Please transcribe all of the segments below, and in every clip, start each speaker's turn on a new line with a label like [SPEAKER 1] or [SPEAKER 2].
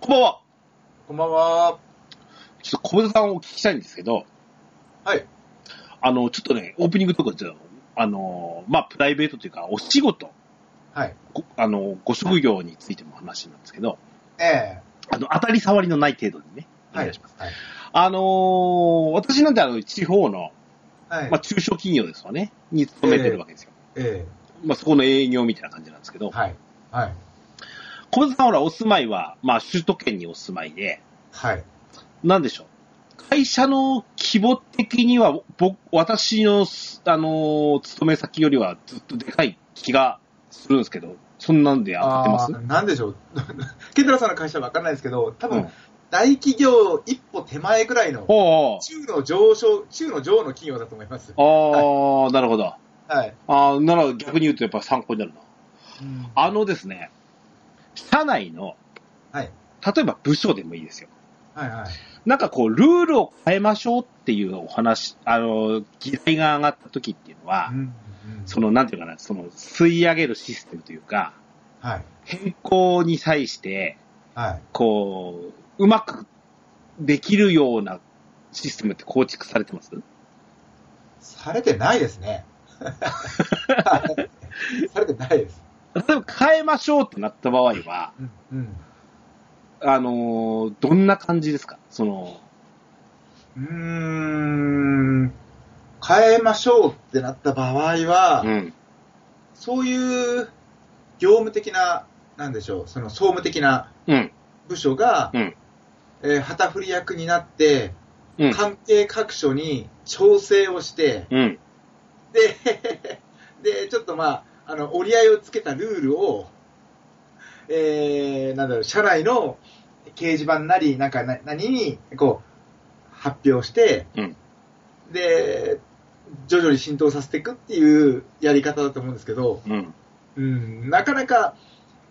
[SPEAKER 1] こんばんは。
[SPEAKER 2] こんばんは。
[SPEAKER 1] ちょっと小室さんをお聞きしたいんですけど、
[SPEAKER 2] はい。
[SPEAKER 1] あの、ちょっとね、オープニングとかちょっと、あの、まあ、プライベートというか、お仕事、
[SPEAKER 2] はい。
[SPEAKER 1] ごあの、ご職業についても話なんですけど、
[SPEAKER 2] ええ
[SPEAKER 1] あの、当たり障りのない程度にね、お願いします。
[SPEAKER 2] はい。
[SPEAKER 1] あのー私なんてあの、地方の、
[SPEAKER 2] はい。
[SPEAKER 1] まあ、中小企業ですわね、に勤めてるわけですよ。
[SPEAKER 2] え
[SPEAKER 1] まあ、そこの営業みたいな感じなんですけ
[SPEAKER 2] え
[SPEAKER 1] ど、
[SPEAKER 2] はい。はい。
[SPEAKER 1] 小室さんほら、お住まいは、まあ、首都圏にお住まいで、
[SPEAKER 2] はい。
[SPEAKER 1] なんでしょう。会社の規模的には、僕、私のす、あのー勤め先よりはずっとでかい気がするんですけど、そんなんで当たってます
[SPEAKER 2] ーなんでしょう。 ケンタロウさんの会社はわからないですけど、多
[SPEAKER 1] う
[SPEAKER 2] 分、
[SPEAKER 1] ん。
[SPEAKER 2] 大企業一歩手前ぐらいの、
[SPEAKER 1] おう
[SPEAKER 2] 中の上昇、中の上の企業だと思います。
[SPEAKER 1] おうああ、なるほど。
[SPEAKER 2] はい。
[SPEAKER 1] ああ、なら逆に言うとやっぱ参考になるな。
[SPEAKER 2] うん
[SPEAKER 1] あのですね、社内の、
[SPEAKER 2] はい。
[SPEAKER 1] 例えば部署でもいいですよ。
[SPEAKER 2] はいはい。
[SPEAKER 1] なんかこう、ルールを変えましょうっていうお話、あのー、議題が上がった時っていうのは、
[SPEAKER 2] うん
[SPEAKER 1] そ、の、なんていうかな、その、吸い上げるシステムというか、
[SPEAKER 2] はい。
[SPEAKER 1] 変更に際して、
[SPEAKER 2] はい。
[SPEAKER 1] こう、うまくできるようなシステムって構築されてます
[SPEAKER 2] されてないですね。 はいされてないです。
[SPEAKER 1] 例えば変えましょうってなった場合は、
[SPEAKER 2] うん。うん
[SPEAKER 1] あのーどんな感じですかその、
[SPEAKER 2] うーん変えましょうってなった場合は、
[SPEAKER 1] ん。
[SPEAKER 2] そういう業務的な、なんでしょう、その総務的な
[SPEAKER 1] うん。
[SPEAKER 2] 部署が、
[SPEAKER 1] うん
[SPEAKER 2] えー旗振り役になって、
[SPEAKER 1] うん
[SPEAKER 2] 関係各所に調整をして、
[SPEAKER 1] うん。
[SPEAKER 2] で、 で、ちょっとまあ、あの、折り合いをつけたルールを、えー、なんだろう、社内の掲示板なり、なんかな、何に、こう、発表して、
[SPEAKER 1] うん
[SPEAKER 2] で、徐々に浸透させていくっていうやり方だと思うんですけど、
[SPEAKER 1] うん。
[SPEAKER 2] うん、なかなか、や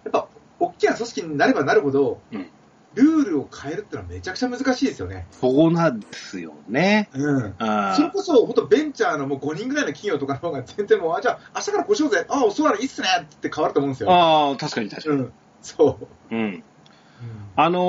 [SPEAKER 2] っぱ、大きな組織になればなるほど、
[SPEAKER 1] うん
[SPEAKER 2] ルールを変えるってのはめちゃくちゃ難しいですよね。
[SPEAKER 1] そうなんですよね。
[SPEAKER 2] うん。
[SPEAKER 1] あ
[SPEAKER 2] それこそ、本当ベンチャーのもう5人ぐらいの企業とかの方が全然もう、あ、じゃあ明日からこうしようぜ、あ、そうなのいいっすねって変わると思うんです
[SPEAKER 1] ー
[SPEAKER 2] よ。
[SPEAKER 1] あー、確かに確か
[SPEAKER 2] うん。そう。
[SPEAKER 1] に。うん。あの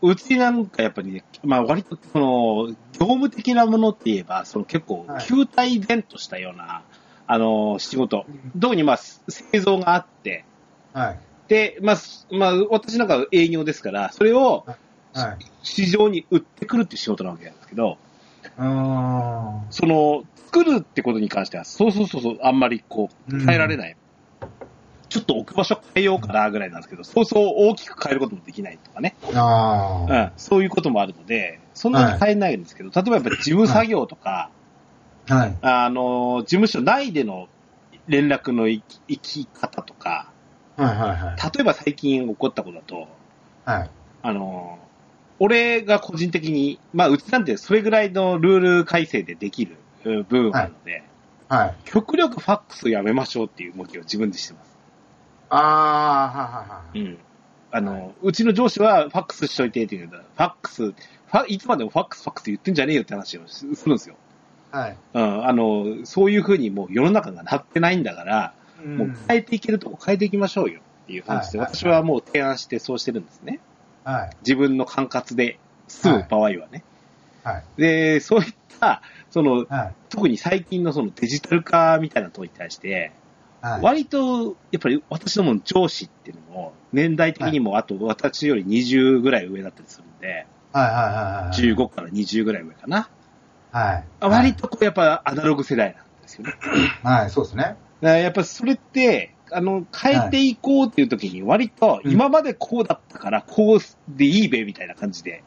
[SPEAKER 1] ーうちなんかやっぱりね、まあ割とその、業務的なものって言えば、その結構
[SPEAKER 2] はい、
[SPEAKER 1] 球体然としたような、あのー仕事。
[SPEAKER 2] うん
[SPEAKER 1] 特にまあ、製造があって、
[SPEAKER 2] はい。
[SPEAKER 1] で、まあ、すまあ、私なんか営業ですから、それを
[SPEAKER 2] はい。
[SPEAKER 1] 市場に売ってくるっていう仕事なわけなんですけど、
[SPEAKER 2] うーん。
[SPEAKER 1] その、作るってことに関しては、そうそうそうそう、あんまりこう、変えられない。ちょっと置く場所変えようかなぐらいなんですけど、そうそう大きく変えることもできないとかね。
[SPEAKER 2] あ
[SPEAKER 1] うん、そういうこともあるので、そんなに変えないんですけど、例えばやっぱり事務作業とか、
[SPEAKER 2] ー。はい。
[SPEAKER 1] あの、事務所内での連絡の行き行き方とか、
[SPEAKER 2] はいはいはい。
[SPEAKER 1] 例えば最近起こったことだと、
[SPEAKER 2] はい。
[SPEAKER 1] あの、俺が個人的に、まあ、うちなんてそれぐらいのルール改正でできるうん部分があるので、
[SPEAKER 2] はい。
[SPEAKER 1] 極力ファックスをやめましょうっていう動きを自分でしてます。
[SPEAKER 2] あー、はいはいはい。
[SPEAKER 1] ん。あの、
[SPEAKER 2] はいう
[SPEAKER 1] ちの上司はファックスしといてって言うけど、ファックス、ファいつまでもファックスファックス言ってんじゃねえよって話をすするんですよ。
[SPEAKER 2] はい。
[SPEAKER 1] うん、あの、そういうふうにもう世の中がなってないんだから、
[SPEAKER 2] うん
[SPEAKER 1] もう変えていけるとこ変えていきましょうよっていう感じで、
[SPEAKER 2] はいはい
[SPEAKER 1] 私はもう提案してそうしてるんですね。
[SPEAKER 2] はい。
[SPEAKER 1] 自分の管轄で済む場合はね。
[SPEAKER 2] はい。
[SPEAKER 1] で、そういった、その、
[SPEAKER 2] はい。
[SPEAKER 1] 特に最近のそのデジタル化みたいなとこに対して、
[SPEAKER 2] はい。
[SPEAKER 1] 割と、やっぱり私どもの上司っていうのも、年代的にも、あと私より20ぐらい上だったりするんで、
[SPEAKER 2] はいはいはい。はい。
[SPEAKER 1] 15から20ぐらい上かな。
[SPEAKER 2] はい。
[SPEAKER 1] 割とこう、やっぱアナログ世代なんですよね。
[SPEAKER 2] はい、そうですね。
[SPEAKER 1] だからやっぱそれって、あの、変えていこうっていう時に割と、
[SPEAKER 2] うん
[SPEAKER 1] 今までこうだったから、こうでいいべ、みたいな感じで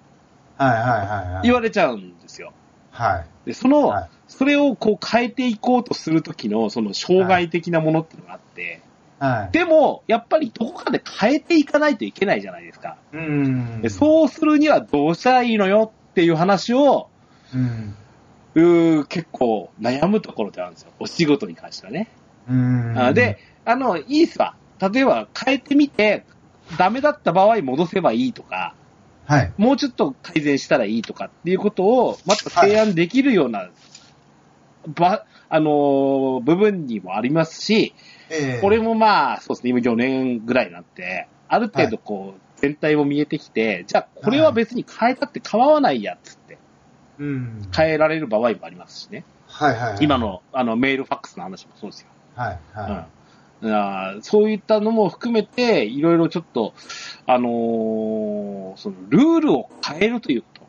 [SPEAKER 2] はいはいはいはい。
[SPEAKER 1] 言われちゃうんですよ。
[SPEAKER 2] はい。
[SPEAKER 1] で、その
[SPEAKER 2] はい、
[SPEAKER 1] それをこう変えていこうとする時の、その障害的なものっていうのがあって、
[SPEAKER 2] はい。
[SPEAKER 1] でも、やっぱりどこかで変えていかないといけないじゃないですか。
[SPEAKER 2] うん
[SPEAKER 1] でそうするにはどうしたらいいのよっていう話を、
[SPEAKER 2] うん。
[SPEAKER 1] うー結構悩むところであるんですよ。お仕事に関してはね。
[SPEAKER 2] うん。
[SPEAKER 1] あで、あの、いいっすわ。例えば変えてみて、ダメだった場合戻せばいいとか、
[SPEAKER 2] はい。
[SPEAKER 1] もうちょっと改善したらいいとかっていうことを、また提案できるような、ば、あのー部分にもありますし、
[SPEAKER 2] ええ
[SPEAKER 1] これもまあ、そうですね、今4年ぐらいになって、ある程度こう、全体も見えてきて、じゃあこれは別に変えたって構わないやっつって、
[SPEAKER 2] うん。
[SPEAKER 1] 変えられる場合もありますしね。
[SPEAKER 2] はいはいはい。
[SPEAKER 1] 今のあのメールファックスの話もそうですよ。
[SPEAKER 2] はいはい。
[SPEAKER 1] うん、あーそういったのも含めて、いろいろちょっと、あのーそのルールを変えるということ、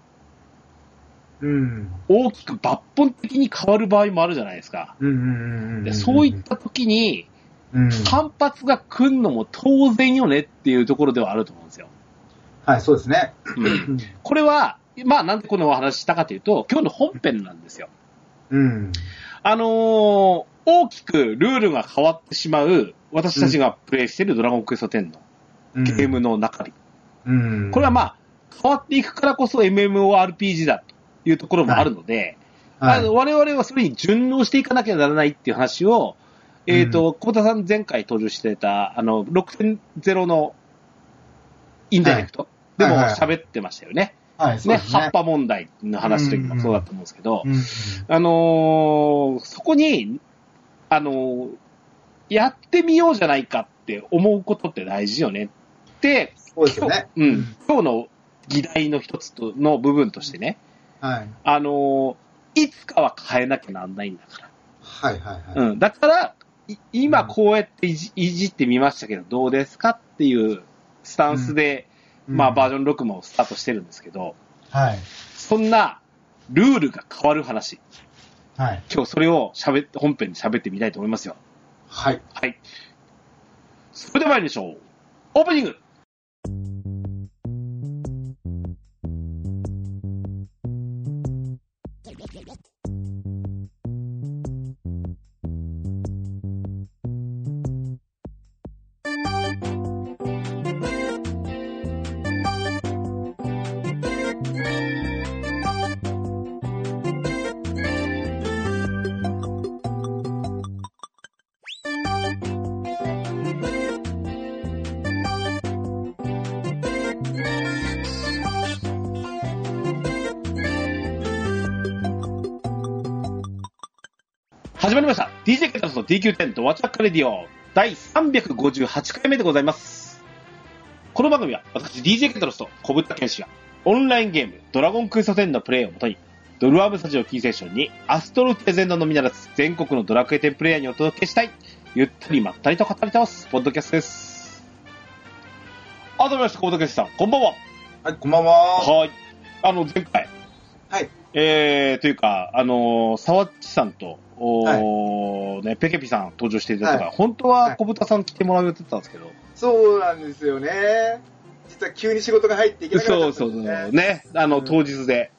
[SPEAKER 2] うん。
[SPEAKER 1] 大きく抜本的に変わる場合もあるじゃないですか。
[SPEAKER 2] うんうんうん
[SPEAKER 1] で
[SPEAKER 2] うん。
[SPEAKER 1] そういった時に、
[SPEAKER 2] うん、
[SPEAKER 1] 反発が来んのも当然よねっていうところではあると思うんですよ。
[SPEAKER 2] はい、そうですね。
[SPEAKER 1] うんこれは、まあなんでこのお話ししたかというと、今日の本編なんですよ。
[SPEAKER 2] うん。
[SPEAKER 1] あのー大きくルールが変わってしまう、私たちがプレイしているドラゴンクエスト10の
[SPEAKER 2] うん
[SPEAKER 1] ゲーム、の中で、
[SPEAKER 2] うん。
[SPEAKER 1] これはまあ、変わっていくからこそ MMORPG だというところもあるので、
[SPEAKER 2] はい、
[SPEAKER 1] あの我々はそれに順応していかなきゃならないっていう話を、えっ、と、小田さん前回登場してた、あの、6.0のインダイレクトでも
[SPEAKER 2] はいはい
[SPEAKER 1] 喋ってましたよね。
[SPEAKER 2] はい、そう
[SPEAKER 1] ね、
[SPEAKER 2] ですね。
[SPEAKER 1] 葉っぱ問題の話の時もそうだと思うんですけど、
[SPEAKER 2] うんうん
[SPEAKER 1] あのーそこに、あのーやってみようじゃないかって思うことって大事よねって、
[SPEAKER 2] そうですよね。
[SPEAKER 1] 今日うん、今日の議題の一つとの部分としてね、
[SPEAKER 2] はい。
[SPEAKER 1] あのーいつかは変えなきゃなんないんだか
[SPEAKER 2] はいはい
[SPEAKER 1] ら。
[SPEAKER 2] はい。
[SPEAKER 1] うん、だから、い今
[SPEAKER 2] うん
[SPEAKER 1] こうやっていじいじってみましたけど、どうですかっていうスタンスで、まあバー
[SPEAKER 2] ジ
[SPEAKER 1] ジョン6もスタートしてるんですけど、
[SPEAKER 2] ョン。はい。
[SPEAKER 1] そんなルールが変わる話、
[SPEAKER 2] はい。
[SPEAKER 1] 今日それを喋って、本編で喋ってみたいと思いますよ。
[SPEAKER 2] はい。
[SPEAKER 1] はい。それでは参りましょう。オープニング始まりました。DJ ケタスの DQ10 とワチャックレディオ第358回目でございます。この番組は私 DJ ケタロスと小ぶった剣士がオンラインゲームドラゴンクエスト10のプレイをもとにドルアームスタジオキーセッションにアストロテ全土のみならず全国のドラクエ10プレイヤーにお届けしたいゆったりまったりと語り倒すポッドキャストです。改めまして小ぶった剣士さん、こんばんは。
[SPEAKER 2] はい、こんばんは。
[SPEAKER 1] はい。あの、前回。
[SPEAKER 2] はい。
[SPEAKER 1] えー、というか、あのー、沢っちさんと、おーね、ペケピさん登場していただいたから、
[SPEAKER 2] は
[SPEAKER 1] 本当は小豚さん来てもらう予定だったんですけど、
[SPEAKER 2] そうなんですよね。実は急に仕事が入っていけなくなっち
[SPEAKER 1] そ
[SPEAKER 2] ゃ
[SPEAKER 1] う
[SPEAKER 2] った
[SPEAKER 1] そ
[SPEAKER 2] ん
[SPEAKER 1] う
[SPEAKER 2] で
[SPEAKER 1] そ
[SPEAKER 2] す
[SPEAKER 1] う、
[SPEAKER 2] ね。
[SPEAKER 1] ね、あの、
[SPEAKER 2] うん
[SPEAKER 1] 当日で。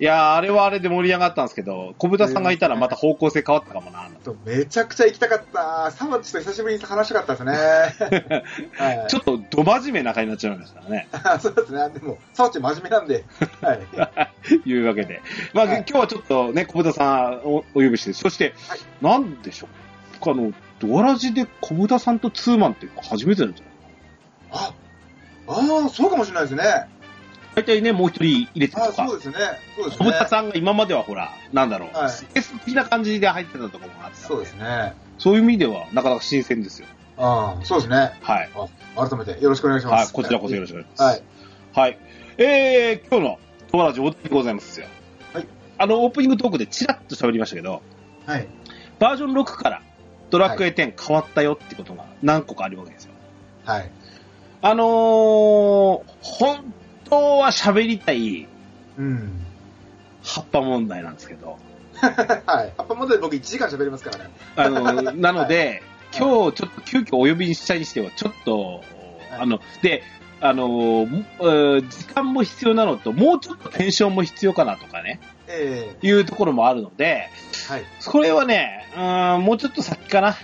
[SPEAKER 1] いやー、あれはあれで盛り上がったんですけど、小豚さんがいたらまた方向性変わったかもな。
[SPEAKER 2] とめちゃくちゃ行きたかった。サマッチと久しぶりに話したかったですね。 はい
[SPEAKER 1] ちょっと、ど真面目な会になっちゃいましたね。
[SPEAKER 2] あ そうですね。でも、サマッチ真面目な んで。はい。
[SPEAKER 1] いうわけで。まあ、
[SPEAKER 2] はい
[SPEAKER 1] 今日はちょっとね、小豚さんをお呼びして、そして、
[SPEAKER 2] はい
[SPEAKER 1] なんでしょう。あの、ドアラジで小豚さんとツーマンって初めてなんじゃない
[SPEAKER 2] あ、ああ、そうかもしれないですね。
[SPEAKER 1] 大体ね、もう一人入れて
[SPEAKER 2] あ
[SPEAKER 1] と
[SPEAKER 2] あ、
[SPEAKER 1] か
[SPEAKER 2] そう。ですね。そうです
[SPEAKER 1] 小豚
[SPEAKER 2] ね。
[SPEAKER 1] さんが今まではほら、なんだろう、
[SPEAKER 2] はい
[SPEAKER 1] スペース的な感じで入ってたところもあってたん
[SPEAKER 2] そうですね。
[SPEAKER 1] そういう意味では、なかなか新鮮ですよ。
[SPEAKER 2] ああ、そうですね。
[SPEAKER 1] はい。
[SPEAKER 2] あ改めてよろしくお願いしま
[SPEAKER 1] はい、
[SPEAKER 2] す。
[SPEAKER 1] こちらこそよろしくお願いします。
[SPEAKER 2] はい。。
[SPEAKER 1] はい。えー、今日の友達お題でございますよ。
[SPEAKER 2] はい。
[SPEAKER 1] あの、オープニングトークでチラッと喋りましたけど、
[SPEAKER 2] はい。
[SPEAKER 1] バージョン6からドラクエ10変わったよってことが何個かあるわけですよ。
[SPEAKER 2] はい。
[SPEAKER 1] あのー、本当は喋りたい
[SPEAKER 2] うん。
[SPEAKER 1] 葉っぱ問題なんですけど、
[SPEAKER 2] はい。アッパモデル僕1時間喋りますからね。
[SPEAKER 1] あの、なので、今日ちょっと急遽お呼びにしたにしては、ちょっと、
[SPEAKER 2] はい
[SPEAKER 1] あの、で、あの、もえー時間も必要なのと、もうちょっとテンションも必要かなとかね、
[SPEAKER 2] え
[SPEAKER 1] いうところもあるので、
[SPEAKER 2] えはい。
[SPEAKER 1] それはね、うーん、もうちょっと先かな。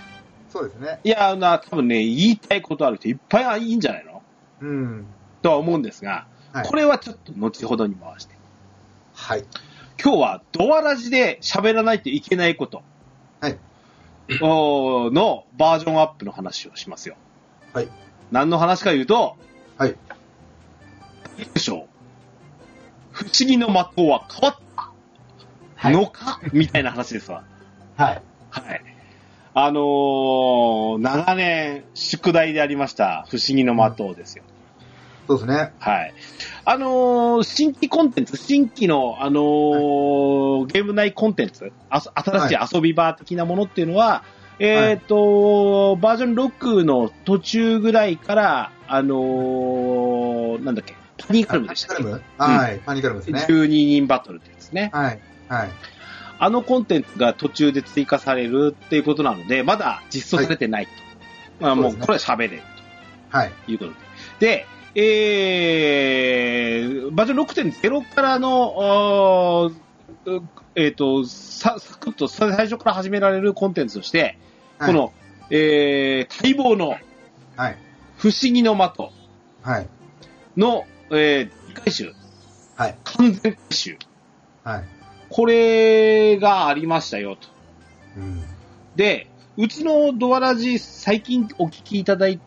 [SPEAKER 2] そうですね。
[SPEAKER 1] いや、な、多分ね、言いたいことある人いっぱいいいんじゃないの
[SPEAKER 2] うん。
[SPEAKER 1] とは思うんですが、
[SPEAKER 2] はい。
[SPEAKER 1] これはちょっと後ほどに回して。
[SPEAKER 2] はい。
[SPEAKER 1] 今日はドアラジで喋らないといけないこと。
[SPEAKER 2] はい
[SPEAKER 1] おーのバージョンアップの話をしますよ。
[SPEAKER 2] はい。
[SPEAKER 1] 何の話か言うと、
[SPEAKER 2] はい。
[SPEAKER 1] いいでしょう不思議の的は変わったのか、みたいな話ですわ。
[SPEAKER 2] はい。
[SPEAKER 1] はい。あのー長年、宿題でありました、不思議の的ですよ。
[SPEAKER 2] そうですね。
[SPEAKER 1] はい。あのー新規コンテンツ、新規の、あのーゲーム内コンテンツ、あそ新しい遊び場的なものっていうのは、えっ、と、バージョン6の途中ぐらいから、あのーなんだっけ、パニカルムでしたっけ
[SPEAKER 2] パニカルムはい、パニカルムですね。
[SPEAKER 1] 12人バトルってやつですね。
[SPEAKER 2] はい、はい。
[SPEAKER 1] あのコンテンツが途中で追加されるっていうことなので、まだ実装されてないと。まあ、もう
[SPEAKER 2] そうですね
[SPEAKER 1] これは喋れる
[SPEAKER 2] はい。
[SPEAKER 1] ということで。で、えー、バージョン6.0からの、あーうえっ、と、さ、サクッとさ最初から始められるコンテンツとして、
[SPEAKER 2] はい
[SPEAKER 1] こ、の、えー、待望の
[SPEAKER 2] はい、
[SPEAKER 1] 不思議の的
[SPEAKER 2] はい、
[SPEAKER 1] の、えー、回収。
[SPEAKER 2] はい
[SPEAKER 1] 完全回収。
[SPEAKER 2] はい。
[SPEAKER 1] これがありましたよと。
[SPEAKER 2] うん。
[SPEAKER 1] で、うちのドアラジ、最近お聞きいただき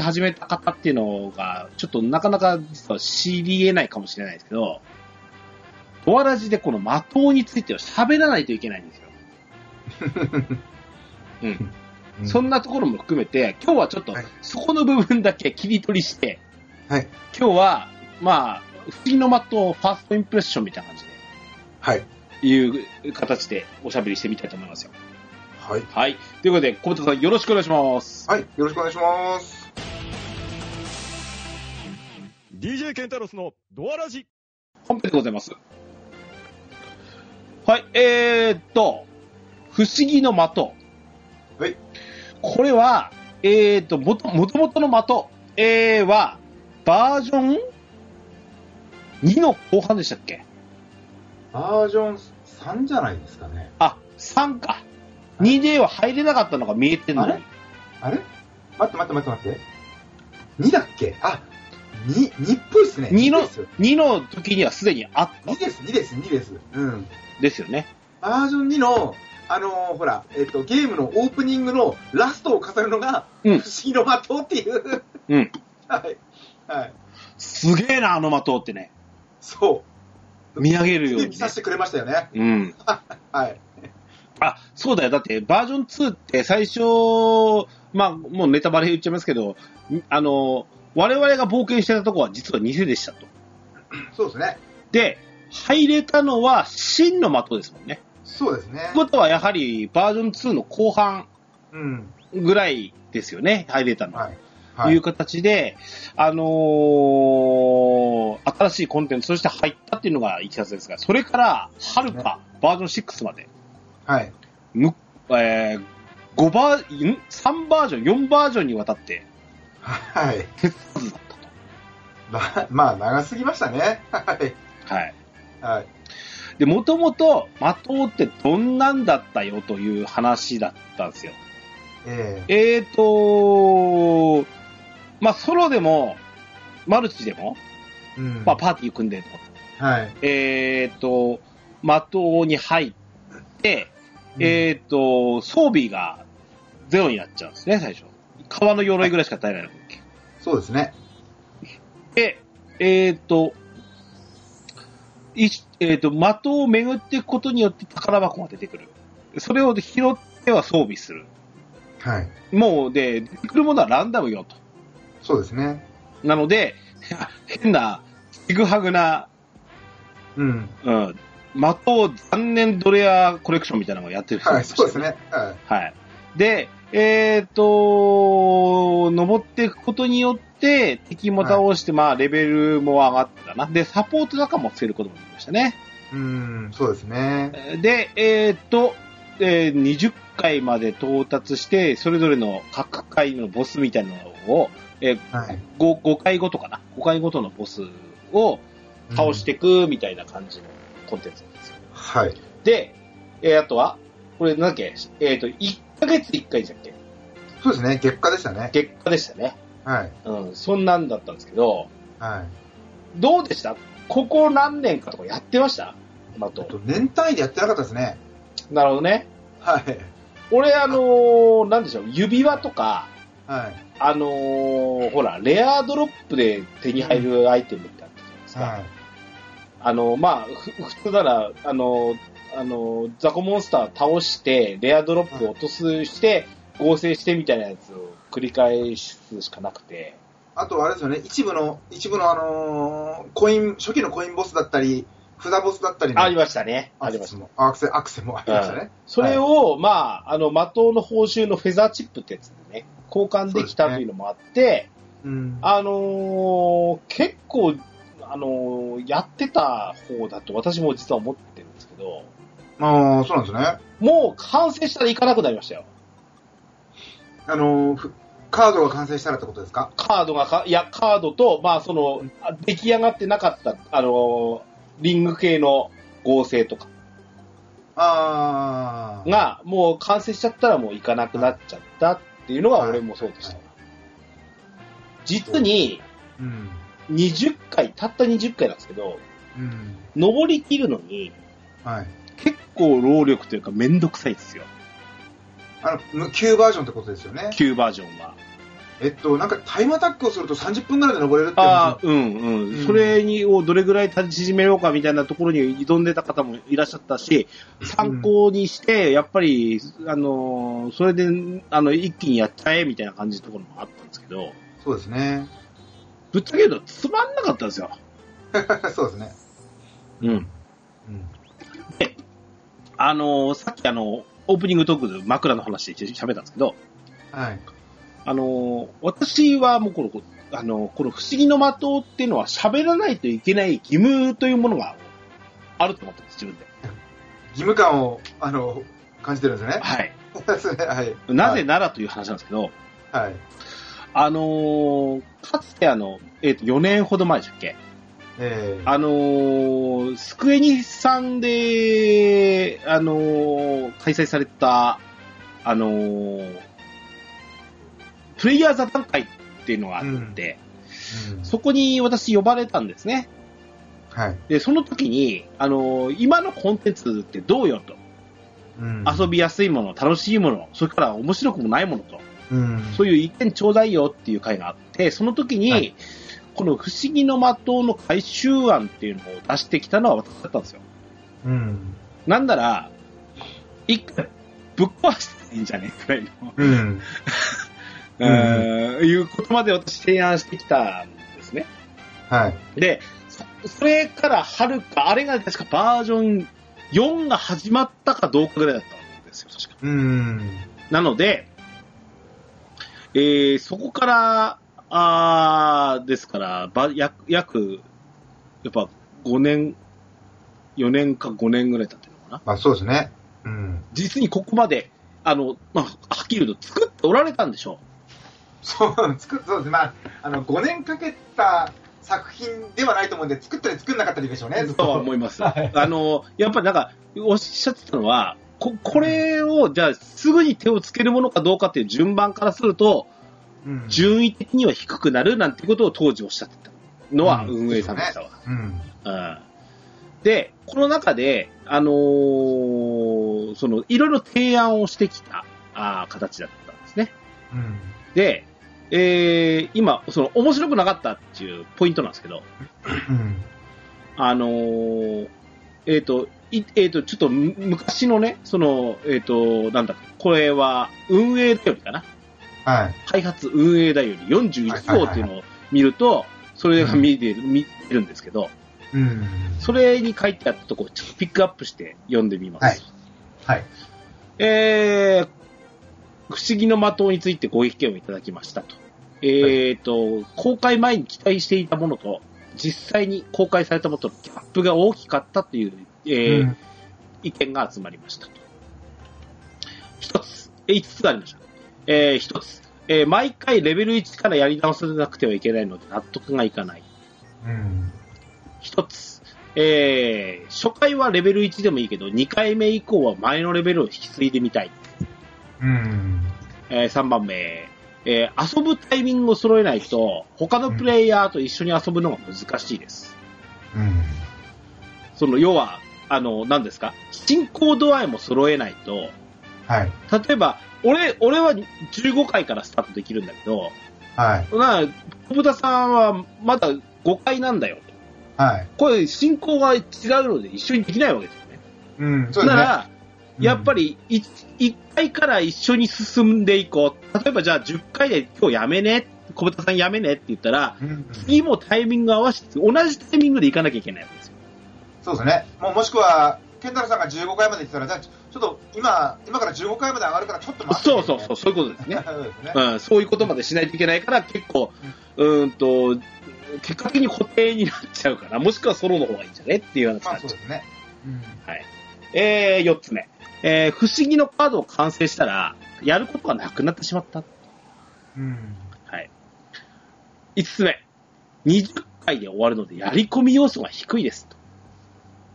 [SPEAKER 1] 始めた方っていうのが、ちょっとなかなか実は知り得ないかもしれないですけど、ドアラジでこの的については喋らないといけないんですよ。 うん。
[SPEAKER 2] う
[SPEAKER 1] そんなところも含めて、今日はちょっと
[SPEAKER 2] はい
[SPEAKER 1] そこの部分だけ切り取りして、
[SPEAKER 2] はい、
[SPEAKER 1] 今日は、まあ、不思議の的をファーストインプレッションみたいな感じ
[SPEAKER 2] はい、
[SPEAKER 1] で、いう形でおしゃべりしてみたいと思いますよ。
[SPEAKER 2] はい。
[SPEAKER 1] はい。ということで、小本さんよろしくお願いします。
[SPEAKER 2] はい、よろしくお願いします。
[SPEAKER 3] DJ ケンタロスのドアラジ。
[SPEAKER 1] 本編でございます。はい、えー、っと、不思議の的。
[SPEAKER 2] はい。
[SPEAKER 1] これは、えー、っと、もと、もともとの的、えー、は、バージョン2の後半でしたっけ
[SPEAKER 2] バージョン3じゃないですかね。
[SPEAKER 1] あ、3か。2では入れなかったのが見えてんの
[SPEAKER 2] あ
[SPEAKER 1] に
[SPEAKER 2] れ。あれ待って待って待って待って。2だっけあ、2、2っぽいっすね。
[SPEAKER 1] 二の
[SPEAKER 2] ですよ。
[SPEAKER 1] 2の時にはすでにあった
[SPEAKER 2] 2です、2です、2です。うん。
[SPEAKER 1] ですよね。
[SPEAKER 2] バージョン2の、あのーほら、えっ、と、ゲームのオープニングのラストを飾るのが、
[SPEAKER 1] うん
[SPEAKER 2] 不思議の的っていう。
[SPEAKER 1] うん。
[SPEAKER 2] はい。はい。
[SPEAKER 1] すげえな、あの的ってね。
[SPEAKER 2] そ
[SPEAKER 1] 見上げ
[SPEAKER 2] う。
[SPEAKER 1] るよう
[SPEAKER 2] で
[SPEAKER 1] に、
[SPEAKER 2] 見
[SPEAKER 1] ね。
[SPEAKER 2] させてくれましたよね。
[SPEAKER 1] うん。
[SPEAKER 2] はい。
[SPEAKER 1] あ、そうだよ。だって、バージョン2って最初、まあ、もうネタバレ言っちゃいますけど、んあの、我々が冒険してたとこは実は偽でしたと。
[SPEAKER 2] そうですね。
[SPEAKER 1] で、入れたのは真の的ですもんね。
[SPEAKER 2] そうですね
[SPEAKER 1] と。いうことは、やはりバージョン2の後半
[SPEAKER 2] うん。
[SPEAKER 1] ぐらいですよね、入れたのは。、
[SPEAKER 2] はい。はいい。
[SPEAKER 1] う形で、あのー新しいコンテンツとして入ったっていうのがいきさつですが、それから、はるか、バージョン6まで、
[SPEAKER 2] はい。
[SPEAKER 1] むえー、5バー、ん3バージョン、4バージョンにわたって、
[SPEAKER 2] はい。
[SPEAKER 1] 手つかずだった
[SPEAKER 2] ままあ、長すぎましたね。はい。
[SPEAKER 1] と。はい。
[SPEAKER 2] はい。
[SPEAKER 1] で、もともと、的ってどんなんだったよという話だったんですよ。
[SPEAKER 2] ええ
[SPEAKER 1] えーとまあ、ソロでも、マルチでも、
[SPEAKER 2] うん。
[SPEAKER 1] まあ、パーティー組んでと。
[SPEAKER 2] はい。
[SPEAKER 1] えーと、的に入って、えーと、装備がゼロになっちゃうんですね、最初。革の鎧ぐらいしか耐えられない。
[SPEAKER 2] そうですね。
[SPEAKER 1] で、えっ、と、いえっ、と、的を巡っていくことによって宝箱が出てくる。それを拾っては装備する。
[SPEAKER 2] はい。
[SPEAKER 1] もう、で、出てくるものはランダムよと。
[SPEAKER 2] そうですね。
[SPEAKER 1] なので、 変な、ちぐはぐな、
[SPEAKER 2] うん。
[SPEAKER 1] うん、的を残念ドレアコレクションみたいなのをやってる人がい
[SPEAKER 2] は
[SPEAKER 1] ま
[SPEAKER 2] い、
[SPEAKER 1] した
[SPEAKER 2] そうですね。はい。
[SPEAKER 1] はい。で、えっ、と、登っていくことによって、敵も倒して、まあ、レベルも上がったな。で、サポート仲間もつけることもできましたね。
[SPEAKER 2] うーん、そうですね。
[SPEAKER 1] で、えーっと、えー20回まで到達して、それぞれの各回のボスみたいなのを、えー
[SPEAKER 2] はい。
[SPEAKER 1] 5, 5回ごとかな、5回ごとのボスを倒していくみたいな感じのコンテンツなんですよ。
[SPEAKER 2] うん。はい。
[SPEAKER 1] で、えーあとは、これなんだっけ、えーっと、1ヶ月1回でしたっけ
[SPEAKER 2] そうですね。結果でしたね。
[SPEAKER 1] 結果でしたね。
[SPEAKER 2] はい。
[SPEAKER 1] うん、そんなんだったんですけど、
[SPEAKER 2] はい。
[SPEAKER 1] どうでしたここ何年かとかやってましたま
[SPEAKER 2] ちょっ
[SPEAKER 1] と。
[SPEAKER 2] と年単位でやってなかったですね。
[SPEAKER 1] なるほどね。
[SPEAKER 2] はい。
[SPEAKER 1] 俺、あのーなんでしょう、指輪とか、
[SPEAKER 2] はい。
[SPEAKER 1] あのーほら、レアドロップで手に入るアイテムってあったじゃないですか。
[SPEAKER 2] はい。
[SPEAKER 1] あのまあ、ふ普通なら、あのあのザコモンスター倒して、レアドロップを落とすして、合成してみたいなやつを繰り返すしかなくて、
[SPEAKER 2] あとあれですよね、一部の、一部のあのーコイン、初期のコインボスだったり、札ボスだったりの
[SPEAKER 1] ありましたね。ありまし
[SPEAKER 2] アクセス
[SPEAKER 1] た。
[SPEAKER 2] もアクセ、アクセもありましたね。
[SPEAKER 1] それを、まあ、あの、的の報酬のフェザーチップってやつでね、交換できた
[SPEAKER 2] そうですね
[SPEAKER 1] というのもあって、
[SPEAKER 2] うん。
[SPEAKER 1] あのー結構、あのーやってた方だと私も実は思ってるんですけど、
[SPEAKER 2] ああ、そうなんですね。
[SPEAKER 1] もう完成したらいかなくなりましたよ。
[SPEAKER 2] あのーふカードが完成したらってことですか
[SPEAKER 1] カードがか、いや、カードと、まあ、その、あ出来上がってなかった、あのーリング系の合成とか
[SPEAKER 2] ああ。
[SPEAKER 1] が、もう完成しちゃったらもういかなくなっちゃったっていうのが
[SPEAKER 2] はい
[SPEAKER 1] 俺もそうでした
[SPEAKER 2] はい。
[SPEAKER 1] 実に、
[SPEAKER 2] うん。
[SPEAKER 1] 20回、たった20回なんですけど、
[SPEAKER 2] うん。
[SPEAKER 1] 登り切るのに、
[SPEAKER 2] はい。
[SPEAKER 1] 結構労力というかめんどくさいんですよ。
[SPEAKER 2] あの、旧バージョンってことですよね。
[SPEAKER 1] 旧バージョンは。
[SPEAKER 2] えっと、なんかタイムアタックをすると30分ぐらいで登れるって
[SPEAKER 1] ああ
[SPEAKER 2] 話、
[SPEAKER 1] うん
[SPEAKER 2] う
[SPEAKER 1] うんん。それにをどれぐらい縮めようかみたいなところに挑んでた方もいらっしゃったし、参考にして、やっぱり、あのー、それで、あの、一気にやっちゃえみたいな感じのところもあったんですけど、
[SPEAKER 2] そうですね。
[SPEAKER 1] ぶっちゃけ言うとつまんなかったんですよ。
[SPEAKER 2] そうですね。
[SPEAKER 1] うん。
[SPEAKER 2] うん。
[SPEAKER 1] あのー、さっきあの、オープニングトークで枕の話で一緒に喋ったんですけど、
[SPEAKER 2] はい。
[SPEAKER 1] あのー、私はもうこの、あのー、この不思議の的っていうのは喋らないといけない義務というものがあると思ったんです、自分で。
[SPEAKER 2] 義務感を、あの、感じてるんですね。
[SPEAKER 1] はい。
[SPEAKER 2] そうですね はい。
[SPEAKER 1] なぜならという話なんですけど、
[SPEAKER 2] はい。
[SPEAKER 1] あのーかつてあの、えっ、と、4年ほど前でしたっけ
[SPEAKER 2] ええ
[SPEAKER 1] あのースクエニさんで、あのー開催された、あのープレイヤー座談会っていうのがあって、
[SPEAKER 2] うん
[SPEAKER 1] そこに私呼ばれたんですね。
[SPEAKER 2] はい。
[SPEAKER 1] で、その時に、あのー今のコンテンツってどうよと。
[SPEAKER 2] うん
[SPEAKER 1] 遊びやすいもの、楽しいもの、それから面白くもないものと。
[SPEAKER 2] うん。
[SPEAKER 1] そういう一点ちょうだいよっていう回があって、その時に、
[SPEAKER 2] はい
[SPEAKER 1] この不思議の的の回収案っていうのを出してきたのは私だったんですよ。
[SPEAKER 2] うん。
[SPEAKER 1] なんなら、一回ぶっ壊したらいいんじゃねえくらいの、
[SPEAKER 2] うん。うん
[SPEAKER 1] うーんいうことまで私提案してきたんですね。
[SPEAKER 2] はい。
[SPEAKER 1] で、そそれから遥か、あれが確かバージョン4が始まったかどうかぐらいだったんですよ、確か。
[SPEAKER 2] うん。
[SPEAKER 1] なので、えーそこから、あーですから、ば約、約、やっぱ5年、4年か5年ぐらい経ってるのかな。
[SPEAKER 2] まあそうですね。うん。
[SPEAKER 1] 実にここまで、あの、まあ、はっきり言うと作っておられたんでしょ
[SPEAKER 2] そう、作っ、そうですね。まあ、あの、5年かけた作品ではないと思うんで、作ったり作んなかったりでしょうね、
[SPEAKER 1] う。とは思います。
[SPEAKER 2] は
[SPEAKER 1] あ
[SPEAKER 2] い
[SPEAKER 1] の、やっぱりなんか、おっしゃってたのは、ここれを、じゃあ、すぐに手をつけるものかどうかっていう順番からすると、
[SPEAKER 2] うん。
[SPEAKER 1] 順位的には低くなるなんてことを当時おっしゃってたのは、
[SPEAKER 2] うん
[SPEAKER 1] 運営さんでしたわ。
[SPEAKER 2] うん。
[SPEAKER 1] うんで、この中で、あのーその、いろいろ提案をしてきた、あー形だったんですね。
[SPEAKER 2] うん。
[SPEAKER 1] で、えー今、その、面白くなかったっていうポイントなんですけど、
[SPEAKER 2] うん。
[SPEAKER 1] あのーえっ、と、いえっ、と、ちょっとむ、昔のね、その、えっ、と、なんだ、これは、運営だよりかな。
[SPEAKER 2] はい。
[SPEAKER 1] 開発運営だより41号っていうのを見ると、それが見てる、見てるんですけど、
[SPEAKER 2] うん。
[SPEAKER 1] それに書いてあったところをちょっとピックアップして読んでみます。
[SPEAKER 2] はいはい。
[SPEAKER 1] えー、不思議の的についてご意見をいただきましたと。えーと、公開前に期待していたものと、実際に公開されたものとのギャップが大きかったという、えー
[SPEAKER 2] うん
[SPEAKER 1] 意見が集まりましたと。一つ、えー五つがありました。えー一つ、えー毎回レベル1からやり直さなくてはいけないので納得がいかない。
[SPEAKER 2] うん。
[SPEAKER 1] 一つ、えー初回はレベル1でもいいけど、2回目以降は前のレベルを引き継いでみたい。
[SPEAKER 2] うん。
[SPEAKER 1] えー3番目、えー遊ぶタイミングを揃えないと、他のプレイヤーと一緒に遊ぶのが難しいです。
[SPEAKER 2] うん。
[SPEAKER 1] その、要は、あの、何ですか進行度合いも揃えないと、
[SPEAKER 2] はい。
[SPEAKER 1] 例えば、俺、俺は15回からスタートできるんだけど、
[SPEAKER 2] はい。
[SPEAKER 1] なあ、小豚さんはまだ5回なんだよ。
[SPEAKER 2] はい。
[SPEAKER 1] これ、進行が違うので一緒にできないわけですよね。
[SPEAKER 2] うん。そうで
[SPEAKER 1] な
[SPEAKER 2] すね。
[SPEAKER 1] ら、やっぱ
[SPEAKER 2] り。
[SPEAKER 1] り1、一回から一緒に進んでいこう。例えばじゃあ10回で今日やめね。小豚さんやめねって言ったら、
[SPEAKER 2] うん
[SPEAKER 1] 次もタイミング合わせて、同じタイミングで行かなきゃいけないわけですよ。
[SPEAKER 2] そうですね。もうもしくは、ケンタロウさんが15回まで行ってたら、じゃあちょっと今、今から15回まで上がるからちょっと待って、
[SPEAKER 1] そうそうそう、そういうことですね。
[SPEAKER 2] そうですね。
[SPEAKER 1] うん、そういうことまでしないといけないから、結構、うーんと、結果的に固定になっちゃうから、もしくはソロの方がいいんじゃねっていう話に
[SPEAKER 2] ま
[SPEAKER 1] な
[SPEAKER 2] あ
[SPEAKER 1] っちゃ
[SPEAKER 2] そううですね。うん
[SPEAKER 1] えー、4つ目。えー、不思議のカードを完成したら、やることがなくなってしまった。
[SPEAKER 2] うん。
[SPEAKER 1] はい。5つ目。20回で終わるので、やり込み要素が低いです。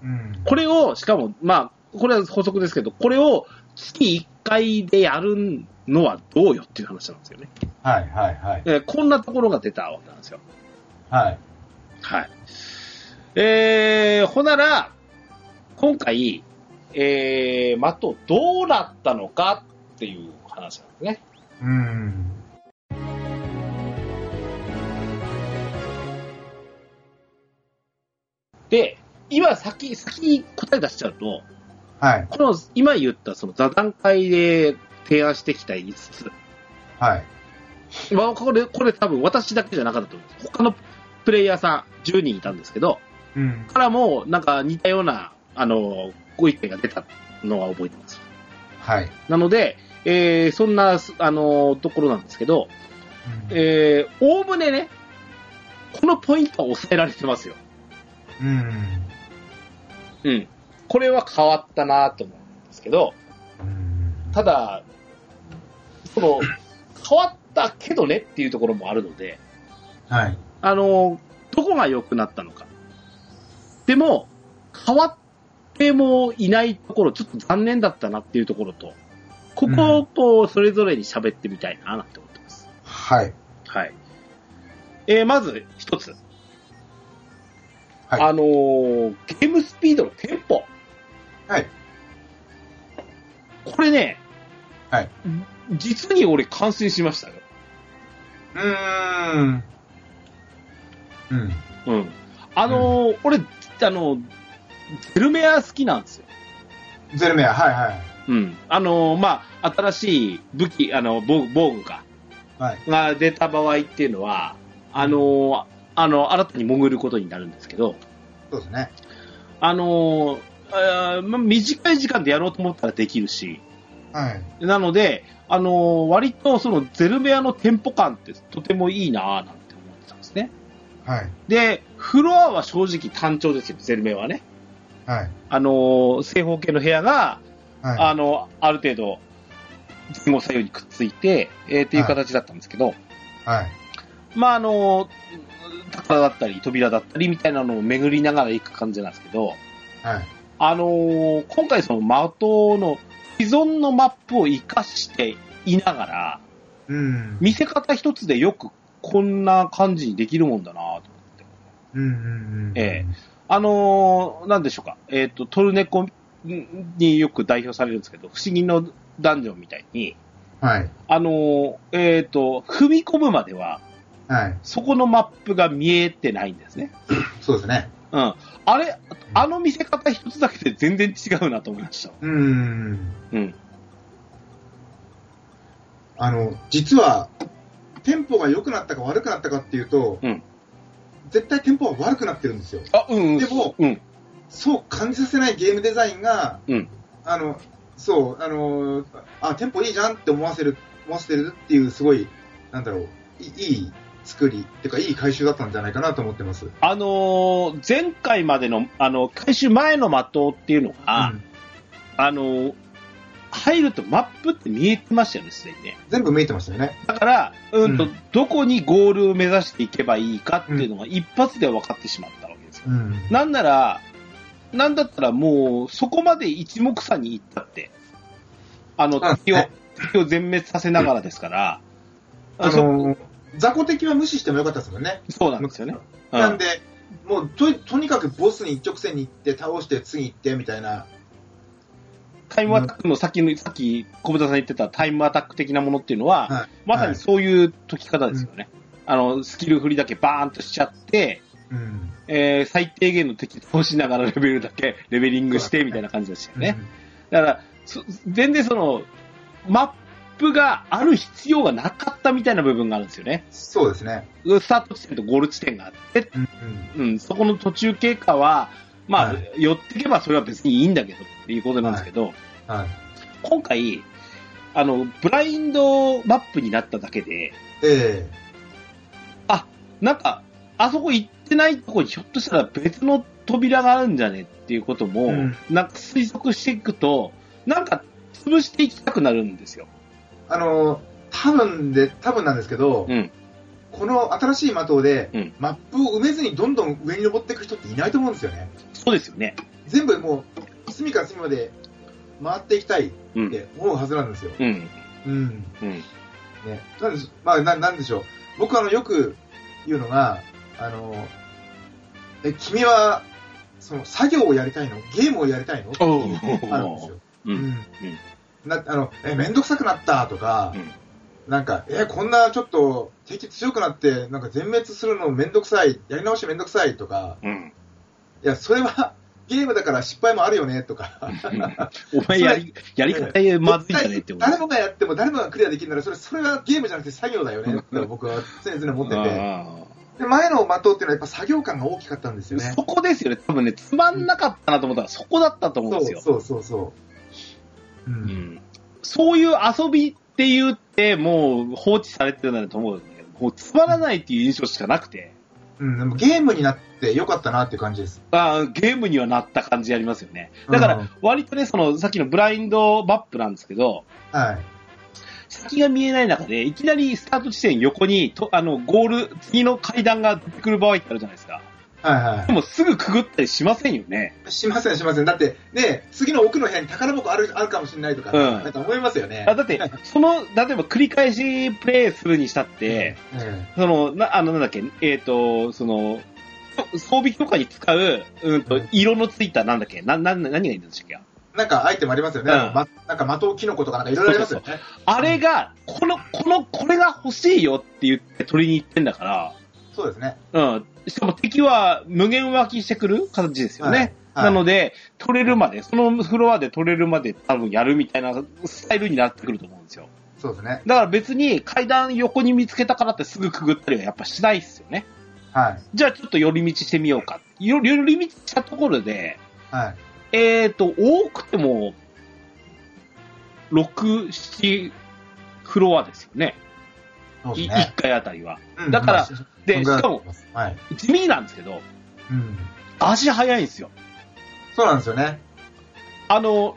[SPEAKER 2] うん。
[SPEAKER 1] これを、しかも、まあ、これは補足ですけど、これを月1回でやるのはどうよっていう話なんですよね。
[SPEAKER 2] はいはいはい。
[SPEAKER 1] えーこんなところが出たわけなんですよ。
[SPEAKER 2] はい。
[SPEAKER 1] はい。えー、ほなら、今回、えー、的どうだったのかっていう話なんですね。
[SPEAKER 2] うん。
[SPEAKER 1] で、今先、先に答え出しちゃうと、
[SPEAKER 2] はい
[SPEAKER 1] この、今言ったその座談会で提案してきた5つ。
[SPEAKER 2] はい。
[SPEAKER 1] まあこれ、これ多分私だけじゃなかったと思うんです。他のプレイヤーさん10人いたんですけど、
[SPEAKER 2] うん。
[SPEAKER 1] からもなんか似たような、あの、ご意見が出たのは覚えてます。
[SPEAKER 2] はい。
[SPEAKER 1] なので、えーそんな、すあのーところなんですけど、
[SPEAKER 2] うん
[SPEAKER 1] えー、おおむねね、このポイントは抑えられてますよ。
[SPEAKER 2] うん。
[SPEAKER 1] うん。これは変わったなと思うんですけど、
[SPEAKER 2] うん
[SPEAKER 1] ただ、その、変わったけどねっていうところもあるので、
[SPEAKER 2] はい。
[SPEAKER 1] あのーどこが良くなったのか。でも、変わってもいないところ、ちょっと残念だったなっていうところと、ここをこう、それぞれに喋ってみたいななんて思ってます。
[SPEAKER 2] はい。
[SPEAKER 1] はい。えーまず一つ。
[SPEAKER 2] はい
[SPEAKER 1] あのーゲームスピードのテンポ。
[SPEAKER 2] はい。
[SPEAKER 1] これね、
[SPEAKER 2] はい。
[SPEAKER 1] 実に俺感心しましたよ。
[SPEAKER 2] うーん。うん。
[SPEAKER 1] うん。あのー俺、あの、ゼルメア好きなんですよ。
[SPEAKER 2] ゼルメア、はいはい。
[SPEAKER 1] うん。あのーまあ、新しい武器、あの、防防具か、
[SPEAKER 2] はい。
[SPEAKER 1] が出た場合っていうのは、あのーあの、新たに潜ることになるんですけど、
[SPEAKER 2] そうですね。
[SPEAKER 1] あのーあーまあ短い時間でやろうと思ったらできるし、
[SPEAKER 2] はい。
[SPEAKER 1] なので、あのー割とそのゼルベアのテンポ感ってとてもいいなぁなんて思ってたんですね。
[SPEAKER 2] はい。
[SPEAKER 1] で、フロアは正直単調ですよ、ゼルベアはね。
[SPEAKER 2] はい。
[SPEAKER 1] あのー正方形の部屋が、
[SPEAKER 2] は
[SPEAKER 1] あのある程度、前後左右にくっついて、えーっていう形だったんですけど、
[SPEAKER 2] い。はい。
[SPEAKER 1] まあ、あのー宝だったり、扉だったりみたいなのを巡りながら行く感じなんですけど、
[SPEAKER 2] はい。
[SPEAKER 1] あのー今回その的の既存のマップを活かしていながら、
[SPEAKER 2] うん。
[SPEAKER 1] 見せ方一つでよくこんな感じにできるもんだなと思って。
[SPEAKER 2] うんうんうん。
[SPEAKER 1] ええあのーなんでしょうか。えっ、と、トルネコによく代表されるんですけど、不思議のダンジョンみたいに、
[SPEAKER 2] はい。
[SPEAKER 1] あのーえっ、と、踏み込むまでは、
[SPEAKER 2] はい。
[SPEAKER 1] そこのマップが見えてないんですね。
[SPEAKER 2] そうですね。
[SPEAKER 1] うん。あれ、あの見せ方一つだけで全然違うなと思いました。
[SPEAKER 2] うん。
[SPEAKER 1] うん。
[SPEAKER 2] あの、実は、テンポが良くなったか悪くなったかっていうと、
[SPEAKER 1] うん
[SPEAKER 2] 絶対テンポは悪くなってるんですよ。
[SPEAKER 1] あ、うん、うん。
[SPEAKER 2] でも
[SPEAKER 1] うん。
[SPEAKER 2] そう感じさせないゲームデザインが、
[SPEAKER 1] うん
[SPEAKER 2] あの、そう、あの、あ、テンポいいじゃんって思わせる、思わせてるっていう、すごい、なんだろう、いいい作り、っていうか、いい回収だったんじゃないかなと思ってます。
[SPEAKER 1] あのー前回までの、あの、回収前の的っていうのが、
[SPEAKER 2] うん
[SPEAKER 1] あの、入るとマップって見えてましたよね、すでにね。
[SPEAKER 2] 全部見えてましたよね。
[SPEAKER 1] だから、うんと、
[SPEAKER 2] うん
[SPEAKER 1] どこにゴールを目指していけばいいかっていうのが一発で分かってしまったわけですよ。
[SPEAKER 2] うん。
[SPEAKER 1] なんなら、なんだったらもう、そこまで一目散に行ったって、あの、
[SPEAKER 2] そうです
[SPEAKER 1] 敵を
[SPEAKER 2] ね、
[SPEAKER 1] 敵を全滅させながらですから、
[SPEAKER 2] あ
[SPEAKER 1] そ
[SPEAKER 2] の、雑魚敵は無視してもよかったですもんね。
[SPEAKER 1] そうなんですよね。うん
[SPEAKER 2] なんで、もうと、とにかくボスに一直線に行って、倒して、次行って、みたいな。
[SPEAKER 1] タイムアタックの先の、さっき小豚さん言ってたタイムアタック的なものっていうのは、
[SPEAKER 2] はい
[SPEAKER 1] まさにそういう解き方ですよね。あの、スキル振りだけバーンとしちゃって、
[SPEAKER 2] うん。
[SPEAKER 1] えー最低限の敵倒しながらレベルだけレベリングしてみたいな感じでしたよね。
[SPEAKER 2] うん。
[SPEAKER 1] だから、そ全然その、マップがある必要がなかったみたいな部分があるんですよね。
[SPEAKER 2] そうですね。
[SPEAKER 1] スタート地点とゴール地点があって、
[SPEAKER 2] うん
[SPEAKER 1] うん、そこの途中経過は、まあ、
[SPEAKER 2] はい
[SPEAKER 1] 寄っていけばそれは別にいいんだけどっていうことなんですけど、
[SPEAKER 2] うん。はい。
[SPEAKER 1] 今回、あの、ブラインドマップになっただけで、
[SPEAKER 2] え
[SPEAKER 1] なんか、あそこ行ってないとこにひょっとしたら別の扉があるんじゃねっていうことも、
[SPEAKER 2] うん
[SPEAKER 1] なんか推測していくと、なんか潰していきたくなるんですよ。
[SPEAKER 2] えあの、多分で、多分なんですけど、
[SPEAKER 1] うん。
[SPEAKER 2] この新しい的で、
[SPEAKER 1] うん
[SPEAKER 2] マップを埋めずにどんどん上に登っていく人っていないと思うんですよね。
[SPEAKER 1] そうですよね。
[SPEAKER 2] 全部もう、隅から隅まで回っていきたいっ
[SPEAKER 1] うん。
[SPEAKER 2] て思うはずなんですよ。
[SPEAKER 1] うん。
[SPEAKER 2] うん。
[SPEAKER 1] うん。
[SPEAKER 2] ね、なんでしまあ、ななんでしょう。僕あの、よく言うのが、あの、え、君は、その、作業をやりたいのゲームをやりたいのって
[SPEAKER 1] おう
[SPEAKER 2] いうあるんですよ。
[SPEAKER 1] う。
[SPEAKER 2] うんん。な、あの、え、めんどくさくなったとか、なんか、え、こんなちょっと、敵強くなって、なんか全滅するのめんどくさい、やり直しめんどくさいとか、
[SPEAKER 1] うん。
[SPEAKER 2] いや、それは、ゲームだから失敗もあるよね、とか。
[SPEAKER 1] お前やり、やり方まずいんじゃねって思う
[SPEAKER 2] 誰。もがやっても誰もがクリアできるなら、それ、それはゲームじゃなくて作業だよね、って僕は常々思ってて。
[SPEAKER 1] あ
[SPEAKER 2] で前の的っていうのはやっぱ作業感が大きかったんですよ
[SPEAKER 1] ー
[SPEAKER 2] ね。
[SPEAKER 1] そこですよね。多分ね、つまんなかったなと思ったらそこだったと思うんですよ。
[SPEAKER 2] そうそうそう。う。
[SPEAKER 1] うんんそういう遊びって言って、もう放置されてるんだと思うんだけど、もうつまらないっていう印象しかなくて、
[SPEAKER 2] うん、でもゲームになってよかったなっていう感じです。
[SPEAKER 1] あーゲームにはなった感じありますよね。だから、
[SPEAKER 2] うん
[SPEAKER 1] 割とね、その、さっきのブラインドマップなんですけど、
[SPEAKER 2] はい。
[SPEAKER 1] 先が見えない中で、いきなりスタート地点横に、とあの、ゴール、次の階段が出てくる場合ってあるじゃないですか。
[SPEAKER 2] はいは
[SPEAKER 1] でもすぐくぐったりしませんよね。
[SPEAKER 2] い。しませんしません。だって、ね、次の奥の部屋に宝箱あるあるかもしれないとか、
[SPEAKER 1] うん
[SPEAKER 2] なんか思いますよね。
[SPEAKER 1] あだって、その、例えば繰り返しプレイするにしたって、
[SPEAKER 2] え
[SPEAKER 1] その、な、あの、なんだっけ、えっ、と、その、そ装備とかに使う、うんと
[SPEAKER 2] うん、
[SPEAKER 1] 色のついた、なんだっけ、な、な、何がいいんでしたっけ
[SPEAKER 2] なんかアイテムありますよね。
[SPEAKER 1] うん
[SPEAKER 2] ま、なんか的をキノコとかなんかいろいろありますよね。
[SPEAKER 1] あれが、この、この、これが欲しいよって言って取りに行ってんだか
[SPEAKER 2] そうですね。
[SPEAKER 1] ら、うん。しかも敵は無限湧きしてくる形ですよね。
[SPEAKER 2] はい。
[SPEAKER 1] なので、取れるまで、そのフロアで取れるまで多分やるみたいなスタイルになってくると思うんですよ。
[SPEAKER 2] そうですね。
[SPEAKER 1] だから別に階段横に見つけたからってすぐくぐったりはやっぱしないっすよね。
[SPEAKER 2] はい。
[SPEAKER 1] じゃあちょっと寄り道してみようか。よ寄り道したところで、
[SPEAKER 2] はい。
[SPEAKER 1] えーと、多くても、6、7フロアですよね。
[SPEAKER 2] そうで
[SPEAKER 1] い
[SPEAKER 2] す
[SPEAKER 1] 1
[SPEAKER 2] ね。
[SPEAKER 1] 回あたりは。
[SPEAKER 2] うん
[SPEAKER 1] だから、
[SPEAKER 2] まあ
[SPEAKER 1] で、しか、
[SPEAKER 2] そんぐらいだと思い
[SPEAKER 1] も、
[SPEAKER 2] ますはい。
[SPEAKER 1] 地味なんですけど、
[SPEAKER 2] うん。
[SPEAKER 1] 足早いんですよ。
[SPEAKER 2] そうなんですよね。
[SPEAKER 1] あの、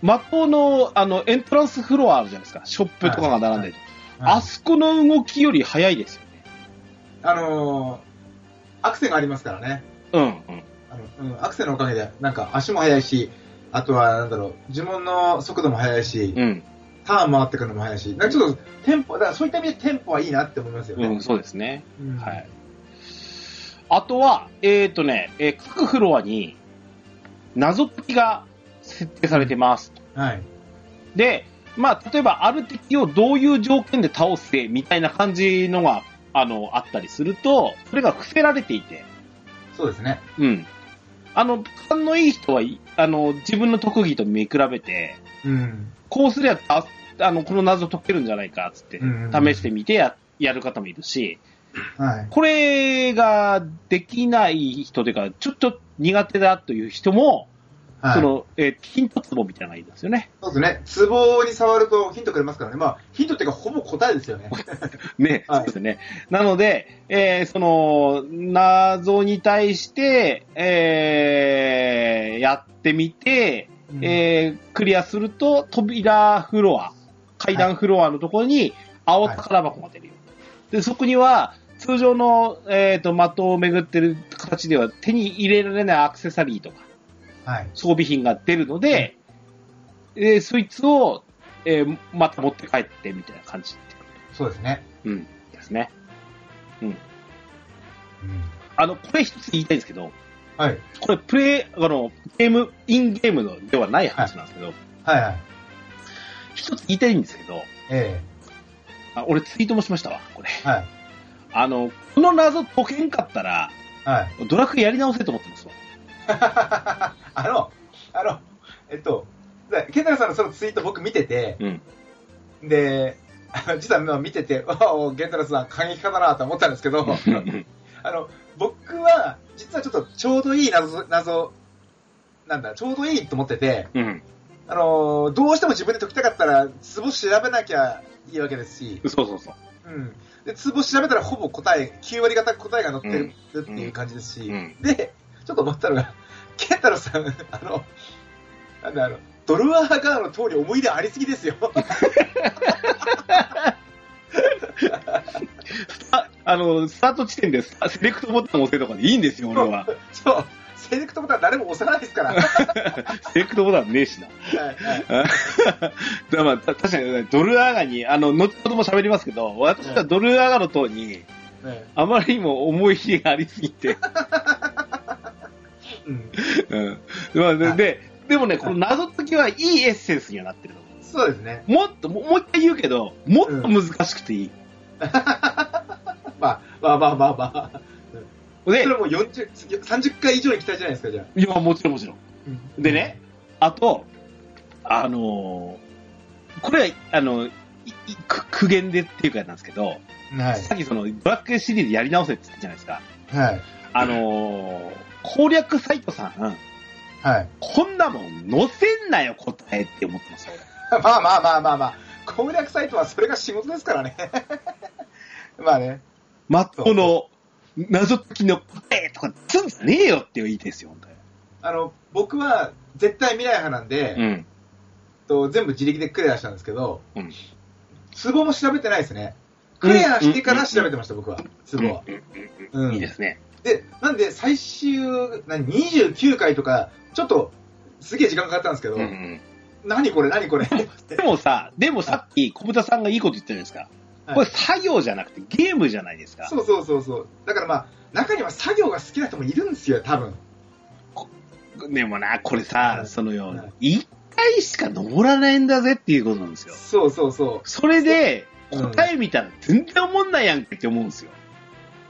[SPEAKER 1] 魔法の、あの、エントランスフロアあるじゃないですか。ショップとかが並んでる。
[SPEAKER 2] うん
[SPEAKER 1] あそこの動きより早いですよね。
[SPEAKER 2] あのー、アクセがありますからね。
[SPEAKER 1] うん、うん。
[SPEAKER 2] あのうん、アクセのおかげで、なんか足も速いし、あとは、なんだろう、呪文の速度も速いし、
[SPEAKER 1] うん、
[SPEAKER 2] ターン回ってくるのも速いし、なんかちょっとテンポ、だからそういった意味でテンポはいいなって思いますよ
[SPEAKER 1] う
[SPEAKER 2] ね
[SPEAKER 1] ん、。そうですね。
[SPEAKER 2] うん
[SPEAKER 1] は。い。あとは、えっ、とね、えー各フロアに謎解きが設定されてます。
[SPEAKER 2] はい。
[SPEAKER 1] で、まあ、例えばある敵をどういう条件で倒せみたいな感じのが、あの、あったりすると、それが伏せられていて、
[SPEAKER 2] そうですね。
[SPEAKER 1] うん。あの、勘のいい人はい、あの、自分の特技と見比べて、
[SPEAKER 2] うん。
[SPEAKER 1] こうすれば、ああの、この謎解けるんじゃないか、つって
[SPEAKER 2] う、ん
[SPEAKER 1] 試してみてや、やる方もいるし、
[SPEAKER 2] はい。
[SPEAKER 1] これができない人というか、ちょっと苦手だという人も、
[SPEAKER 2] はい。
[SPEAKER 1] そ
[SPEAKER 2] そ
[SPEAKER 1] の、えー、ヒントツボみたいなのがいるんですよね。
[SPEAKER 2] うですね。ツボに触るとヒントくれますからね。まあ、ヒントっていうかほぼ答えですよね。
[SPEAKER 1] ね、
[SPEAKER 2] はい
[SPEAKER 1] そうですね。なので、えーその、謎に対して、えーやってみて、
[SPEAKER 2] うん
[SPEAKER 1] えークリアすると、扉フロア、階段フロアのところに、青宝箱が出るよ。で、そこには、通常の、えっ、と、的を巡ってる形では手に入れられないアクセサリーとか、
[SPEAKER 2] はい。
[SPEAKER 1] 装備品が出るので、えーそいつを、えーまた持って帰ってみたいな感じってこ
[SPEAKER 2] そうですね。
[SPEAKER 1] とうん、ですね。
[SPEAKER 2] うん
[SPEAKER 1] あの、これ一つ言いたいんですけど、
[SPEAKER 2] はい。
[SPEAKER 1] これプレイ、あの、ゲーム、インゲームのではない話なんですけど、
[SPEAKER 2] はいはい。
[SPEAKER 1] 一つ言いたいんですけど、
[SPEAKER 2] え
[SPEAKER 1] あ俺ツイートもしましたわ、これ。
[SPEAKER 2] えはい。
[SPEAKER 1] あの、この謎解けんかったら、
[SPEAKER 2] はい。
[SPEAKER 1] ドラクエやり直せと思ってますわ。
[SPEAKER 2] あの、あの、えっと、ケンタロウさんのそのツイート僕見てて、
[SPEAKER 1] うん
[SPEAKER 2] で、 あの実は今見て て、わお、ゲンタロスさん、感激家だなと思ったんですけど、 あの、僕は、実はちょっとちょうどいい謎、謎、なんだ、ちょうどいいと思ってて、
[SPEAKER 1] うん。
[SPEAKER 2] あのーどうしても自分で解きたかったら、ツボ調べなきゃいいわけですし、
[SPEAKER 1] そうそうそう。
[SPEAKER 2] うん。で、ツボ調べたらほぼ答え、9割方答えが載ってるっていう感じですし、
[SPEAKER 1] うん。
[SPEAKER 2] で、ちょっと思ったのが、ケンタロウさん、あの、なんだ、あの、ドルアーガーの通り思い出ありすぎ ですよ。
[SPEAKER 1] あ、あの、スタート地点でスタセレクトボタンを押せとかでいいんですよ、俺 は。
[SPEAKER 2] そう、セレクトボタン誰も押さないです から。
[SPEAKER 1] セレクトボタンねえしな。
[SPEAKER 2] はい はい
[SPEAKER 1] あだまあ、た確かにね、ドルアーガに、あの、後ほども喋りますけど、私はドルアーガの塔に、
[SPEAKER 2] はい
[SPEAKER 1] あまりにも思い入れがありすぎて、
[SPEAKER 2] うん
[SPEAKER 1] うん。まあで、
[SPEAKER 2] はい
[SPEAKER 1] で、でもね、この謎解きはいいエッセンスにはなってると思う。
[SPEAKER 2] そうですね。
[SPEAKER 1] もっと、ももう一回言うけど、もっと難しくていい。
[SPEAKER 2] まあ、まあまあまあまあ。そ
[SPEAKER 1] で
[SPEAKER 2] れ、もう40、30回以上に期待じゃないですか、じゃあ。
[SPEAKER 1] いや、もちろんもちろん。
[SPEAKER 2] うん
[SPEAKER 1] でね、あと、あのーこれは、あの、いいく苦言でっていうかなんですけど、
[SPEAKER 2] はい。
[SPEAKER 1] さっきその、ブラック CD でやり直せって言ったじゃないですか。
[SPEAKER 2] はい。
[SPEAKER 1] あのー攻略サイトさん、
[SPEAKER 2] はい。
[SPEAKER 1] こんなもん載せんなよ、答えって思ってますよ。
[SPEAKER 2] まあまあまあまあまあ。攻略サイトはそれが仕事ですから ね。まあね。
[SPEAKER 1] まっとうの、謎解きの答えとか、つんじゃねえよって言いですよ、本当に。
[SPEAKER 2] あの、僕は絶対未来派なんで、
[SPEAKER 1] ん。
[SPEAKER 2] と全部自力でクリアしたんですけど、
[SPEAKER 1] うん
[SPEAKER 2] ツボも調べてないですね。クリアしてから調べてました、僕は。ツボは。
[SPEAKER 1] うんうん
[SPEAKER 2] う
[SPEAKER 1] うん
[SPEAKER 2] ん
[SPEAKER 1] いいですね。
[SPEAKER 2] で、なんで最終、何、29回とか、ちょっと、すげえ時間かかったんですけど、
[SPEAKER 1] うんうん
[SPEAKER 2] 何これ、何これ。
[SPEAKER 1] でもさ、でもさっき小豚さんがいいこと言ったじゃないですか。
[SPEAKER 2] はい
[SPEAKER 1] これ作業じゃなくてゲームじゃないですか。
[SPEAKER 2] そうそうそうそう。だからまあ、中には作業が好きな人もいるんですよ、多分。
[SPEAKER 1] でもな、これさ
[SPEAKER 2] は、い
[SPEAKER 1] そのよ
[SPEAKER 2] はい、
[SPEAKER 1] 一回しか登らないんだぜっていうことなんですよ。
[SPEAKER 2] そうそうそ
[SPEAKER 1] それで、
[SPEAKER 2] うん
[SPEAKER 1] 答え見たら全然思んないやんけって思うんですよ。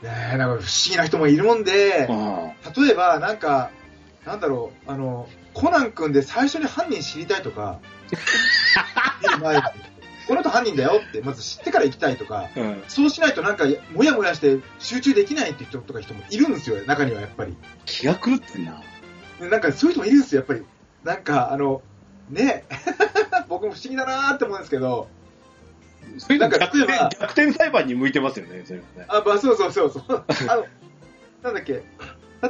[SPEAKER 2] う。ねえ、なんか不思議な人もいるもんで
[SPEAKER 1] う、ん。
[SPEAKER 2] 例えばなんか、なんだろう、あの、コナン君で最初に犯人知りたいとか、出る前にこの人犯人だよって、まず知ってから行きたいとか、
[SPEAKER 1] うん。
[SPEAKER 2] そうしないとなんか、もやもやして集中できないって人とか人もいるんですよ、中にはやっぱり。
[SPEAKER 1] 気が狂ってんな。
[SPEAKER 2] でなんかそういう人もいるんですよ、やっぱり。なんか、あの、ね、 僕も不思議だなーって思うんですけど、
[SPEAKER 1] そういうの
[SPEAKER 2] なんか
[SPEAKER 1] 逆転
[SPEAKER 2] 例えば
[SPEAKER 1] 逆転裁判に向いてますよね、それはね。
[SPEAKER 2] あ、まあ、そうそうそうそう。 あの、なんだっけ、例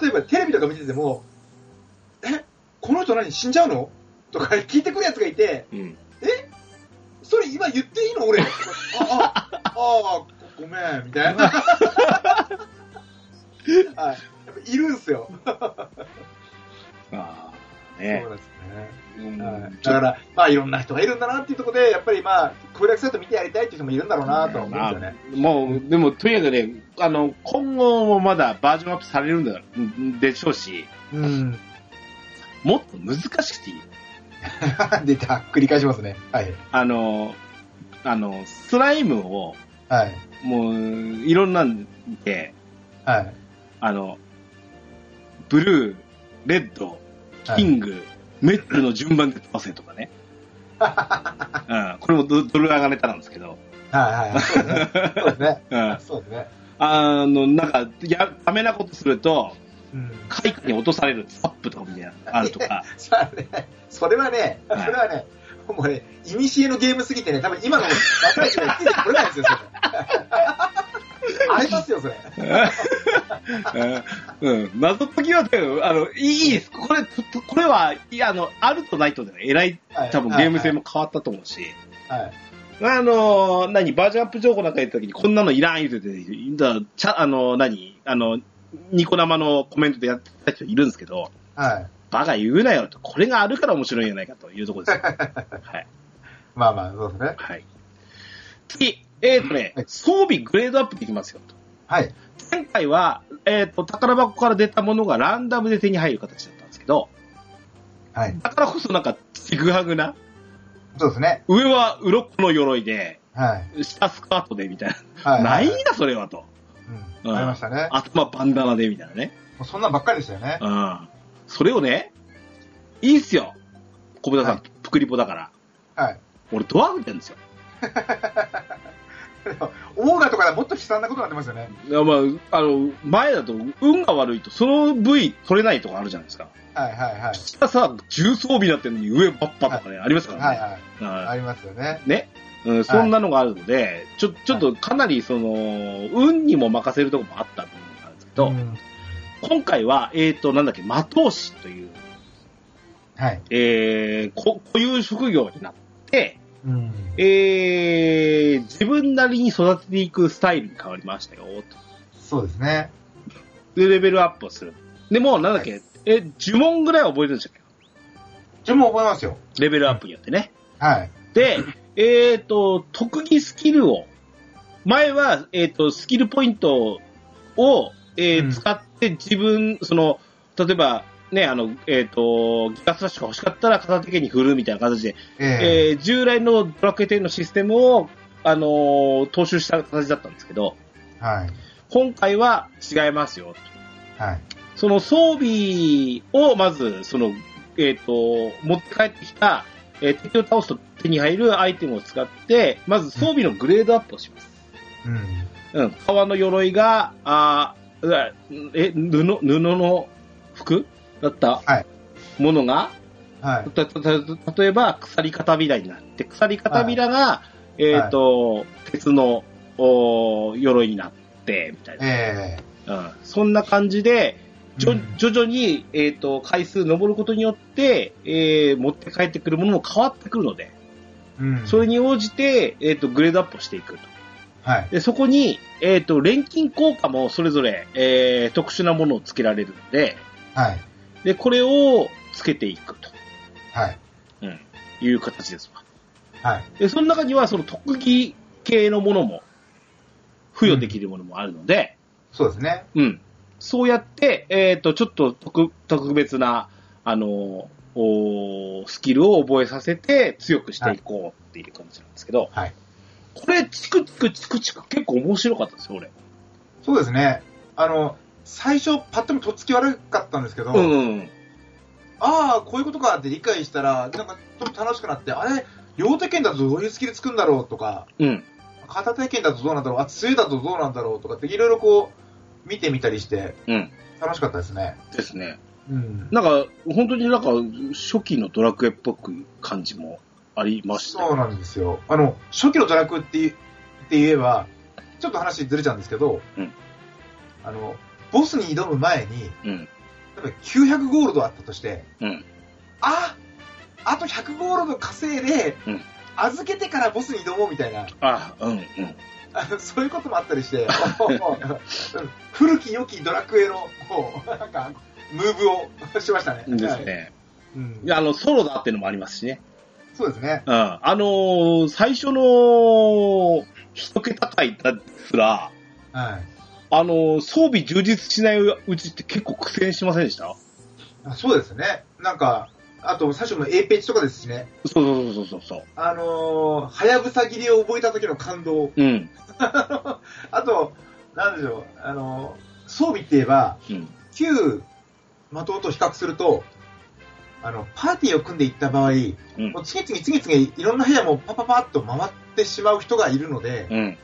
[SPEAKER 2] えばテレビとか見てても、え、この人何死んじゃうのとか聞いてくるやつがいて、
[SPEAKER 1] うん。
[SPEAKER 2] それ今言っていいの 俺。あ、あ、ああ、ごごめん、みたいな。 はい。やっぱいるんすよ。
[SPEAKER 1] ああ、
[SPEAKER 2] そう
[SPEAKER 1] ね
[SPEAKER 2] なんですね。
[SPEAKER 1] うん
[SPEAKER 2] はいだから、まあ、いろんな人がいるんだなっていうところで、やっぱりまあ、攻略サイト見てやりたいっていう人もいるんだろうなとは思うんですよね。
[SPEAKER 1] もう、でも、とにかくね、あの、今後もまだバージョンアップされるんだ、んでしょうし、
[SPEAKER 2] うん。
[SPEAKER 1] もっと難しくていい。
[SPEAKER 2] で、た繰り返しますね。はい。
[SPEAKER 1] あの、あの、スライムを、
[SPEAKER 2] はい。
[SPEAKER 1] もう、いろんなんで、
[SPEAKER 2] はい。
[SPEAKER 1] あの、ブルー、レッド、
[SPEAKER 2] は
[SPEAKER 1] キ
[SPEAKER 2] い。
[SPEAKER 1] ング、メタルの順番で飛ばせとか ね。うん、これもドドル上がネタなんですけど、
[SPEAKER 2] はいはい。そうですね。そうですね。
[SPEAKER 1] うん、
[SPEAKER 2] そうですね。
[SPEAKER 1] あの、なんか、や、ダメなことすると、
[SPEAKER 2] うん。
[SPEAKER 1] 海下に落とされるサップとかみたいなのがあるとか、
[SPEAKER 2] さあね、それはね、そ
[SPEAKER 1] はい
[SPEAKER 2] れはね、もうね、いにしえのゲームすぎてね、多分今の若い人がついてこれないですよ、それ。ありますよ、それ。
[SPEAKER 1] うんうん、謎解きは、でもあの、いいいいです。これ、ととこれは、いや、あの、あるとないとで、えらい、
[SPEAKER 2] はい
[SPEAKER 1] 多分ゲーム性。も変わったと思うし、
[SPEAKER 2] はいはい。
[SPEAKER 1] あの、何、バージョンアップ情報なんか言った時に、こんなのいらん言うてて、だちゃ、あの、何、あの、ニコ生のコメントでやってた人いるんですけど、
[SPEAKER 2] はい。
[SPEAKER 1] バカ言うなよと、これがあるから面白いんじゃないかというところ ですよ。はい。
[SPEAKER 2] まあまあ、そうですね。
[SPEAKER 1] はい。次、えーとね
[SPEAKER 2] はい、
[SPEAKER 1] 装備グレードアップできますよと。
[SPEAKER 2] はい。
[SPEAKER 1] 前回は、えーと、宝箱から出たものがランダムで手に入る形だったんですけど、
[SPEAKER 2] はい。
[SPEAKER 1] だからこそなんか、ちぐはぐな、
[SPEAKER 2] そうですね。
[SPEAKER 1] 上は鱗の鎧で、
[SPEAKER 2] はい。
[SPEAKER 1] 下スカートでみたい
[SPEAKER 2] は
[SPEAKER 1] な。
[SPEAKER 2] い。
[SPEAKER 1] ないん
[SPEAKER 2] うん
[SPEAKER 1] だ、それはと。うん
[SPEAKER 2] ありましたね。
[SPEAKER 1] 頭バンダナでみたいなね。
[SPEAKER 2] もうそんなんばっかりでしたよね。
[SPEAKER 1] うん。それをね、いいっすよ。小豚さん、
[SPEAKER 2] は
[SPEAKER 1] プクリポだから。
[SPEAKER 2] はい。
[SPEAKER 1] 俺、ドアフなんですよ。
[SPEAKER 2] オーガとかではもっと悲惨なことになってますよね。
[SPEAKER 1] いやまあ、あの、前だと運が悪いと、その部位取れないとかあるじゃないですか。
[SPEAKER 2] はいはいはい。
[SPEAKER 1] 下さ、重装備になってるのに上バッパとかね、ありますからね。
[SPEAKER 2] はいはい。
[SPEAKER 1] はい
[SPEAKER 2] ありますよね。
[SPEAKER 1] ね、うん、そんなのがあるので、ちょちょっとかなりその、運にも任せるところもあったと思うんですけど、
[SPEAKER 2] ん
[SPEAKER 1] 今回は、えー、と、なんだっけ、魔刀師という、
[SPEAKER 2] はい。
[SPEAKER 1] えー、こ固有職業になって、
[SPEAKER 2] うん。
[SPEAKER 1] えー、自分なりに育てていくスタイルに変わりましたよ、と。
[SPEAKER 2] そうですね。
[SPEAKER 1] で、レベルアップをする。でも、なんだっけ、え、呪文ぐらいは覚えてるんでしたっ
[SPEAKER 2] 自分も覚えますよ。
[SPEAKER 1] けレベルアップによってね。
[SPEAKER 2] はい。
[SPEAKER 1] で、えっ、と、特技スキルを、前は、えっ、と、スキルポイントを、えー
[SPEAKER 2] うん
[SPEAKER 1] 使って自分、その、例えば、ね、あの、えっ、と、ギガスラッシュが欲しかったら片手剣に振るみたいな形で、
[SPEAKER 2] ええ
[SPEAKER 1] えー従来のドラクエ10のシステムを、あのー踏襲した形だったんですけど、
[SPEAKER 2] はい。
[SPEAKER 1] 今回は違いますよ。
[SPEAKER 2] はい。
[SPEAKER 1] その装備をまず、その、えっ、と、持って帰ってきた、えー敵を倒すと手に入るアイテムを使って、まず装備のグレードアップをします。
[SPEAKER 2] うん。
[SPEAKER 1] うん。革の鎧が、あーうわえ、布、布の服だった
[SPEAKER 2] はい
[SPEAKER 1] ものが、
[SPEAKER 2] はい。
[SPEAKER 1] たたた例えば、鎖片びらになって、鎖片びらが、えっ、と、鉄のおー鎧になって、みたいな。
[SPEAKER 2] ええ
[SPEAKER 1] うん、そんな感じで、じょ
[SPEAKER 2] うん
[SPEAKER 1] 徐々に、えー、と回数登ることによって、えー持って帰ってくるものも変わってくるので、
[SPEAKER 2] うん。
[SPEAKER 1] それに応じて、えー、とグレードアップをしていくと。
[SPEAKER 2] はい。
[SPEAKER 1] でそこに、えー、と錬金効果もそれぞれ、えー特殊なものをつけられるので
[SPEAKER 2] はい。
[SPEAKER 1] で、これをつけていくと
[SPEAKER 2] はい。
[SPEAKER 1] いう形ですわ。
[SPEAKER 2] はい。
[SPEAKER 1] でその中にはその特技系のものも付与できるものもあるので、
[SPEAKER 2] そうですね。
[SPEAKER 1] うん。そうやって、えっ、と、ちょっと特特別な、あの、おースキルを覚えさせて強くしていこうっていう感じなんですけど、
[SPEAKER 2] はい
[SPEAKER 1] これ、チクチクチクチク結構面白かったですよ、俺。
[SPEAKER 2] そうですね。あの、最初、パッと見とっつき悪かったんですけど、
[SPEAKER 1] うん、うん。
[SPEAKER 2] ああ、こういうことかって理解したら、なんか、ちょっと楽しくなって、あれ、両手剣だとどういうスキルつくんだろうとか、
[SPEAKER 1] うん。
[SPEAKER 2] 片手剣だとどうなんだろう、あ、杖だとどうなんだろうとかって、いろいろこう、見てみたりして、
[SPEAKER 1] うん。
[SPEAKER 2] 楽しかったですね。
[SPEAKER 1] ですね。
[SPEAKER 2] うん。
[SPEAKER 1] なんか、本当になんか、初期のドラクエっぽく感じもありました
[SPEAKER 2] そう
[SPEAKER 1] よ。
[SPEAKER 2] なんですよ。あの、初期のドラクエっていって言えば、ちょっと話ずれちゃうんですけど、
[SPEAKER 1] うん
[SPEAKER 2] あの、ボスに挑む前に、
[SPEAKER 1] うん。
[SPEAKER 2] 例えば900ゴールドあったとして、
[SPEAKER 1] うん
[SPEAKER 2] ああと100ゴールド稼いで、
[SPEAKER 1] うん
[SPEAKER 2] 預けてからボスに挑もうみたいな、
[SPEAKER 1] あ、うん、うん。
[SPEAKER 2] あのそういうこともあったりして、 古き良きドラクエの、こう、なんか、ムーブをしましたね。
[SPEAKER 1] ですね。
[SPEAKER 2] はい。うん
[SPEAKER 1] いや、あの、ソロだっていうのもありますしね。
[SPEAKER 2] そうですね。
[SPEAKER 1] うんあのー最初の一桁回だすら、
[SPEAKER 2] はい。
[SPEAKER 1] あのー装備充実しないうちって結構苦戦しませんでした
[SPEAKER 2] あそうですね。なんか、あと、最初の A ページとかですしね。
[SPEAKER 1] そうそうそうそうそう。
[SPEAKER 2] あのー、はやぶさ切りを覚えた時の感動。
[SPEAKER 1] うん。
[SPEAKER 2] あと、なんでしょう、あのー、装備って言えば、
[SPEAKER 1] うん。
[SPEAKER 2] 旧的と比較すると、あの、パーティーを組んでいった場合、
[SPEAKER 1] うん
[SPEAKER 2] もう次々次々いろんな部屋もパパパッと回ってしまう人がいるので、
[SPEAKER 1] うん。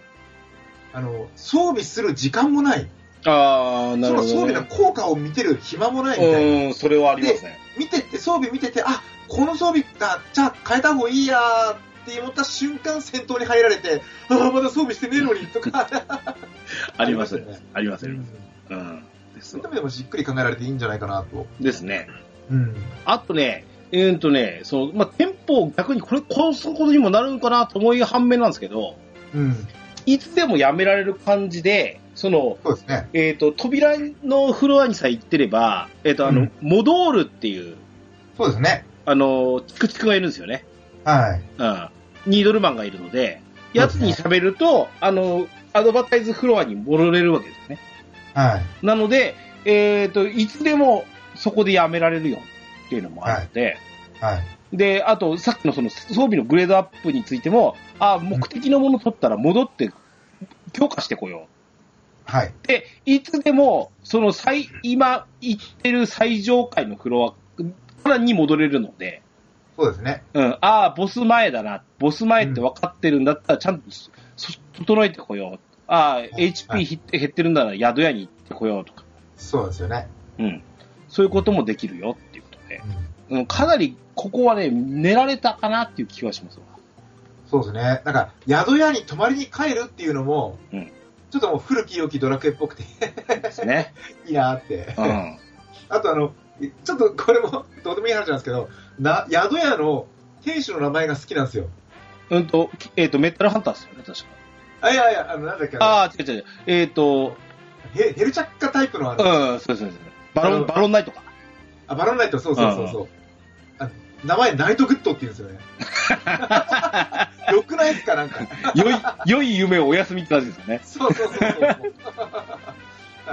[SPEAKER 2] あの、装備する時間もない。
[SPEAKER 1] あー、な
[SPEAKER 2] そ
[SPEAKER 1] る
[SPEAKER 2] の
[SPEAKER 1] ほ
[SPEAKER 2] 装
[SPEAKER 1] ど、
[SPEAKER 2] 備
[SPEAKER 1] ね。
[SPEAKER 2] の効果を見てる暇もないみたいな。
[SPEAKER 1] うん、それはありますね。
[SPEAKER 2] 見てって、装備見てて、あ、この装備だ、じゃあ変えた方がいいやーって思った瞬間戦闘に入られて、あーまだ装備してねえのにとか。
[SPEAKER 1] あります
[SPEAKER 2] ありますよね
[SPEAKER 1] あります
[SPEAKER 2] う
[SPEAKER 1] よ
[SPEAKER 2] ん。
[SPEAKER 1] うん。です
[SPEAKER 2] そういう意味でもじっくり考えられていいんじゃないかなと。
[SPEAKER 1] ですね。
[SPEAKER 2] うん。
[SPEAKER 1] あとね、えー、とね、その、まあ、テンポを逆にこれ、こうすることにもなるのかなと思い反面なんですけど、
[SPEAKER 2] うん。
[SPEAKER 1] いつでもやめられる感じで、その、
[SPEAKER 2] そうですね。
[SPEAKER 1] えっ、と、扉のフロアにさえ行ってれば、えっ、と、あの、
[SPEAKER 2] うん
[SPEAKER 1] モドールっていう、
[SPEAKER 2] そうですね。
[SPEAKER 1] あの、チクチクがいるんですよね。
[SPEAKER 2] はい。
[SPEAKER 1] うん。ニードルマンがいるので、やつに喋ると、あの、アドバタイズフロアに戻れるわけですね。
[SPEAKER 2] はい。
[SPEAKER 1] なので、えっ、と、いつでもそこでやめられるよっていうのもあるので、
[SPEAKER 2] はい。
[SPEAKER 1] で、あと、さっきのその装備のグレードアップについても、あ、目的のもの取ったら戻って、強化してこよう
[SPEAKER 2] はい。
[SPEAKER 1] で、いつでも、その最、今行ってる最上階のフロアからに戻れるので、
[SPEAKER 2] そうですね。
[SPEAKER 1] うん、ああ、ボス前だな。ボス前って分かってるんだったら、ちゃんとそ、そ整えてこよう。ああ、HP ひ減ってるんなら宿屋に行ってこようとか。
[SPEAKER 2] そうですよね。
[SPEAKER 1] うん。そういうこともできるよっていうことで
[SPEAKER 2] う。ん
[SPEAKER 1] うん、かなり、ここはね、寝られたかなっていう気はしますわ。
[SPEAKER 2] そうですね。なんか、宿屋に泊まりに帰るっていうのも、
[SPEAKER 1] うん
[SPEAKER 2] ちょっともう古き良きドラクエっぽくて
[SPEAKER 1] です ね。
[SPEAKER 2] いいなって。
[SPEAKER 1] うん。
[SPEAKER 2] あとあの、ちょっとこれもどうでもいい話なんですけど、な宿屋の店主の名前が好きなんですよ。
[SPEAKER 1] うんと、きえっ、と、メタルハンターですよね、確か。
[SPEAKER 2] あ、いやいや、あの、なんだっけ、あ
[SPEAKER 1] ああ、違う違う違う。えっ、と、
[SPEAKER 2] のヘヘルチャッカタイプのあの、
[SPEAKER 1] うん、そうですね。バロン、バロンナイトか。
[SPEAKER 2] あ、バロンナイト、そうそうそうそう。あ名前ナイトグッドって言うんですよね。よくないですか、なんか。
[SPEAKER 1] 良 い、良い夢をお休みって感じですよね。
[SPEAKER 2] そうそうそうそう。
[SPEAKER 1] う
[SPEAKER 2] は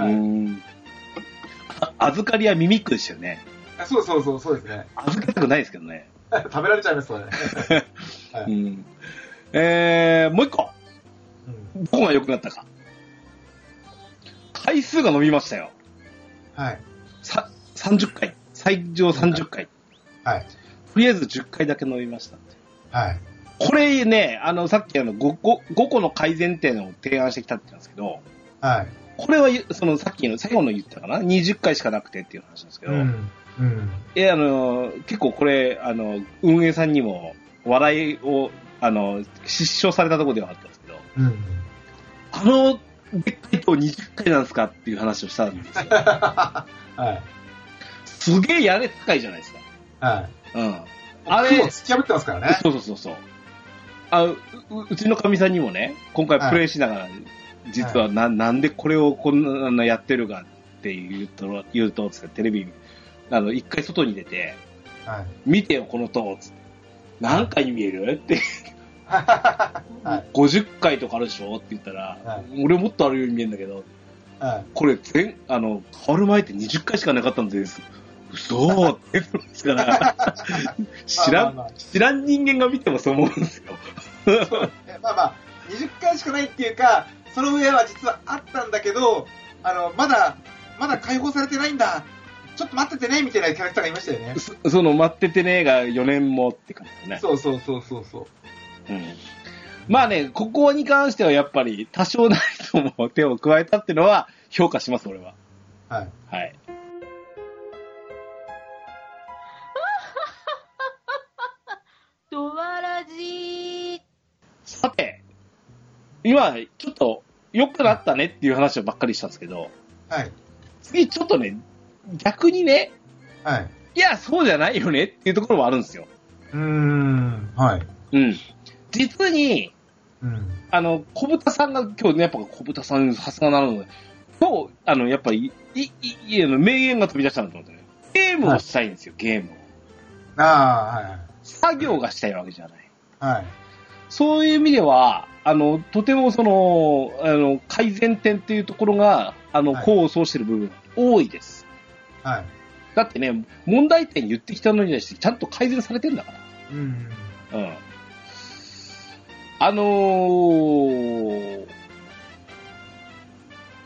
[SPEAKER 2] い
[SPEAKER 1] ーん。あ預かりはミミックですよね。
[SPEAKER 2] あそうそうそう、そうですね。
[SPEAKER 1] 預けたくないですけどね。
[SPEAKER 2] 食べられちゃいますからね。
[SPEAKER 1] う。
[SPEAKER 2] うん
[SPEAKER 1] えー、もう一個。
[SPEAKER 2] うん
[SPEAKER 1] どこが良くなったか。回数が伸びましたよ。
[SPEAKER 2] はい。
[SPEAKER 1] さ、30回。最上30回。
[SPEAKER 2] はい。
[SPEAKER 1] とりあえず10回だけ伸びました。
[SPEAKER 2] はい。
[SPEAKER 1] これね、あの、さっきあの5個、5個の改善点を提案してきたって言ったんですけど、
[SPEAKER 2] はい。
[SPEAKER 1] これはゆ、その、さっきの最後の言ったかな ?20 回しかなくてっていう話なんですけど、
[SPEAKER 2] うん。うん。
[SPEAKER 1] え、あの、結構これ、あの、運営さんにも、笑いを、あの、失笑されたところではあったんですけど、
[SPEAKER 2] うん。
[SPEAKER 1] あの、でっかいと20回なんですかっていう話をしたんですよ。
[SPEAKER 2] はい。
[SPEAKER 1] すげえやれ高いじゃないですか。
[SPEAKER 2] はい。
[SPEAKER 1] うん。あれ
[SPEAKER 2] 雲突き破ってますからね。
[SPEAKER 1] そうそうそうそう。あうううちのかみさんにもね、今回プレイしながら、実はな,、なんでこれをこんなやってるかって言うと、言うと、つってテレビ、あの、一回外に出て、
[SPEAKER 2] はい。
[SPEAKER 1] 見てよ、この塔、つって。何回に見えるって、
[SPEAKER 2] はい。
[SPEAKER 1] 50回とかあるでしょって言ったら、
[SPEAKER 2] は
[SPEAKER 1] 俺もっとあるように見えるんだけど、
[SPEAKER 2] はい。
[SPEAKER 1] これ全、あの、変わる前って20回しかなかったんです。嘘って言ってますから、 知ら
[SPEAKER 2] まあまあま
[SPEAKER 1] ん、知らん人間が見てもそう思うんですよ。
[SPEAKER 2] そうですねまあまあ、20回しかないっていうか、その上は実はあったんだけど、あの、まだ、まだ解放されてないんだ。ちょっと待っててね、みたいなキャラクターがいましたよね。
[SPEAKER 1] そその、待っててねーが4年もって感じだね。
[SPEAKER 2] そうそうそうそうそう。
[SPEAKER 1] うん。まあね、ここに関してはやっぱり多少なりとも手を加えたっていうのは評価します、俺は。
[SPEAKER 2] はい。
[SPEAKER 1] はい。
[SPEAKER 4] ドワラジー。
[SPEAKER 1] さて、今、ちょっと良くなったねっていう話をばっかりしたんですけど、
[SPEAKER 2] はい。
[SPEAKER 1] 次ちょっとね、逆にね、
[SPEAKER 2] はい。
[SPEAKER 1] いや、そうじゃないよねっていうところもあるんですよ。
[SPEAKER 2] うーん。はい。
[SPEAKER 1] うん。実に、
[SPEAKER 2] うん。
[SPEAKER 1] あの、小豚さんが今日ね、やっぱ小豚さん、さすがなので、今日、あの、やっぱり、い、い、い、あの、名言が飛び出したんだと思ってね。ゲームをしたいんですよ、ゲームを。
[SPEAKER 2] あ
[SPEAKER 1] 作業がしたいわけじゃない。
[SPEAKER 2] あ、はい。はい。
[SPEAKER 1] そういう意味では、あの、とてもその、あの、改善点っていうところが、あの、
[SPEAKER 2] はい
[SPEAKER 1] 功を奏してる部分、多いです。
[SPEAKER 2] はい。
[SPEAKER 1] だってね、問題点言ってきたのに対して、ちゃんと改善されてんだから。
[SPEAKER 2] うん。
[SPEAKER 1] うんあのー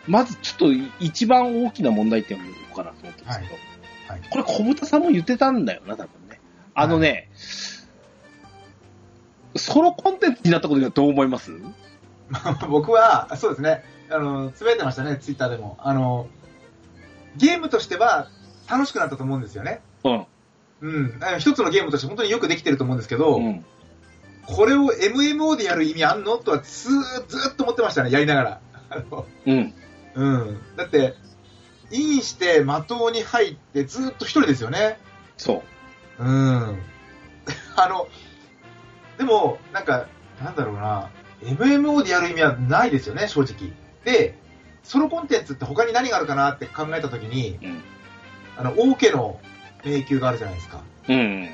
[SPEAKER 1] まずちょっと一番大きな問題点を言おうかなと思ってますけど、
[SPEAKER 2] はいはい
[SPEAKER 1] これ小豚さんも言ってたんだよな、多分ね。あのね、ソロコンテンツになったことにはどう思います
[SPEAKER 2] 僕は、そうですね、あの、つぶやいてましたね、ツイッターでも。あの、ゲームとしては楽しくなったと思うんですよね。
[SPEAKER 1] うん。
[SPEAKER 2] うん。あの一つのゲームとして本当によくできてると思うんですけど、
[SPEAKER 1] うん。
[SPEAKER 2] これを MMO でやる意味あんのとはずーずーっと思ってましたね、やりながら。 あの
[SPEAKER 1] うん。
[SPEAKER 2] うん。だって、インして、的に入って、ずーっと一人ですよね。
[SPEAKER 1] そう。
[SPEAKER 2] うん。 あの、でも、なんか、なんだろうな、MMO でやる意味はないですよね、正直。で、ソロコンテンツって他に何があるかなって考えたときに、
[SPEAKER 1] うん。
[SPEAKER 2] あの、王家の迷宮があるじゃないですか。
[SPEAKER 1] うん。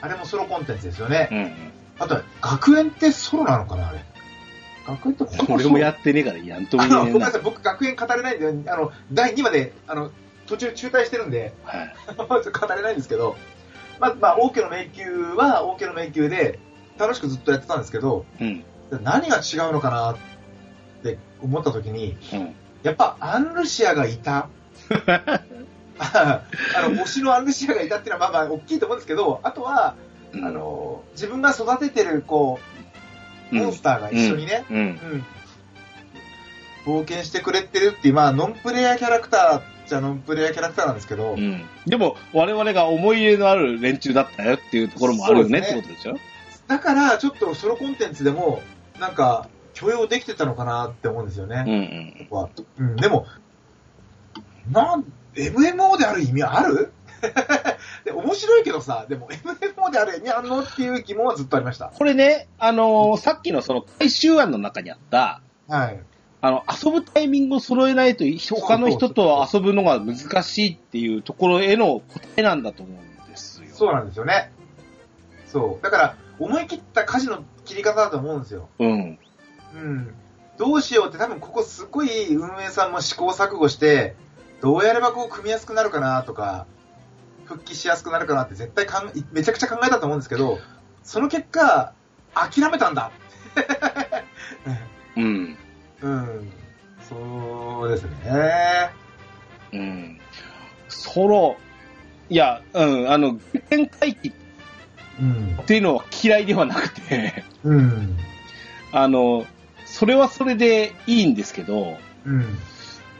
[SPEAKER 2] あれもソロコンテンツですよね。
[SPEAKER 1] うん。
[SPEAKER 2] あとは、学園ってソロなのかな、あれ。学園ってほぼソ ロ
[SPEAKER 1] 俺もやってねえから、やんとも
[SPEAKER 2] あ
[SPEAKER 1] 言え
[SPEAKER 2] の、
[SPEAKER 1] ね
[SPEAKER 2] ご
[SPEAKER 1] え
[SPEAKER 2] めんな
[SPEAKER 1] な
[SPEAKER 2] さ。い、僕学園語れないんで、あの、第2話で、あの、途中中退してるんで、
[SPEAKER 1] はい。
[SPEAKER 2] ちょっと語れないんですけど、まあ、まあ、王家の迷宮は王家の迷宮で、楽しくずっとやってたんですけど、
[SPEAKER 1] うん。
[SPEAKER 2] 何が違うのかなって思った時に、
[SPEAKER 1] うん。
[SPEAKER 2] やっぱアンルシアがいた。 あの、推しのアンルシアがいたっていうのは、まあまあ、大きいと思うんですけど、あとは、
[SPEAKER 1] うん
[SPEAKER 2] あの、自分が育ててる、こう、モンスターが一緒にね、
[SPEAKER 1] うん。
[SPEAKER 2] うん冒険してくれてるっていう、まあ、ノンプレイヤーキャラクターじゃノンプレイヤーキャラクターなんですけど、
[SPEAKER 1] うん。でも、我々が思い入れのある連中だったよっていうところもあるよねって
[SPEAKER 2] そ
[SPEAKER 1] こ
[SPEAKER 2] うで
[SPEAKER 1] とでしょ
[SPEAKER 2] だから、ちょっとソロコンテンツでも、なんか、許容できてたのかなって思うんですよ
[SPEAKER 1] うん
[SPEAKER 2] ね、
[SPEAKER 1] うん。
[SPEAKER 2] 僕は。うん、でも、なん、MMO である意味ある で面白いけどさ、でも MMO である意味あるのっていう疑問はずっとありました。
[SPEAKER 1] これね、あのーさっきのその回収案の中にあった、
[SPEAKER 2] はい。
[SPEAKER 1] あの、遊ぶタイミングを揃えないと、他の人と遊ぶのが難しいっていうところへの答えなんだと思うんですよ。
[SPEAKER 2] そうなんですよね。そう。だから、思い切った家事の切り方だと思うんですよ。
[SPEAKER 1] うん。
[SPEAKER 2] うん。どうしようって多分ここすごい運営さんも試行錯誤して、どうやればこう組みやすくなるかなとか、復帰しやすくなるかなって絶対かんめちゃくちゃ考えたと思うんですけど、その結果、諦めたんだ。
[SPEAKER 1] うん。
[SPEAKER 2] うん。そうですね。
[SPEAKER 1] うん。ソロ、いや、うん、あの、原点回帰っ
[SPEAKER 2] うん。
[SPEAKER 1] ていうのは嫌いではなくて、
[SPEAKER 2] うん。
[SPEAKER 1] あの、それはそれでいいんですけど、
[SPEAKER 2] うん。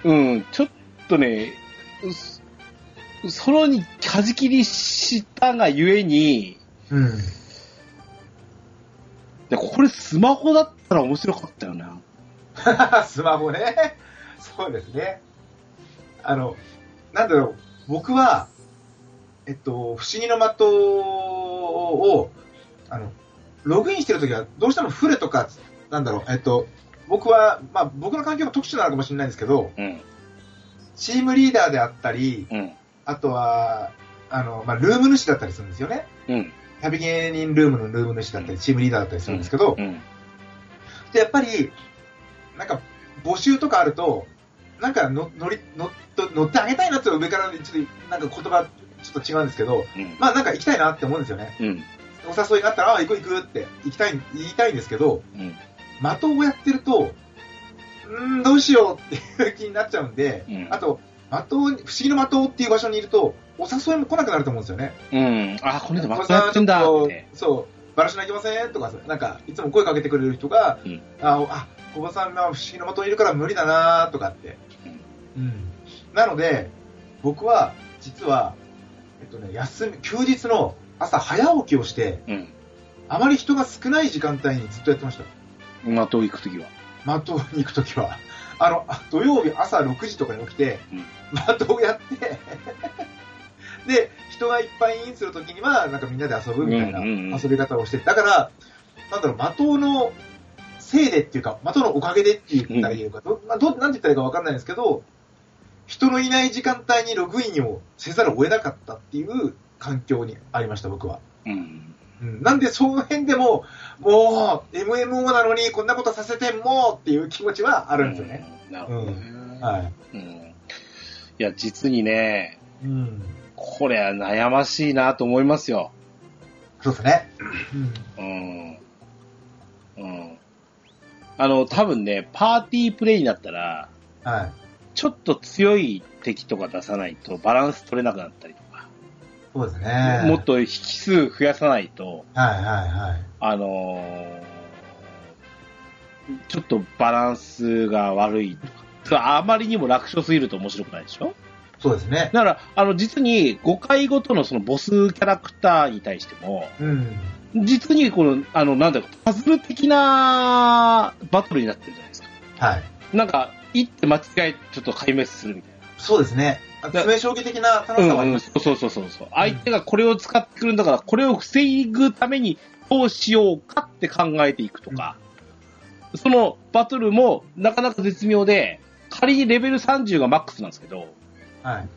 [SPEAKER 1] うん、ちょっとね、うソロに舵切りしたがゆえに、
[SPEAKER 2] うん。
[SPEAKER 1] でこれスマホだったら面白かったよな。
[SPEAKER 2] スマホね。そうですね。あの、なんだろう、僕は、えっと、不思議の的を、あの、ログインしてるときは、どうしてもフルとか、なんだろう、えっと、僕は、まあ、僕の環境も特殊なのかもしれないんですけど、
[SPEAKER 1] うん、
[SPEAKER 2] チームリーダーであったり、
[SPEAKER 1] うん、
[SPEAKER 2] あとは、あの、まあ、ルーム主だったりするんですよね。
[SPEAKER 1] うん、
[SPEAKER 2] 旅芸人ルームのルーム主だったり、チームリーダーだったりするんですけど、
[SPEAKER 1] うん、
[SPEAKER 2] で、やっぱり、なんか、募集とかあると、なんかの、乗り、乗っと、乗ってあげたいなって上から、ちょっと、なんか言葉、ちょっと違うんですけど、
[SPEAKER 1] うん、
[SPEAKER 2] まあなんか行きたいなって思うんですよね。
[SPEAKER 1] うん、
[SPEAKER 2] お誘いがあったら、ああ、行く行くって、行きたい、言いたいんですけど、
[SPEAKER 1] うん、
[SPEAKER 2] 的をやってると、うーん、どうしようっていう気になっちゃうんで、
[SPEAKER 1] うん
[SPEAKER 2] あと、的を、不思議の的っていう場所にいると、お誘いも来なくなると思うんですよね。
[SPEAKER 1] うん、あ、この人バックやってんだって。
[SPEAKER 2] そう、バラシナ行きませんとか、なんか、いつも声かけてくれる人が、
[SPEAKER 1] うん
[SPEAKER 2] あ、あ、小葉さんが不思議の的にいるから無理だなとかって。うん。なので、僕は、実は、えっとね、休み、休日の朝早起きをして、
[SPEAKER 1] うん、
[SPEAKER 2] あまり人が少ない時間帯にずっとやってました。
[SPEAKER 1] 的行くときは。
[SPEAKER 2] 的に行くときは。あの、あ土曜日朝6時とかに起きて、
[SPEAKER 1] うん
[SPEAKER 2] 的をやって、 で、人がいっぱいインするときには、なんかみんなで遊ぶみたいな
[SPEAKER 1] うんうんうん
[SPEAKER 2] 遊び方をして、だから、なんだろう、的のせいでっていうか、的のおかげでって言ったらいいのか、どまあどなんて言ったらいいかわかんないんですけど、人のいない時間帯にログインをせざるを得なかったっていう環境にありました、僕は。
[SPEAKER 1] うん、
[SPEAKER 2] うんなんで、その辺でも、もう、MMO なのにこんなことさせてもっていう気持ちはあ
[SPEAKER 1] あ
[SPEAKER 2] るんですよね。。
[SPEAKER 1] なるほどね。
[SPEAKER 2] はい。
[SPEAKER 1] うん。いや、実にね、
[SPEAKER 2] うん。
[SPEAKER 1] これは悩ましいなと思いますよ。
[SPEAKER 2] そうですね。
[SPEAKER 1] うん。うん。あの、多分ね、パーティープレイになったら、
[SPEAKER 2] はい。
[SPEAKER 1] ちょっと強い敵とか出さないとバランス取れなくなったりとか、
[SPEAKER 2] そうですね。
[SPEAKER 1] もっ。と引数増やさないと、
[SPEAKER 2] はいはいはい。
[SPEAKER 1] あのーちょっとバランスが悪いとか、それあまりにも楽勝すぎると面白くないでしょ
[SPEAKER 2] そうですね。
[SPEAKER 1] だから、あの、実に5回ごとのそのボスキャラクターに対しても、
[SPEAKER 2] うん。
[SPEAKER 1] 実にこの、あの、なんだろう、パズル的なバトルになってるじゃないですか。
[SPEAKER 2] はい。
[SPEAKER 1] なんか、一手間違え、ちょっと壊滅するみたいな。
[SPEAKER 2] そうですね。あ
[SPEAKER 1] だ
[SPEAKER 2] 詰将棋的な楽
[SPEAKER 1] う
[SPEAKER 2] しさはあり
[SPEAKER 1] んう
[SPEAKER 2] ま
[SPEAKER 1] ん、
[SPEAKER 2] す。
[SPEAKER 1] そうそうそうそうそう。相手がこれを使ってくるんだから、これを防ぐためにどうしようかって考えていくとか、そのバトルもなかなか絶妙で、仮にレベル30がマックスなんですけど、
[SPEAKER 2] はい。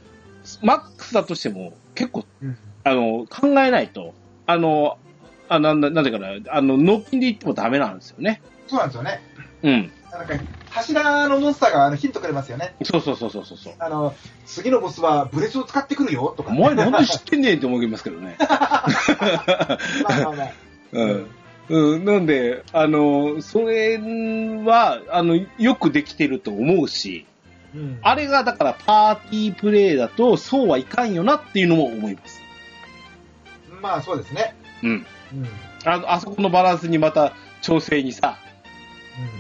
[SPEAKER 1] マックスだとしても、結構、
[SPEAKER 2] うん。
[SPEAKER 1] あの、考えないと、あの、あなんだ、なんだかな、あの、納金で言ってもダメなんですよね。
[SPEAKER 2] そうなんですよね。
[SPEAKER 1] うん。
[SPEAKER 2] なんか、柱のモンスターがあのヒントくれますよね。
[SPEAKER 1] そうそうそうそうそうそう。
[SPEAKER 2] あの、次のボスはブレスを使ってくるよとか
[SPEAKER 1] お
[SPEAKER 2] ね、
[SPEAKER 1] 前なんで知ってんねんって思いますけどね。
[SPEAKER 2] まあまあまあ
[SPEAKER 1] うん。うん、なんで、あの、それは、あの、よくできてると思うし、
[SPEAKER 2] うん
[SPEAKER 1] あれがだからパーティープレイだと、そうはいかんよなっていうのも思います。
[SPEAKER 2] まあそうですね。
[SPEAKER 1] うん。
[SPEAKER 2] うん。うん。
[SPEAKER 1] あの、あそこのバランスにまた調整にさ、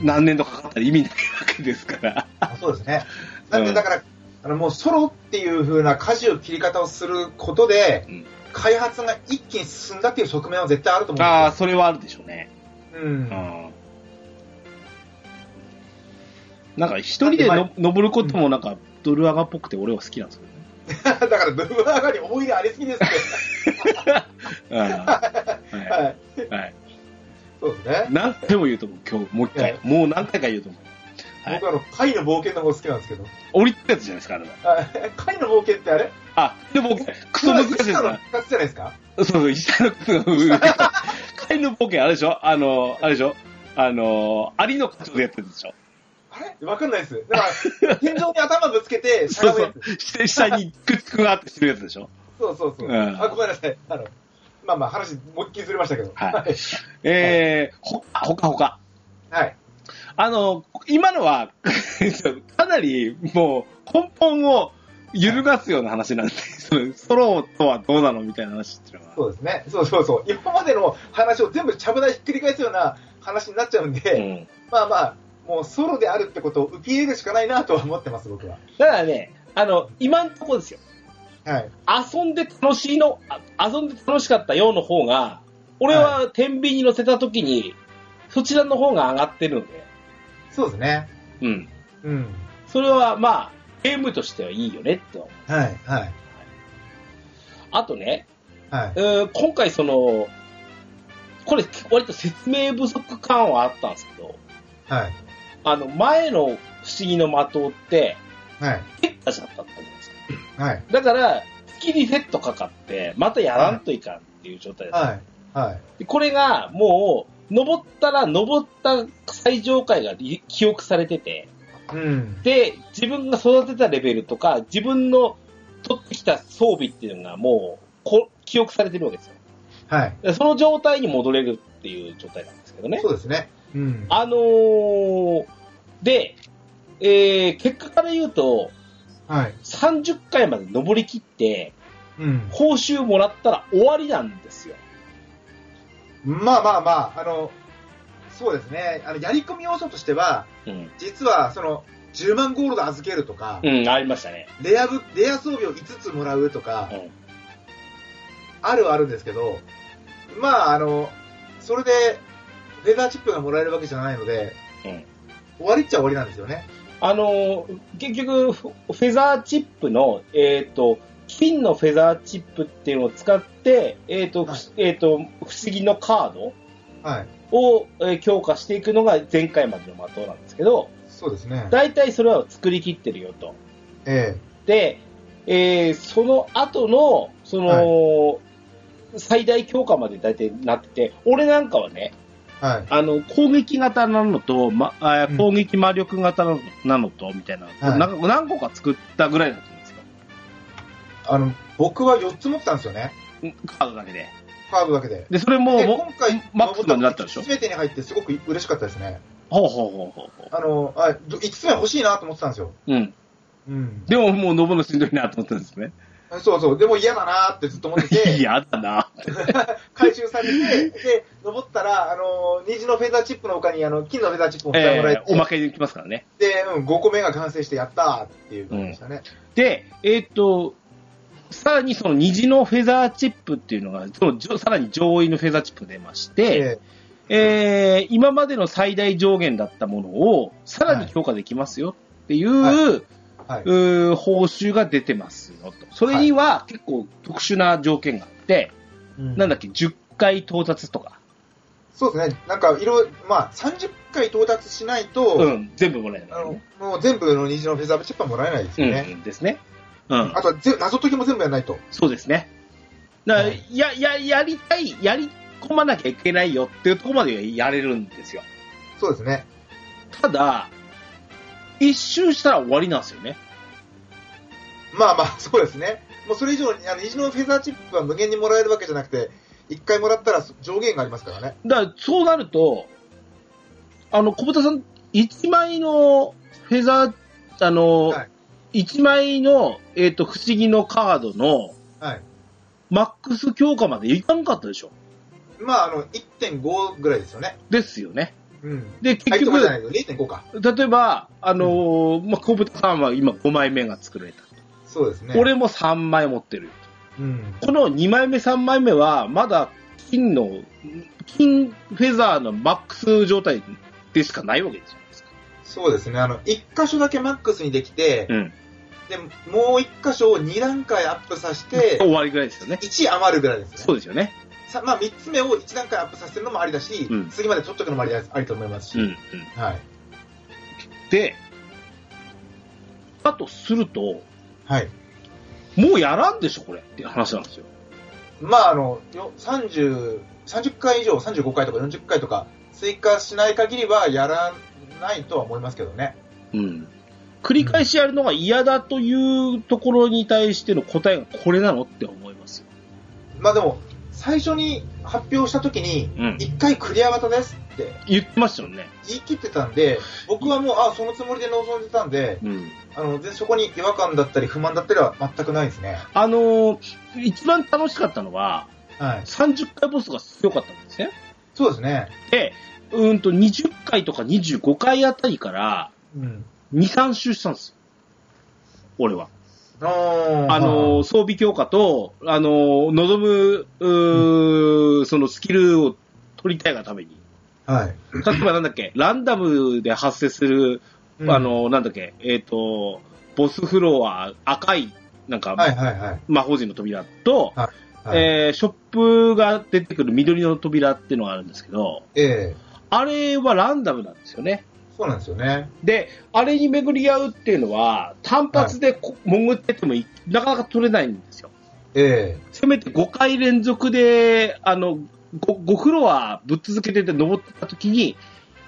[SPEAKER 1] 何年とかかかったら意味ないわけですから。
[SPEAKER 2] あそうですね。なん
[SPEAKER 1] う
[SPEAKER 2] で、
[SPEAKER 1] ん
[SPEAKER 2] だから、あのもうソロっていう風な舵を切り方をすることで、
[SPEAKER 1] うん
[SPEAKER 2] 開発が一気に進んだっていう側面は絶対あると思
[SPEAKER 1] あ
[SPEAKER 2] うん
[SPEAKER 1] あ、それはあるでしょうね。
[SPEAKER 2] ですよ。う。
[SPEAKER 1] うんん。なんか一人での登ることもなんかドルアガっぽくて俺は好きなんですよね。
[SPEAKER 2] だから、ブルワーガーに思い出ありすぎですっ
[SPEAKER 1] うんは
[SPEAKER 2] て。はい。
[SPEAKER 1] い。はい。
[SPEAKER 2] そうですね。
[SPEAKER 1] 何回も言うと思う、今日。もう一回。もう何回か言うと思う。はい
[SPEAKER 2] 僕あの、貝の冒険の方好きなんですけど。
[SPEAKER 1] 降りたやつじゃないですか、あれは。
[SPEAKER 2] はい貝の冒険ってあれ
[SPEAKER 1] あ、でも、クソ難しいです
[SPEAKER 2] 石田の
[SPEAKER 1] な。
[SPEAKER 2] 復活じゃないですか
[SPEAKER 1] そうそう、石の靴が上からカエルの冒険、あれでしょあの、あれでしょあの、アリの課長でやってるでしょ
[SPEAKER 2] あれわかんないです。だから、天井に頭ぶつけて、しゃ
[SPEAKER 1] そ
[SPEAKER 2] が
[SPEAKER 1] う
[SPEAKER 2] む
[SPEAKER 1] そ
[SPEAKER 2] や
[SPEAKER 1] う下
[SPEAKER 2] つ。。
[SPEAKER 1] 下にくっつくなってしてるやつでしょ
[SPEAKER 2] そうそうそう。
[SPEAKER 1] うん
[SPEAKER 2] あ、ごめんなさい。あの、まあまあ話、もう一気にずれましたけど。
[SPEAKER 1] はい
[SPEAKER 2] はい。
[SPEAKER 1] えー、ほか、ほかほか。
[SPEAKER 2] はい。
[SPEAKER 1] あの、今のは、 かなりもう根本を揺るがすような話なんで、そのソロとはどうなのみたいな話っていうのは。
[SPEAKER 2] そうですね。そうそうそう。今までの話を全部ちゃぶ台ひっくり返すような話になっちゃうんで、
[SPEAKER 1] うん
[SPEAKER 2] まあまあ、もうソロであるってことを受け入れるしかないなとは思ってます、僕は。
[SPEAKER 1] だからね、あの、今んとこですよ。
[SPEAKER 2] はい。
[SPEAKER 1] 遊んで楽しいの、あ遊んで楽しかったようの方が、俺は天秤に乗せた時に、そちらの方が上がってるので、
[SPEAKER 2] そうですね。
[SPEAKER 1] うん。
[SPEAKER 2] うん。
[SPEAKER 1] それはまあ、ゲームとしてはいいよねって思う。
[SPEAKER 2] はい、はい、
[SPEAKER 1] あとね、
[SPEAKER 2] はい。
[SPEAKER 1] うーん今回その、これ割と説明不足感はあったんですけど、
[SPEAKER 2] はい、
[SPEAKER 1] あの、前の不思議の的って、
[SPEAKER 2] はい、
[SPEAKER 1] 蹴ったじゃったと思うんですよ
[SPEAKER 2] はい、
[SPEAKER 1] だから、月リセットかかって、またやらんといかんっていう状態です。
[SPEAKER 2] はい、はい。
[SPEAKER 1] でこれがもう、登ったら登った最上階がり記憶されてて、
[SPEAKER 2] うん。
[SPEAKER 1] で、自分が育てたレベルとか、自分の取ってきた装備っていうのがもうこ、記憶されてるわけですよ。
[SPEAKER 2] はい。
[SPEAKER 1] でその状態に戻れるっていう状態なんですけどね
[SPEAKER 2] そ。うですね。うん。
[SPEAKER 1] あのー、で、えー、結果から言うと、
[SPEAKER 2] はい。
[SPEAKER 1] 30回まで登り切って、
[SPEAKER 2] うん。
[SPEAKER 1] 報酬もらったら終わりなんですよ。
[SPEAKER 2] まあまあまあ、あの、そうですね。あの、やり込み要素としては、
[SPEAKER 1] うん。
[SPEAKER 2] 実は、その、10万ゴールド預けるとか、
[SPEAKER 1] うん、ありましたね。
[SPEAKER 2] レアぶ、レア装備を5つもらうとか、
[SPEAKER 1] うん
[SPEAKER 2] あるはあるんですけど、まあ、あの、それで、レーダーチップがもらえるわけじゃないので、
[SPEAKER 1] うん
[SPEAKER 2] 終わりっちゃ終わりなんですよね。
[SPEAKER 1] あのー、結局、フフェザーチップの、えっ、と、金のフェザーチップっていうのを使って、えっ、と、ふしえっ、と、不思議のカード
[SPEAKER 2] はい。
[SPEAKER 1] を、えー強化していくのが前回までの的なんですけど、
[SPEAKER 2] そうですね。
[SPEAKER 1] 大体それは作り切ってるよと。
[SPEAKER 2] え
[SPEAKER 1] で、えーその後の、その、最大強化まで大体なってて、俺なんかはね、
[SPEAKER 2] えはい。
[SPEAKER 1] あの、攻撃型なのと、ま、あ
[SPEAKER 2] うん
[SPEAKER 1] 攻撃魔力型なのなのと、みたいな、
[SPEAKER 2] はい
[SPEAKER 1] なんか何個か作ったぐらいだと思うんですよ。
[SPEAKER 2] あの、僕は4つ持ってたんですよね。
[SPEAKER 1] うんカードだけで。
[SPEAKER 2] カードだけで。
[SPEAKER 1] で、それも、
[SPEAKER 2] で
[SPEAKER 1] も
[SPEAKER 2] 今回、
[SPEAKER 1] マックスまでなったでしょ
[SPEAKER 2] 初めてに入ってすごく嬉しかったですね。
[SPEAKER 1] ほうほうほうほうほ
[SPEAKER 2] あの、あ5つ目欲しいなと思ってたんですよ。
[SPEAKER 1] う。うん。
[SPEAKER 2] うん。
[SPEAKER 1] でももう登るのしんどいなと思ったんですね。
[SPEAKER 2] そうそう。でも嫌だなってずっと思って て。
[SPEAKER 1] いや、あったな。
[SPEAKER 2] 回収されて、で、登ったら、あの、虹のフェザーチップの他に、あの、金のフェザーチップも2つもらえ
[SPEAKER 1] え
[SPEAKER 2] て、
[SPEAKER 1] ーおまけに来ますからね。
[SPEAKER 2] で、うん、5個目が完成してやったーっていう感じでしたね。
[SPEAKER 1] で、えーっと、さらにその虹のフェザーチップっていうのが、そのじょさらに上位のフェザーチップが出まして、
[SPEAKER 2] え
[SPEAKER 1] えー今までの最大上限だったものをさらに強化できますよっていう、
[SPEAKER 2] ははい。
[SPEAKER 1] うー報酬が出てますよと。それには結構特殊な条件があって、なんだっけ、10回到達とか、
[SPEAKER 2] そうですね。なんか、いろ、まあ、30回到達しないと、
[SPEAKER 1] うん、全部もらえる
[SPEAKER 2] あ
[SPEAKER 1] の
[SPEAKER 2] の
[SPEAKER 1] ね。、
[SPEAKER 2] もう全部の虹のフェザーチップはもらえないです
[SPEAKER 1] うん、
[SPEAKER 2] よね。
[SPEAKER 1] ですね。うん、
[SPEAKER 2] あとはぜ、謎解きも全部やらないと。
[SPEAKER 1] そうですね。だから
[SPEAKER 2] はい
[SPEAKER 1] や、や、やりたい、やり込まなきゃいけないよっていうところまでやれるんですよ。
[SPEAKER 2] そうですね。
[SPEAKER 1] ただ、一周したら終わりなんですよね。
[SPEAKER 2] まあまあ、 そうですね。もうそれ以上に、あの、虹のフェザーチップは無限にもらえるわけじゃなくて、1回もらったら上限がありますからね。
[SPEAKER 1] だから、そうなると、あの、小豚さん、1枚のフェザー、あの、
[SPEAKER 2] は
[SPEAKER 1] 1枚の、えっ、と、不思議のカードの、
[SPEAKER 2] はい。
[SPEAKER 1] マックス強化までいかんかったでしょ。
[SPEAKER 2] まあ、あの、1.5ぐらいですよね。
[SPEAKER 1] ですよね。
[SPEAKER 2] うん。
[SPEAKER 1] で、
[SPEAKER 2] あ、
[SPEAKER 1] 結
[SPEAKER 2] 1とかじゃな
[SPEAKER 1] 局、
[SPEAKER 2] いけど、0.5か。
[SPEAKER 1] 例えば、あのーまあ、小豚さんは今5枚目が作られた。
[SPEAKER 2] そうですね。
[SPEAKER 1] 俺も3枚持ってるよ。
[SPEAKER 2] うん。
[SPEAKER 1] この2枚目、3枚目は、まだ金の、金フェザーのマックス状態でしかないわけじゃないですか。
[SPEAKER 2] そうですね。あの、1箇所だけマックスにできて、
[SPEAKER 1] うん。
[SPEAKER 2] で、もう1箇所を2段階アップさせて、
[SPEAKER 1] 終わりぐらいですよね。
[SPEAKER 2] 1余るぐらいですね。
[SPEAKER 1] そうですよね。
[SPEAKER 2] さまあ、3つ目を1段階アップさせるのもありだし、
[SPEAKER 1] うん
[SPEAKER 2] 次まで取っとくのもありだありと思います
[SPEAKER 1] うん、う
[SPEAKER 2] し、
[SPEAKER 1] ん。
[SPEAKER 2] はい。
[SPEAKER 1] で、だとすると、
[SPEAKER 2] はい。
[SPEAKER 1] もうやらんでしょ、これって話なんですよ。
[SPEAKER 2] まあ、あの、よ30、30回以上、35回とか40回とか、追加しない限りはやらないとは思いますけどね。
[SPEAKER 1] うん。繰り返しやるのが嫌だというところに対しての答えがこれなのって思いますよ。
[SPEAKER 2] まあでも、最初に発表した時に、
[SPEAKER 1] うん
[SPEAKER 2] 1回クリア型ですって
[SPEAKER 1] 言ってましたよね。
[SPEAKER 2] 言い切ってたんで、僕はもう、あ、そのつもりで臨んでたんで、
[SPEAKER 1] うん。
[SPEAKER 2] あの、でそこに違和感だったり不満だったりは全くないですね。
[SPEAKER 1] あのー一番楽しかったのは、
[SPEAKER 2] はい。
[SPEAKER 1] 30回ボスが強かったんですね。
[SPEAKER 2] そうですね。
[SPEAKER 1] で、うーんと、20回とか25回あたりから、
[SPEAKER 2] うん。
[SPEAKER 1] 2、3周したんですよ。俺は。
[SPEAKER 2] あー
[SPEAKER 1] あのー、装備強化と、あのー、望む、うーそのスキルを取りたいがために。
[SPEAKER 2] はい。
[SPEAKER 1] 例えばなんだっ け、ランダムで発生する、
[SPEAKER 2] うん
[SPEAKER 1] あ、のー、なんだっけ、えっ、と、ボスフロア、赤い、なんか、
[SPEAKER 2] はいはいはい。
[SPEAKER 1] 魔法陣の扉と、
[SPEAKER 2] はい
[SPEAKER 1] えーショップが出てくる緑の扉っていうのがあるんですけど、
[SPEAKER 2] ええ
[SPEAKER 1] あれはランダムなんですよね。
[SPEAKER 2] そうなんですよね。
[SPEAKER 1] で、あれに巡り合うっていうのは、単発でこ潜っててもいなかなか取れないんですよ。
[SPEAKER 2] え
[SPEAKER 1] せめて5回連続で、あの、5, フロアぶっ続けてて登った時に、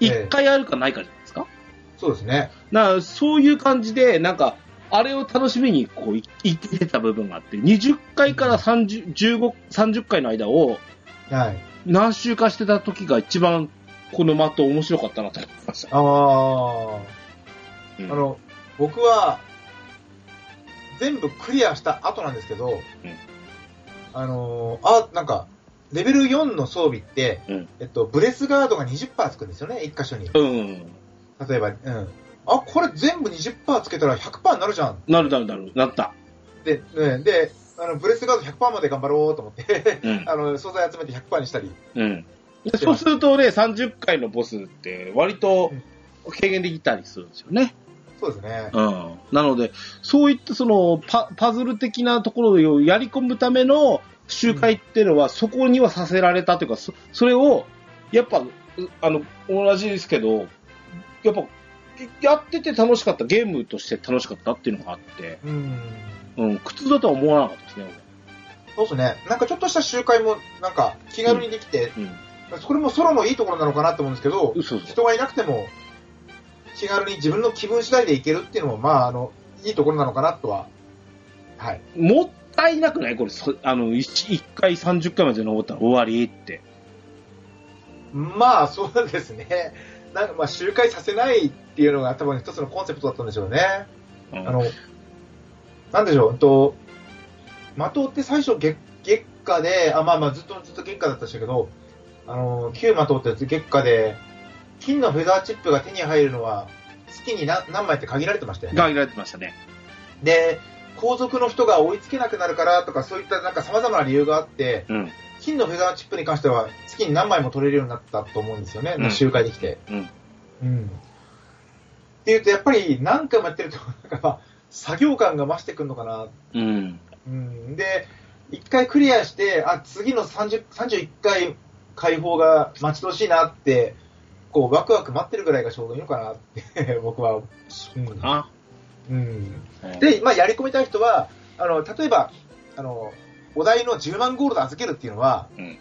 [SPEAKER 2] ええ
[SPEAKER 1] 1回あるかないかじゃないですか。
[SPEAKER 2] えそうですね。
[SPEAKER 1] なそういう感じで、なんか、あれを楽しみにこうい生きてた部分があって、20回から30 15 30回の間を
[SPEAKER 2] はい。
[SPEAKER 1] 何周かしてた時が一番このマット面白かったなと思いました。
[SPEAKER 2] ああ、あの、僕は、全部クリアした後なんですけど、
[SPEAKER 1] うん
[SPEAKER 2] あのーあ、なんか、レベル4の装備って、
[SPEAKER 1] うん
[SPEAKER 2] えっと、ブレスガードが20%つくんですよね、一箇所に。
[SPEAKER 1] うん。
[SPEAKER 2] 例えば、うん。あ、これ全部20%つけたら100%になるじゃんっ
[SPEAKER 1] なるなるなる。なった。
[SPEAKER 2] て、うんで、あの、ブレスガード100%まで頑張ろうと思って、
[SPEAKER 1] うん。
[SPEAKER 2] あの、素材集めて100%にしたり。
[SPEAKER 1] うん。でそうするとね、30回のボスって割と
[SPEAKER 2] うん
[SPEAKER 1] 軽減できたりするんですよね。
[SPEAKER 2] そうですね。
[SPEAKER 1] うん。なので、そういったそのパパズル的なところをやり込むための集会っていうのは、そこにはさせられたというか、そそれを、やっぱ、うあの、同じですけど、やっぱ、やってて楽しかった、ゲームとして楽しかったっていうのがあって、
[SPEAKER 2] うん。
[SPEAKER 1] うん、苦痛だとは思わなかったですね、
[SPEAKER 2] そうですね。なんかちょっとした集会も、なんか気軽にできて、
[SPEAKER 1] 俺
[SPEAKER 2] これもソロのいいところなのかなと思うんですけど
[SPEAKER 1] う、ん。そうそう。
[SPEAKER 2] 人がいなくても気軽に自分の気分次第でいけるっていうのも、まあ、あの、いいところなのかなとは。はい。
[SPEAKER 1] もったいなくないこれ、そあの、1, 回30回まで登ったら終わりって。
[SPEAKER 2] まあ、そうですね。なんか、まあ、周回させないっていうのが多分一つのコンセプトだったんでしょうね。
[SPEAKER 1] うん
[SPEAKER 2] あの、なんでしょう、うんと、的って最初月、月下で、あ、まあまあ、ずっとずっと月下だったんですけど、あの、旧的って月下で、金のフェザーチップが手に入るのは、月に何何枚って限られてましたよね。
[SPEAKER 1] が挙げられてましたね。
[SPEAKER 2] で、後続の人が追いつけなくなるからとか、そういったなんか様々な理由があって、
[SPEAKER 1] うん。
[SPEAKER 2] 金のフェザーチップに関しては、月に何枚も取れるようになったと思うんですよね、
[SPEAKER 1] うん
[SPEAKER 2] 集会できて。
[SPEAKER 1] うん
[SPEAKER 2] うんっていうと、やっぱり何回もやってると、 なんか、作業感が増してくるのかな。
[SPEAKER 1] うん。
[SPEAKER 2] うん、で、一回クリアして、あ、次の30 31回解放が待ち遠しいなって、こう、ワクワク待ってるぐらいがちょうどいいのかなって、 僕は。うん
[SPEAKER 1] あ、
[SPEAKER 2] うん
[SPEAKER 1] うん
[SPEAKER 2] で、まあ、やり込みたい人は、あの、例えば、あの、お題の10万ゴールド預けるっていうのは、
[SPEAKER 1] うん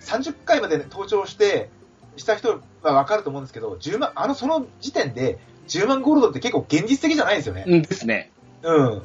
[SPEAKER 2] 30回までね登頂して、した人はわかると思うんですけど、10万、あの、その時点で、10万ゴールドって結構現実的じゃないですよね。
[SPEAKER 1] うんですね。
[SPEAKER 2] うん。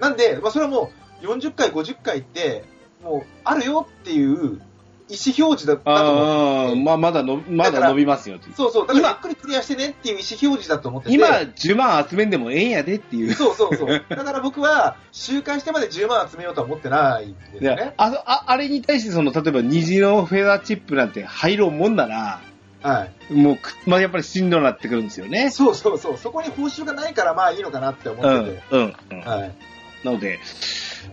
[SPEAKER 2] なんで、まあ、それはもう、40回、50回って、もう、あるよっていう、意思表示だったと思う。
[SPEAKER 1] あーまあ、まだの、ま
[SPEAKER 2] だか
[SPEAKER 1] だ
[SPEAKER 2] ら
[SPEAKER 1] 伸びますよっていう。
[SPEAKER 2] そうそう。だから
[SPEAKER 1] 今
[SPEAKER 2] ゆっくりクリアしてねっていう意思表示だと思ってて。
[SPEAKER 1] 今、10万集めんでもええんやでっていう。
[SPEAKER 2] そうそうそう。だから僕は、周回してまで10万集めようとは思ってないんです
[SPEAKER 1] い
[SPEAKER 2] よ
[SPEAKER 1] や
[SPEAKER 2] ね。
[SPEAKER 1] あのああれに対してその、例えば虹のフェザーチップなんて入ろうもんなら、
[SPEAKER 2] はい。
[SPEAKER 1] もうく、まあ、やっぱりしんどなってくるんですよね。
[SPEAKER 2] そうそうそう。そこに報酬がないから、まあいいのかなって思
[SPEAKER 1] うん、う
[SPEAKER 2] っ
[SPEAKER 1] ん
[SPEAKER 2] てて。、
[SPEAKER 1] うん。
[SPEAKER 2] はい。
[SPEAKER 1] なので、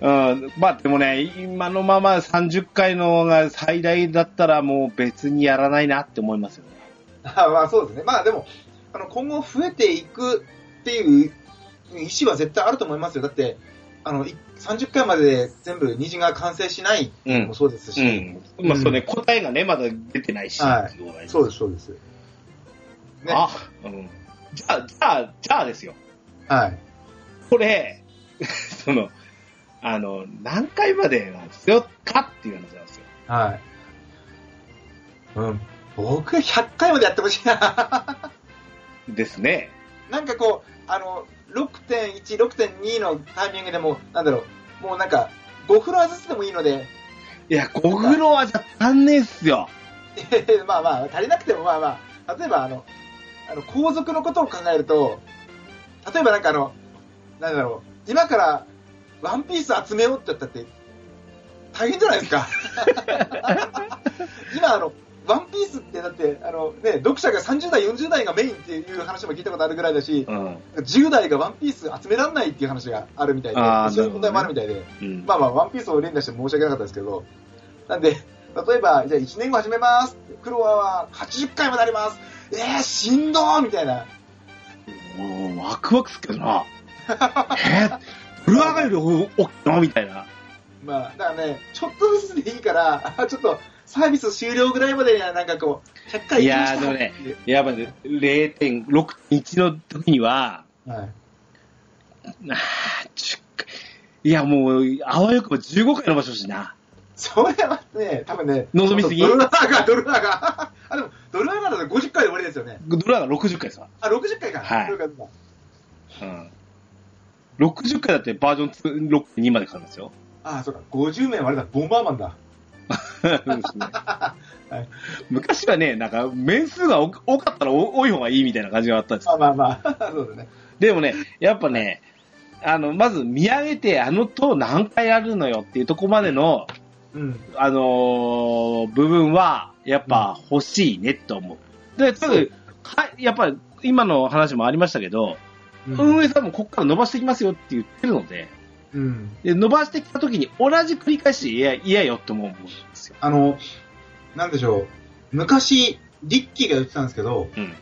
[SPEAKER 1] うん、まあでもね、今のまま30回のが最大だったらもう別にやらないなって思いますよね。
[SPEAKER 2] あまあそうですね。まあでも、あの、今後増えていくっていう意思は絶対あると思いますよ。だって、あの、い30回まで全部虹が完成しないのもそうですし、
[SPEAKER 1] うん。まあそうね、答えがね、まだ出てないし。
[SPEAKER 2] はい
[SPEAKER 1] っていうのがね
[SPEAKER 2] そうです、そうです。ね
[SPEAKER 1] あ、うん。じゃあ、じゃあ、じゃあですよ。
[SPEAKER 2] はい。
[SPEAKER 1] これ、 その、あの、何回までなんですよかっていう話なんですよ。
[SPEAKER 2] はい。うん。僕は100回までやってほしいな。
[SPEAKER 1] ですね。
[SPEAKER 2] なんかこう、あの、6.1、6.2のタイミングでも、なんだろう、もうなんか、5フロアずつでもいいので、
[SPEAKER 1] いや、ご苦労はじゃ足んねえっすよ。
[SPEAKER 2] まあまあ、足りなくて もまあまあ、例えばあの、あの、皇族のことを考えると、例えばなんかあの、なんだろう、今からワンピース集めようってやったって、大変じゃないですか。 今あの、ワンピースってだって、あのね、読者が30代、40代がメインっていう話も聞いたことあるぐらいだし、
[SPEAKER 1] うん。
[SPEAKER 2] 10代がワンピース集められないっていう話があるみたいで
[SPEAKER 1] あー、
[SPEAKER 2] そういう問題もあるみたいで、
[SPEAKER 1] うん。
[SPEAKER 2] まあまあ、ワンピースを連打して申し訳なかったですけど、なんで、例えば、じゃあ1年後始めます、クロアは80回まであります、えー、しんどーみたいな、
[SPEAKER 1] もうワクワクすっけどな。 えー、ブルワガよりおおっきいのみたいな。
[SPEAKER 2] まあ、だからね、ちょっとずつでいいから、あちょっとサービス終了ぐらいまでには、なんかこう、100回
[SPEAKER 1] い
[SPEAKER 2] 行きま
[SPEAKER 1] や
[SPEAKER 2] し
[SPEAKER 1] ー、
[SPEAKER 2] た
[SPEAKER 1] でもね、やっぱね、0.61の時には、
[SPEAKER 2] はい、
[SPEAKER 1] あー10回いや、もう、あわよくば15回伸ばしてほしいな。
[SPEAKER 2] それはね、多分ね、
[SPEAKER 1] 望みすぎ
[SPEAKER 2] ドルアーが、ドルアー が、あ、でも、ドルアーがだと50回で終わりですよね。
[SPEAKER 1] ドラが60回さ。
[SPEAKER 2] あ、60回か。
[SPEAKER 1] はい
[SPEAKER 2] そうかそうか
[SPEAKER 1] うん。60回だってバージョン2 6.2までかかるんですよ。
[SPEAKER 2] あ、そうか、50名はあれだ、ボンバーマンだ。
[SPEAKER 1] そうですね
[SPEAKER 2] い
[SPEAKER 1] 昔はね、なんか、面数が多多かったら多多い方がいいみたいな感じがあったんです
[SPEAKER 2] まあまあまあ、 そうだね。
[SPEAKER 1] でもね、やっぱね、あの、まず見上げて、あの塔何回あるのよっていうとこまでの、
[SPEAKER 2] うん。
[SPEAKER 1] あのー部分は、やっぱ欲しいねって思う。で、ただ、
[SPEAKER 2] そう
[SPEAKER 1] はい、やっぱり今の話もありましたけど、
[SPEAKER 2] うん。
[SPEAKER 1] 運営さんもここから伸ばしていきますよって言ってるので、
[SPEAKER 2] うん。
[SPEAKER 1] で伸ばしてきた時に同じ繰り返し、いや、いやよって思うんですよ。
[SPEAKER 2] あの、なんでしょう。昔、リッキーが言ってたんですけど、
[SPEAKER 1] うん。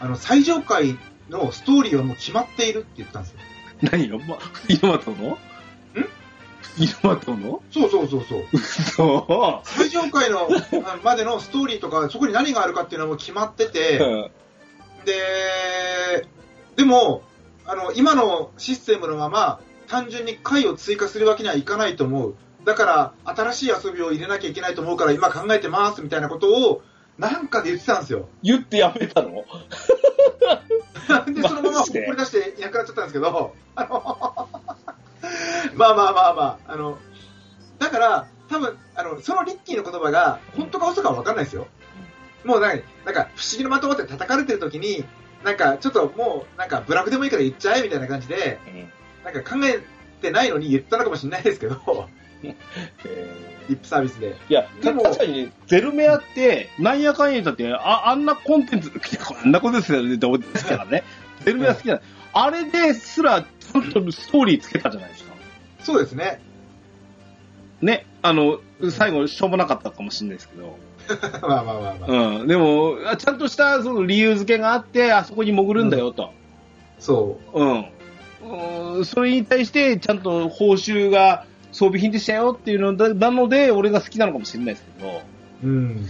[SPEAKER 2] あの、最上階のストーリーはもう決まっているって言ったんですよ。
[SPEAKER 1] 何よ、ま、イノマトのんイノマトの
[SPEAKER 2] そうそうそうそう。
[SPEAKER 1] そ
[SPEAKER 2] 最上階のあのまでのストーリーとか、そこに何があるかっていうのはもう決まって
[SPEAKER 1] う。
[SPEAKER 2] て、で、でも、あの、今のシステムのまま、単純に回を追加するわけにはいかないと思う。だから、新しい遊びを入れなきゃいけないと思うから、今考えてます、みたいなことを、なんかで言ってたんですよ。
[SPEAKER 1] 言ってやめたの
[SPEAKER 2] で、そのまま
[SPEAKER 1] マ
[SPEAKER 2] ほっ
[SPEAKER 1] ジ
[SPEAKER 2] ぽ
[SPEAKER 1] で
[SPEAKER 2] り出していなくなっちゃったんですけど、 あのまあまあまあまあ、あの、だから、多分あのそのリッキーの言葉が本当か嘘かは分かんないですよ。もうなんか、なんか不思議の的って叩かれてる時に、なんかちょっともう、なんかブラフでもいいから言っちゃえみたいな感じで、
[SPEAKER 1] うん。
[SPEAKER 2] なんか考えてないのに言ったのかもしれないですけど、
[SPEAKER 1] えー
[SPEAKER 2] リップサービスで。
[SPEAKER 1] いや、
[SPEAKER 2] で
[SPEAKER 1] で
[SPEAKER 2] も
[SPEAKER 1] も確かにね、ゼルメアって、なんやかんやだって、あ、あんなコンテンツ、あんなことですよねって思ってたからね。ゼルメア好きなのあれですら、ちゃんとストーリーつけたじゃないですか。
[SPEAKER 2] そうですね。
[SPEAKER 1] ね。あの、最後、しょうもなかったかもしれないですけど。
[SPEAKER 2] まあまあまあまあ、
[SPEAKER 1] うん。でも、あちゃんとした、その理由付けがあって、あそこに潜るんだよと。
[SPEAKER 2] そ
[SPEAKER 1] うん。うんそれに対して、ちゃんと報酬が装備品でしたよっていうのだなので、俺が好きなのかもしれないですけど。
[SPEAKER 2] う。うん。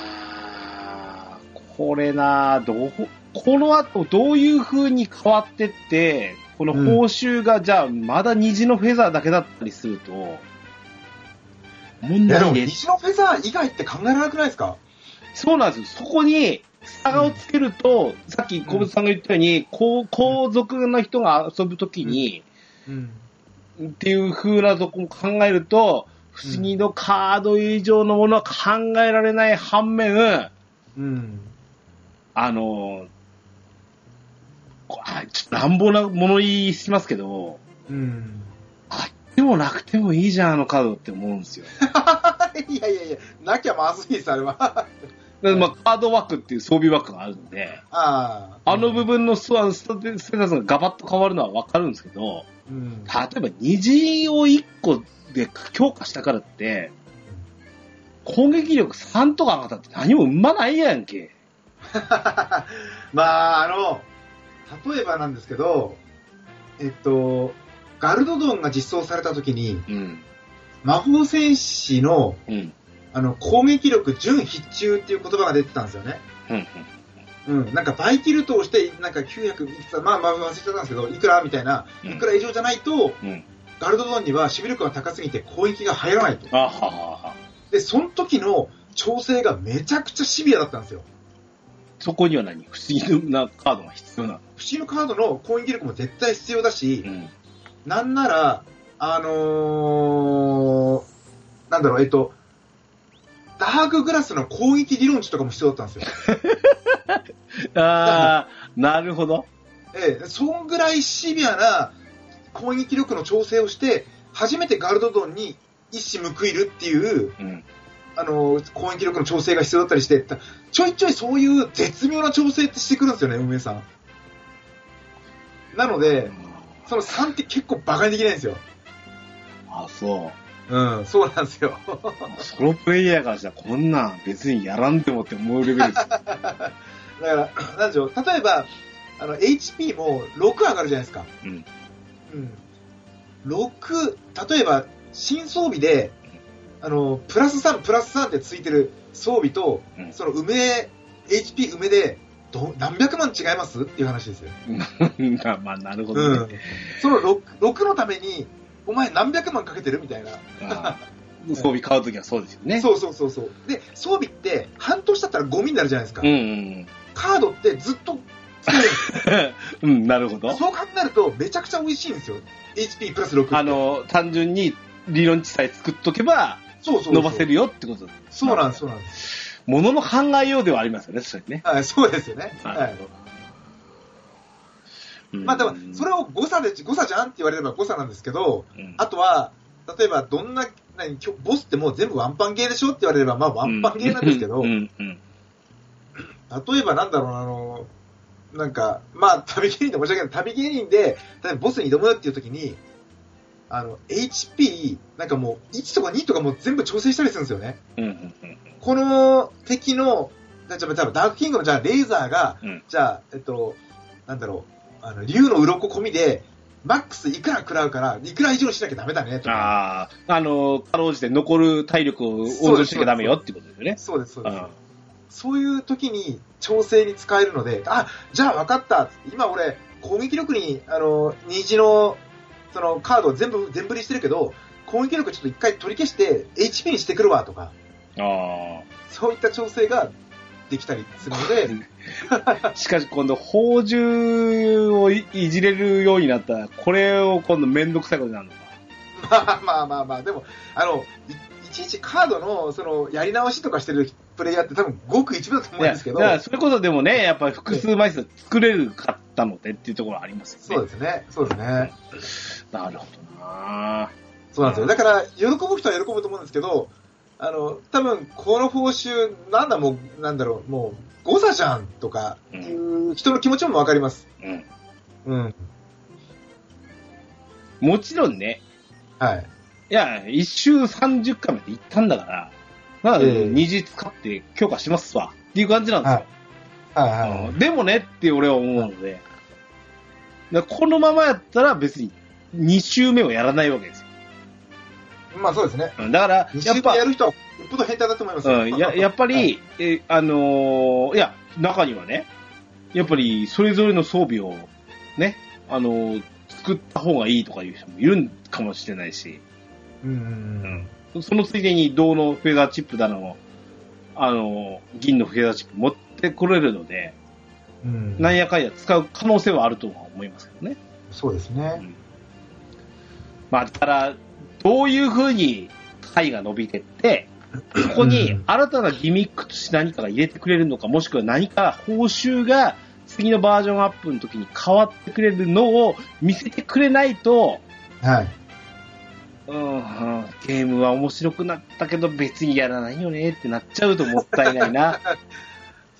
[SPEAKER 1] あーこれなあ、どう、この後どういう風に変わってって、この報酬が、じゃあ、まだ虹のフェザーだけだったりすると、問
[SPEAKER 2] いや
[SPEAKER 1] 題
[SPEAKER 2] でも、
[SPEAKER 1] です。
[SPEAKER 2] 西のフェザー以外って考えられなくないですか
[SPEAKER 1] そうなんですよ。そこに、差をつけると、さっき小物さんが言ったように、こう皇族の人が遊ぶときに、
[SPEAKER 2] うん。
[SPEAKER 1] っていう風なとこも考えると、不思議のカード以上のものは考えられない反面、
[SPEAKER 2] うん。
[SPEAKER 1] あの、こあちょっと乱暴な物言いしますけど、
[SPEAKER 2] うん。
[SPEAKER 1] あってもなくてもいいじゃん、あのカードって思うんですよ。
[SPEAKER 2] いやいやいや、なきゃまずいです、あれは。 あ
[SPEAKER 1] でまあ、カード枠っていう装備枠があるので、
[SPEAKER 2] あ。
[SPEAKER 1] あの部分のスワンスタテステータスがガバッと変わるのはわかるんですけど、
[SPEAKER 2] う
[SPEAKER 1] 例
[SPEAKER 2] ん。
[SPEAKER 1] えば虹を1個で強化したからって、攻撃力3とか上がったって何も生まないやんけ。
[SPEAKER 2] まあ、あの、例えばなんですけど、えっと、ガルドドンが実装された時に、
[SPEAKER 1] うん。
[SPEAKER 2] 魔法戦士の
[SPEAKER 1] うん。
[SPEAKER 2] あの攻撃力準必中っていう言葉が出てたんですよね。
[SPEAKER 1] うん。
[SPEAKER 2] うん。なんかバイキルトをして、なんか900いくつ、まあまあ忘れちゃったんですけど、いくらみたいな、
[SPEAKER 1] うん
[SPEAKER 2] いくら以上じゃないと、
[SPEAKER 1] うん。
[SPEAKER 2] ガルドドンには守備力が高すぎて攻撃が入らないと。
[SPEAKER 1] あははは。
[SPEAKER 2] で、その時の調整がめちゃくちゃシビアだったんですよ。
[SPEAKER 1] そこには何不思議なカードが必要な。
[SPEAKER 2] 不思議のカードの攻撃力も絶対必要だし、
[SPEAKER 1] ん。
[SPEAKER 2] なんなら、あのー、なんだろう、えっと、ダークグラスの攻撃理論値とかも必要だったんですよ。
[SPEAKER 1] ああ、なるほど。
[SPEAKER 2] ええ、そんぐらいシビアな攻撃力の調整をして、初めてガルドドンに一矢報いるっていう、
[SPEAKER 1] うん。
[SPEAKER 2] あのー攻撃力の調整が必要だったりして、たちょいちょいそういう絶妙な調整ってしてくるんですよね、運営さん。なので、その3って結構馬鹿にできないんですよ。
[SPEAKER 1] あそ
[SPEAKER 2] うん、そうなんですよ。
[SPEAKER 1] う。ソロプレイヤーからしたらこんなん別にやらんでもって思うレ ベルです。
[SPEAKER 2] だから、なんでしょう、例えば、あの、HP も6上がるじゃないですか。
[SPEAKER 1] うん。
[SPEAKER 2] うん。6、例えば、新装備で、あの、プラス3、プラス3ってついてる装備と、
[SPEAKER 1] うん
[SPEAKER 2] その梅、HP 梅で、ど、何百万違いますっていう話ですよ。
[SPEAKER 1] まあまあ、なるほ
[SPEAKER 2] う
[SPEAKER 1] ど
[SPEAKER 2] ん
[SPEAKER 1] ね。。
[SPEAKER 2] その 6, 6のために、お前何百万かけてるみたいな。
[SPEAKER 1] あー装備買うときはそうですよね。
[SPEAKER 2] そうそうそうそう。で、装備って、半年経ったらゴミになるじゃないですか。
[SPEAKER 1] うんうん
[SPEAKER 2] カードってずっと作れるんですよ
[SPEAKER 1] うん。うん、なるほど。
[SPEAKER 2] そう考えると、めちゃくちゃ美味しいんですよ。HP プラス6。
[SPEAKER 1] あ、の、単純に理論値さえ作っとけば
[SPEAKER 2] そうそうそう
[SPEAKER 1] 伸ばせる。よってこと。
[SPEAKER 2] そうなんです、そうなんです。
[SPEAKER 1] ものの考えようではありますよね、それね。
[SPEAKER 2] はい、そうですよね。は
[SPEAKER 1] ないる。ほどうん
[SPEAKER 2] まあ、でも、それを誤差で、誤差じゃんって言われれば誤差なんですけど、
[SPEAKER 1] うん
[SPEAKER 2] あとは、例えば、どんな、何、きょボスってもう全部ワンパンゲーでしょって言われれば、まあ、ワンパンゲーなんですけど、
[SPEAKER 1] う
[SPEAKER 2] 例
[SPEAKER 1] んうん
[SPEAKER 2] えば、なんだろうな、あの、なんか、まあ、旅芸人で申し訳ない。旅芸人で、例えばボスに挑むよっていう時に、あの、HP、なんかもう、1とか2とかもう全部調整したりするんですよね。
[SPEAKER 1] うんうんうん
[SPEAKER 2] この敵の、じゃあじゃあ多分ダークキングのじゃあレーザーが、
[SPEAKER 1] うん
[SPEAKER 2] じゃあ、えっと、なんだろう、あの、竜の鱗込みで、マックスいくら食らうから、いくら以上にしなきゃダメだね、とか。
[SPEAKER 1] ああ、あの、かろうじて残る体力を温存しなきゃダメよってことですよね。
[SPEAKER 2] そうです、そう
[SPEAKER 1] うん
[SPEAKER 2] です。そういう時に調整に使えるので、あ、じゃあ分かった。今俺、攻撃力に、あの、虹の、そのカードを全部、全振りしてるけど、攻撃力ちょっと一回取り消して、HP にしてくるわ、とか。
[SPEAKER 1] あ
[SPEAKER 2] そういった調整ができたりする ので、
[SPEAKER 1] あ。 しかし、今度、宝珠をいいじれるようになったら、これを今度めんどくさいことになるのか。
[SPEAKER 2] まあ まあまあまあ、でも、あの、いいちいちカードの、その、やり直しとかしてるプレイヤーって多分、ごく一部だと思うん
[SPEAKER 1] いや
[SPEAKER 2] ですけど
[SPEAKER 1] だ、からそれこそでもね、やっぱり複数枚数作れるかったのでっていうところはありますよね。
[SPEAKER 2] そうですね、そうですね。
[SPEAKER 1] なるほどな
[SPEAKER 2] そうなんですよ。だから、喜ぶ人は喜ぶと思うんですけど、あの、多分、この報酬、なんだもう、なんだろう、もう、誤差じゃんとか、いう人の気持ちもわかります。
[SPEAKER 1] うん。
[SPEAKER 2] うん。
[SPEAKER 1] もちろんね、
[SPEAKER 2] はい。
[SPEAKER 1] いや、一周30回まで行ったんだから、なの
[SPEAKER 2] ええ
[SPEAKER 1] で、二次使って強化しますわ。っていう感じなんですよ。
[SPEAKER 2] はい
[SPEAKER 1] うん
[SPEAKER 2] は
[SPEAKER 1] でもねって俺は思うので、だからこのままやったら別に2周目をやらないわけですよ。
[SPEAKER 2] い。まあそうですね。
[SPEAKER 1] うんだから、
[SPEAKER 2] 2
[SPEAKER 1] やっ
[SPEAKER 2] 週
[SPEAKER 1] ぱ
[SPEAKER 2] 間や、る人は、よっぽど変態だと思いますよ。
[SPEAKER 1] うん、ややっぱり、えあのーいや、中にはね、やっぱりそれぞれの装備をね、あのー作った方がいいとかいう人もいるんかもしれないし、
[SPEAKER 2] うん。
[SPEAKER 1] そのついでに銅のフェザーチップだの、あのー銀のフェザーチップ持ってこれるので、
[SPEAKER 2] うん。うん
[SPEAKER 1] なんやかんや使う可能性はあるとは思いますけどね。
[SPEAKER 2] そうですね。
[SPEAKER 1] まあ、だから、どういうふうに回が伸びてって、そこに新たなギミックとして何かが入れてくれるのか、もしくは何か報酬が次のバージョンアップの時に変わってくれるのを見せてくれないと、
[SPEAKER 2] はい。
[SPEAKER 1] うんうん、ゲームは面白くなったけど別にやらないよねってなっちゃうともったいないな。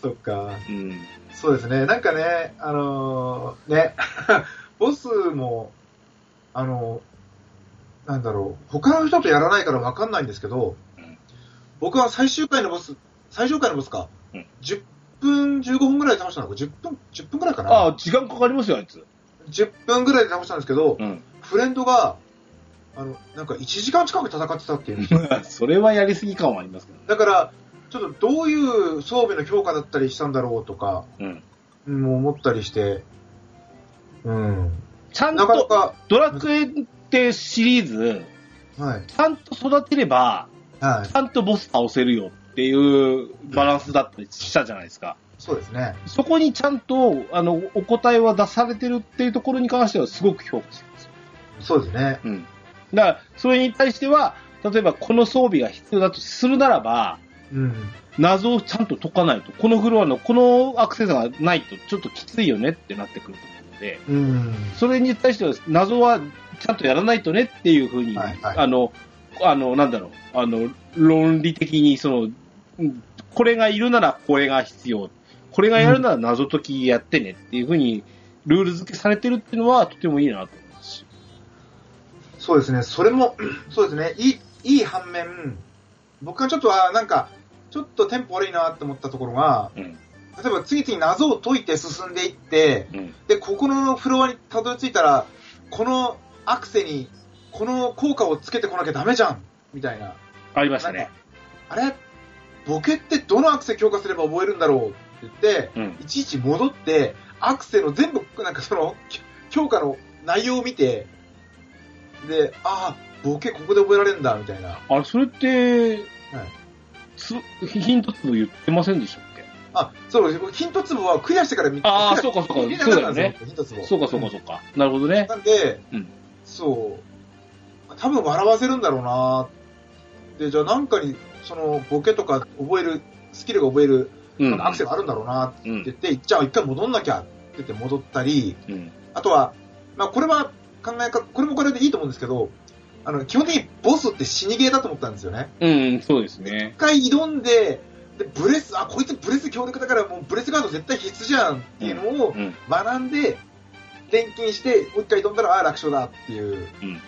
[SPEAKER 2] そっか。
[SPEAKER 1] うん。
[SPEAKER 2] そうですね。なんかね、あのーね、 ボスも、あのーなんだろう、他の人とやらないからわかんないんですけど
[SPEAKER 1] うん、
[SPEAKER 2] 僕は最終回のボス、最終回のボスか、
[SPEAKER 1] うん
[SPEAKER 2] 10分、15分ぐらいで倒したのか、10分、10分ぐらいかな。
[SPEAKER 1] ああ、時間かかりますよ、あいつ。
[SPEAKER 2] 10分ぐらいで倒したんですけど、
[SPEAKER 1] うん。
[SPEAKER 2] フレンドが、あの、なんか1時間近く戦ってたっていう。
[SPEAKER 1] それはやりすぎ感はありますけどね。
[SPEAKER 2] だから、ちょっとどういう装備の強化だったりしたんだろうとか、
[SPEAKER 1] うん。
[SPEAKER 2] うん思ったりして、うん。
[SPEAKER 1] ちゃん
[SPEAKER 2] なかな
[SPEAKER 1] と、
[SPEAKER 2] か、
[SPEAKER 1] ドラクエってシリーズ、
[SPEAKER 2] はい、
[SPEAKER 1] ちゃんと育てれば、
[SPEAKER 2] はい
[SPEAKER 1] ち、ゃんとボス倒せるよっていうバランスだったりしたじゃないですか。
[SPEAKER 2] そうですね。
[SPEAKER 1] そこにちゃんと、あの、お答えは出されてるっていうところに関してはすごく評価してます。
[SPEAKER 2] そうですね。
[SPEAKER 1] うん。だから、それに対しては、例えばこの装備が必要だとするならば、
[SPEAKER 2] うん。
[SPEAKER 1] 謎をちゃんと解かないと、このフロアのこのアクセサがないとちょっときついよねってなってくると思うので、
[SPEAKER 2] うん。
[SPEAKER 1] それに対しては謎はちゃんとやらないとねっていうふうに、
[SPEAKER 2] はいはい
[SPEAKER 1] あの、あの、なんだろう、あの、論理的に、その、うんこれがいるならこれが必要、これがやるなら謎解きやってねっていうふうに、ルール付けされてるっていうのはとてもいいなと思いますし。
[SPEAKER 2] そうですね。それも、 そうですね。いい、いい反面、僕がちょっと、あーなんか、ちょっとテンポ悪いなって思ったところが、
[SPEAKER 1] うん。
[SPEAKER 2] 例えば次々謎を解いて進んでいって、
[SPEAKER 1] うん。
[SPEAKER 2] で、ここのフロアにたどり着いたら、このアクセに、この効果をつけてこなきゃダメじゃんみたいな。
[SPEAKER 1] ありまし
[SPEAKER 2] な
[SPEAKER 1] た
[SPEAKER 2] んか
[SPEAKER 1] ね。
[SPEAKER 2] あれボケってどのアクセ強化すれば覚えるんだろうって言って、
[SPEAKER 1] うん。
[SPEAKER 2] いちいち戻って、アクセの全部、なんかその、き強化の内容を見て、で、ああ、ボケここで覚えられるんだ、みたいな。
[SPEAKER 1] あれ、それって、つヒントつも言ってませんでしたっけ
[SPEAKER 2] あ、そうです。ヒント壺はクリアしてから見
[SPEAKER 1] あー
[SPEAKER 2] クリア
[SPEAKER 1] そうかそうか
[SPEAKER 2] 見れなったんですよ
[SPEAKER 1] そ
[SPEAKER 2] ヒント壺。
[SPEAKER 1] そうかそうかそうか。なるほどね。
[SPEAKER 2] なんで、
[SPEAKER 1] うん
[SPEAKER 2] そう、多分笑わせるんだろうなで、じゃあなんかに、その、ボケとか覚える、スキルが覚える、
[SPEAKER 1] う
[SPEAKER 2] なん
[SPEAKER 1] ん。
[SPEAKER 2] かアクセがあるんだろうなって
[SPEAKER 1] う
[SPEAKER 2] 言
[SPEAKER 1] ん。
[SPEAKER 2] って、じゃあ一回戻んなきゃって言って戻ったり、
[SPEAKER 1] うん。
[SPEAKER 2] あとは、まあこれは考えか、これもこれでいいと思うんですけど、あの、基本的にボスって死にゲーだと思ったんですよね。
[SPEAKER 1] うん、そうですね
[SPEAKER 2] 一。回挑んで、で、ブレス、あ、こいつブレス強力だからもうブレスガード絶対必須じゃんっていうのを
[SPEAKER 1] うん。
[SPEAKER 2] 学んで、錬金して、もう一回挑んだら、ああ、楽勝だっていう。
[SPEAKER 1] うん
[SPEAKER 2] うん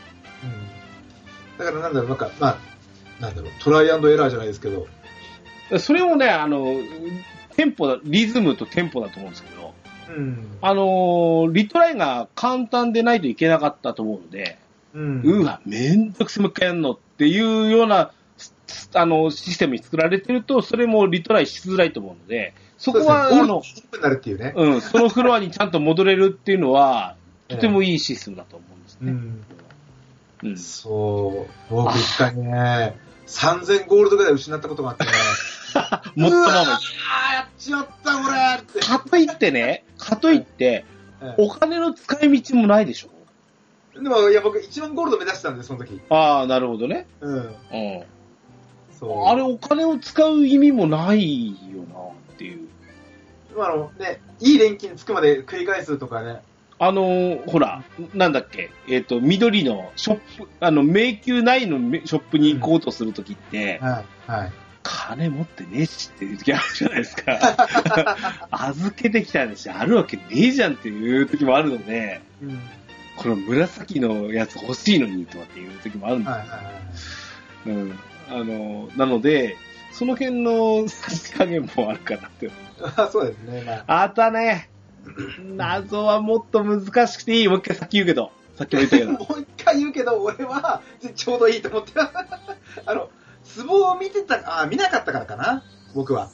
[SPEAKER 2] だからなんだろう、なんか、まあ、なんだろう、トライアンドエラーじゃないですけど、
[SPEAKER 1] それもね、あの、テンポだ、リズムとテンポだと思うんですけど、
[SPEAKER 2] うん。
[SPEAKER 1] あのーリトライが簡単でないといけなかったと思うので、
[SPEAKER 2] うん
[SPEAKER 1] うわ、めんどくせもう一回やんのっていうような、すすあの、システムに作られてると、それもリトライしづらいと思うので、そこは、
[SPEAKER 2] そうで
[SPEAKER 1] あ
[SPEAKER 2] すねゴー
[SPEAKER 1] の
[SPEAKER 2] ル、キープになるっていうね。
[SPEAKER 1] うん、そのフロアにちゃんと戻れるっていうの は、とてもいいシステムだと思うんです
[SPEAKER 2] う
[SPEAKER 1] ね。
[SPEAKER 2] ん。
[SPEAKER 1] うん。
[SPEAKER 2] そう。僕一回ね、3000ゴールドぐらい失ったことがあってね。
[SPEAKER 1] もっとも
[SPEAKER 2] うわ
[SPEAKER 1] も。
[SPEAKER 2] ーやっちまった、俺って。
[SPEAKER 1] かといってね、かといって、
[SPEAKER 2] え
[SPEAKER 1] お金の使い道もないでしょ
[SPEAKER 2] えでも、いや、僕1万ゴールド目指したんで、その時。
[SPEAKER 1] ああ、なるほどね。
[SPEAKER 2] うん。
[SPEAKER 1] うん。
[SPEAKER 2] そう。
[SPEAKER 1] あれ、お金を使う意味もないよな、っていう。
[SPEAKER 2] でもあの、ね、いい錬金つくまで繰り返すとかね。
[SPEAKER 1] あのーほら、なんだっけ、えっ、と、緑のショップ、あの、迷宮内のめショップに行こうとするときって、
[SPEAKER 2] はい。はい。
[SPEAKER 1] 金持ってねえしっていう時あるじゃないです か。預けてきたんだし、あるわけねえじゃんっていう時もあるので、
[SPEAKER 2] うん。
[SPEAKER 1] この紫のやつ欲しいのにとかっていう時もあるんで
[SPEAKER 2] はいはいはい。
[SPEAKER 1] うん。あの、なので、その辺の差し加減もあるかなって。
[SPEAKER 2] あ そうですね。まあ、
[SPEAKER 1] あとはね、謎はもっと難しくていい。もう一回さっき言うけど。さっきも言ったけど。
[SPEAKER 2] もう一回言うけど、俺はちょうどいいと思って。 あの、ツボを見てた、あ、見なかったからかな。僕は。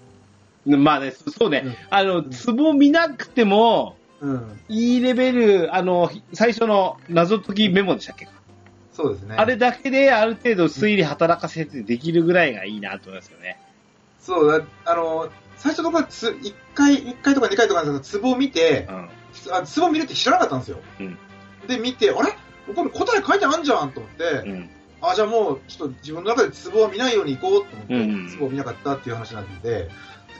[SPEAKER 1] まあね、そそうね。
[SPEAKER 2] うん
[SPEAKER 1] あの、ツボ見なくても、
[SPEAKER 2] うん。
[SPEAKER 1] いいレベル、あの、最初の謎解きメモでしたっけ、
[SPEAKER 2] そうですね。
[SPEAKER 1] あれだけである程度推理働かせてできるぐらいがいいなと思いますよね。
[SPEAKER 2] そうだ、あの、最初の頃はつ、一回、一回とか二回とかなんですけど、ツボを見て
[SPEAKER 1] う、ん。
[SPEAKER 2] あツボ見るって知らなかったんですよ。
[SPEAKER 1] うん
[SPEAKER 2] で、見て、あれこれ答え書いてあんじゃんと思って、
[SPEAKER 1] うん。
[SPEAKER 2] あ、じゃあもう、ちょっと自分の中でツボを見ないように行こうと思って、
[SPEAKER 1] うんうん
[SPEAKER 2] ツボを見なかったっていう話になってて、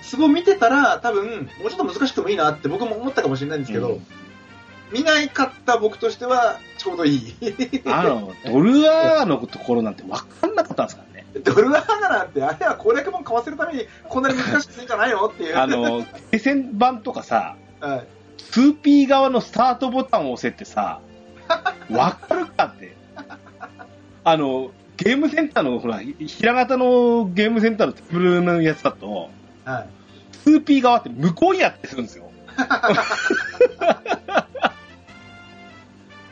[SPEAKER 2] ツボ見てたら、多分、もうちょっと難しくてもいいなって僕も思ったかもしれないんですけど、
[SPEAKER 1] うん
[SPEAKER 2] 見ないかった僕としては、ちょうどい い。
[SPEAKER 1] あの、ドルアーのところなんて分かんなかったんですからね。
[SPEAKER 2] ドルアーナなんて、あれは攻略本買わせるために、こんなに難しくすんじゃないのっていう。
[SPEAKER 1] あの、手線版とかさ、
[SPEAKER 2] はい
[SPEAKER 1] 2P 側のスタートボタンを押せってさ、 わかるかって。あの、ゲームセンターの、ほら、ひひらがたのゲームセンターのテーブルのやつだと、
[SPEAKER 2] はい。
[SPEAKER 1] 2P 側って向こうにやってするんですよ。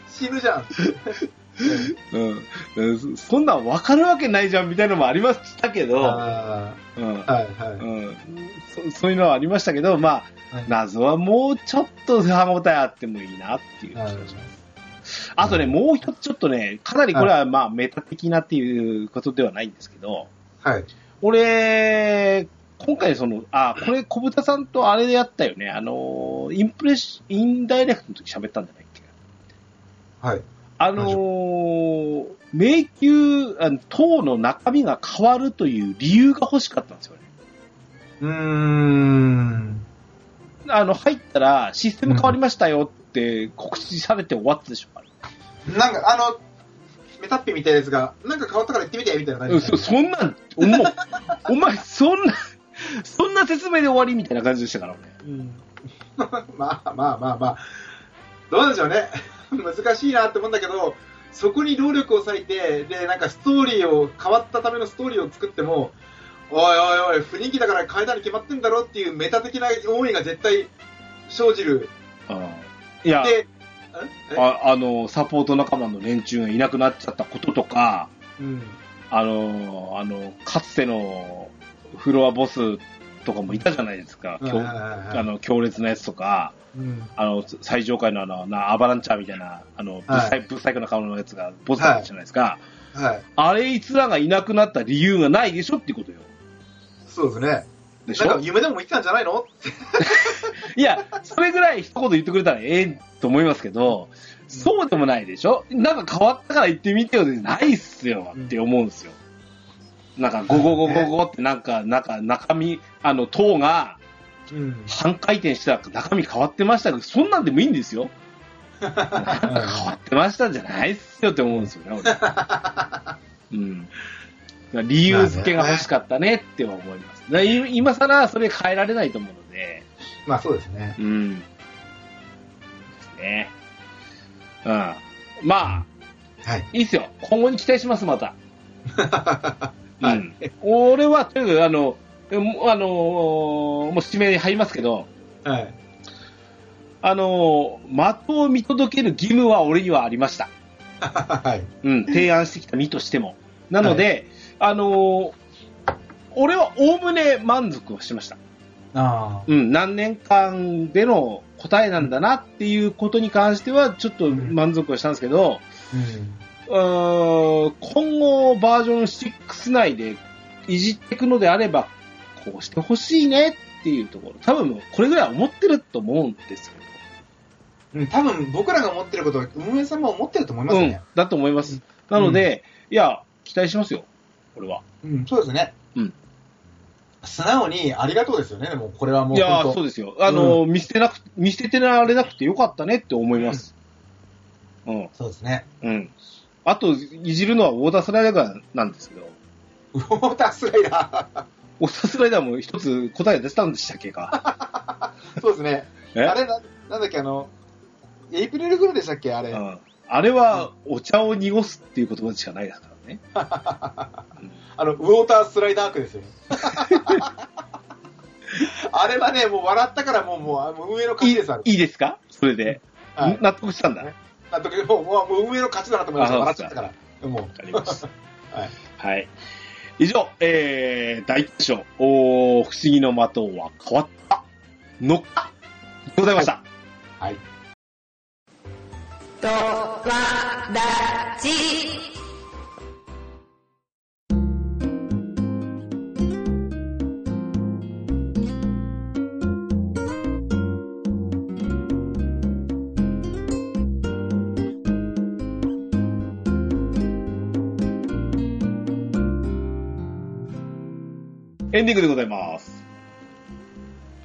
[SPEAKER 2] 死ぬ じゃん。
[SPEAKER 1] うんうん。そそんなんわかるわけないじゃんみたいなのもありましたけど、
[SPEAKER 2] あ
[SPEAKER 1] うん
[SPEAKER 2] ー。はいは
[SPEAKER 1] うんそそういうのはありましたけど、まあ
[SPEAKER 2] は、い
[SPEAKER 1] 謎はもうちょっと歯応えあってもいいなってい。
[SPEAKER 2] いうはい。
[SPEAKER 1] あとね、もう一つちょっとね、かなりこれはまあメタ的なっていうことではないんですけど、
[SPEAKER 2] はい。
[SPEAKER 1] 俺、今回その、あ、これ小豚さんとあれでやったよね、あの、インプレッシ、インダイレクトの時喋ったんじゃないっけ
[SPEAKER 2] はい。
[SPEAKER 1] あの迷宮、あの塔の中身が変わるという理由が欲しかったんですよね。
[SPEAKER 2] うーん。
[SPEAKER 1] あの、入ったらシステム変わりましたよって告知されて終わったでしょ、あれ
[SPEAKER 2] なんか、あの、メタッピみたいなやつが、なんか変わったから行ってみて、みたいな
[SPEAKER 1] う
[SPEAKER 2] 感
[SPEAKER 1] ん
[SPEAKER 2] じ
[SPEAKER 1] そ、そんなん、お もお前、そんな、そんな説明で終わりみたいな感じでしたから、俺
[SPEAKER 2] うん。 まあまあまあまあ。どうなんでしょうね。 難しいなって思うんだけど、そこに労力を割いて、で、なんかストーリーを、変わったためのストーリーを作っても、おいおいおい、雰囲気だから変えたに決まってんだろっていうメタ的な思いが絶対生じる。
[SPEAKER 1] いや、
[SPEAKER 2] で、んえ
[SPEAKER 1] ああの、サポート仲間の連中がいなくなっちゃったこととか、
[SPEAKER 2] うん。
[SPEAKER 1] あの、あの、かつてのフロアボスとかもいたじゃないですか、
[SPEAKER 2] はい
[SPEAKER 1] 強
[SPEAKER 2] はいはい
[SPEAKER 1] あの強烈なやつとか、
[SPEAKER 2] うん
[SPEAKER 1] あの、最上階のあの、なアバランチャーみたいな、あの、ぶっ
[SPEAKER 2] はい
[SPEAKER 1] さい、ぶっさいくな顔のやつがボスだったじゃないですか。
[SPEAKER 2] はい。
[SPEAKER 1] あれ、いつらがいなくなった理由がないでしょってことよ。
[SPEAKER 2] そうですね。
[SPEAKER 1] でし
[SPEAKER 2] なんか
[SPEAKER 1] ょ
[SPEAKER 2] 夢でも言ってたんじゃないの
[SPEAKER 1] いや、それぐらい一言言ってくれたらええと思いますけど、そうでもないでしょなんか変わったから言ってみてよでないっすよって思うんですよ。なんか、ゴゴゴゴゴってなんか、なんか中身、あの、塔が
[SPEAKER 2] うん。
[SPEAKER 1] 半回転したら中身変わってましたけど、そんなんでもいいんですよ。変わってましたんじゃないっすよって思うんですよね、俺。うん。理由付けが欲しかったねっては思います。だからい今更それ変えられないと思うので、
[SPEAKER 2] まあそうですね。
[SPEAKER 1] うん。ですね。うん。まあ、
[SPEAKER 2] はい。
[SPEAKER 1] いいっすよ。今後に期待します、また。
[SPEAKER 2] は
[SPEAKER 1] うん。俺は、とにかく、あの、もうあのーもう指名入りますけど、
[SPEAKER 2] はい。
[SPEAKER 1] あのー、的を見届ける義務は俺にはありました。
[SPEAKER 2] はい。
[SPEAKER 1] うん、提案してきた身としても。なので、あのー俺はおおむね満足をしました。
[SPEAKER 2] あ
[SPEAKER 1] うん、何年間での答えなんだなっていうことに関しては、ちょっと
[SPEAKER 2] ん
[SPEAKER 1] 満足をしたんですけど、
[SPEAKER 2] あ。うん。
[SPEAKER 1] うーん今後バージョン6内でいじっていくのであれば、こうしてほしいねっていうところ。多分もうこれぐらいは思ってると思うんですよ。
[SPEAKER 2] うん、多分僕らが思ってることは運営さんも思ってると思います
[SPEAKER 1] うん
[SPEAKER 2] ね。、
[SPEAKER 1] だと思います。なので、いや、期待しますよ。俺は。
[SPEAKER 2] うん、そうですね。
[SPEAKER 1] うん。
[SPEAKER 2] 素直にありがとうですよね、でもこれはもう
[SPEAKER 1] いやー
[SPEAKER 2] 本当
[SPEAKER 1] そうですよ。あのー、見捨てなく、見捨ててられなくてよかったねって思います。うん。
[SPEAKER 2] そうですね。
[SPEAKER 1] うん。あと、いじるのはオーダースライダーなんですけど、
[SPEAKER 2] ウォータースライダ
[SPEAKER 1] オーダースライダーも一つ答え出たんでしたっけか。
[SPEAKER 2] ー。そうですね。
[SPEAKER 1] え
[SPEAKER 2] あれな、なんだっけ、あの、エイプリルフールでしたっけ、あれ。
[SPEAKER 1] うんあれは、お茶を濁すっていう言葉しかないですからね。
[SPEAKER 2] あの、ウォータースライダー クですよ。あれはね、もう笑ったからもう、もうあ、もう運営の勝ちです、あれ。
[SPEAKER 1] いいですかそれで、
[SPEAKER 2] はい
[SPEAKER 1] 納得したんだ。わ
[SPEAKER 2] ねあともう、もう運営の勝ちだなと思いました。
[SPEAKER 1] あ
[SPEAKER 2] 笑っ
[SPEAKER 1] そ
[SPEAKER 2] ち
[SPEAKER 1] う
[SPEAKER 2] ゃ
[SPEAKER 1] ですか
[SPEAKER 2] ったから。もう。
[SPEAKER 1] かりました。
[SPEAKER 2] はい。
[SPEAKER 1] はい。以上、えー、第一章、おー不思議の的は変わったのか、でございました。
[SPEAKER 2] はい。
[SPEAKER 4] とわらじ。
[SPEAKER 1] エンディングでございます。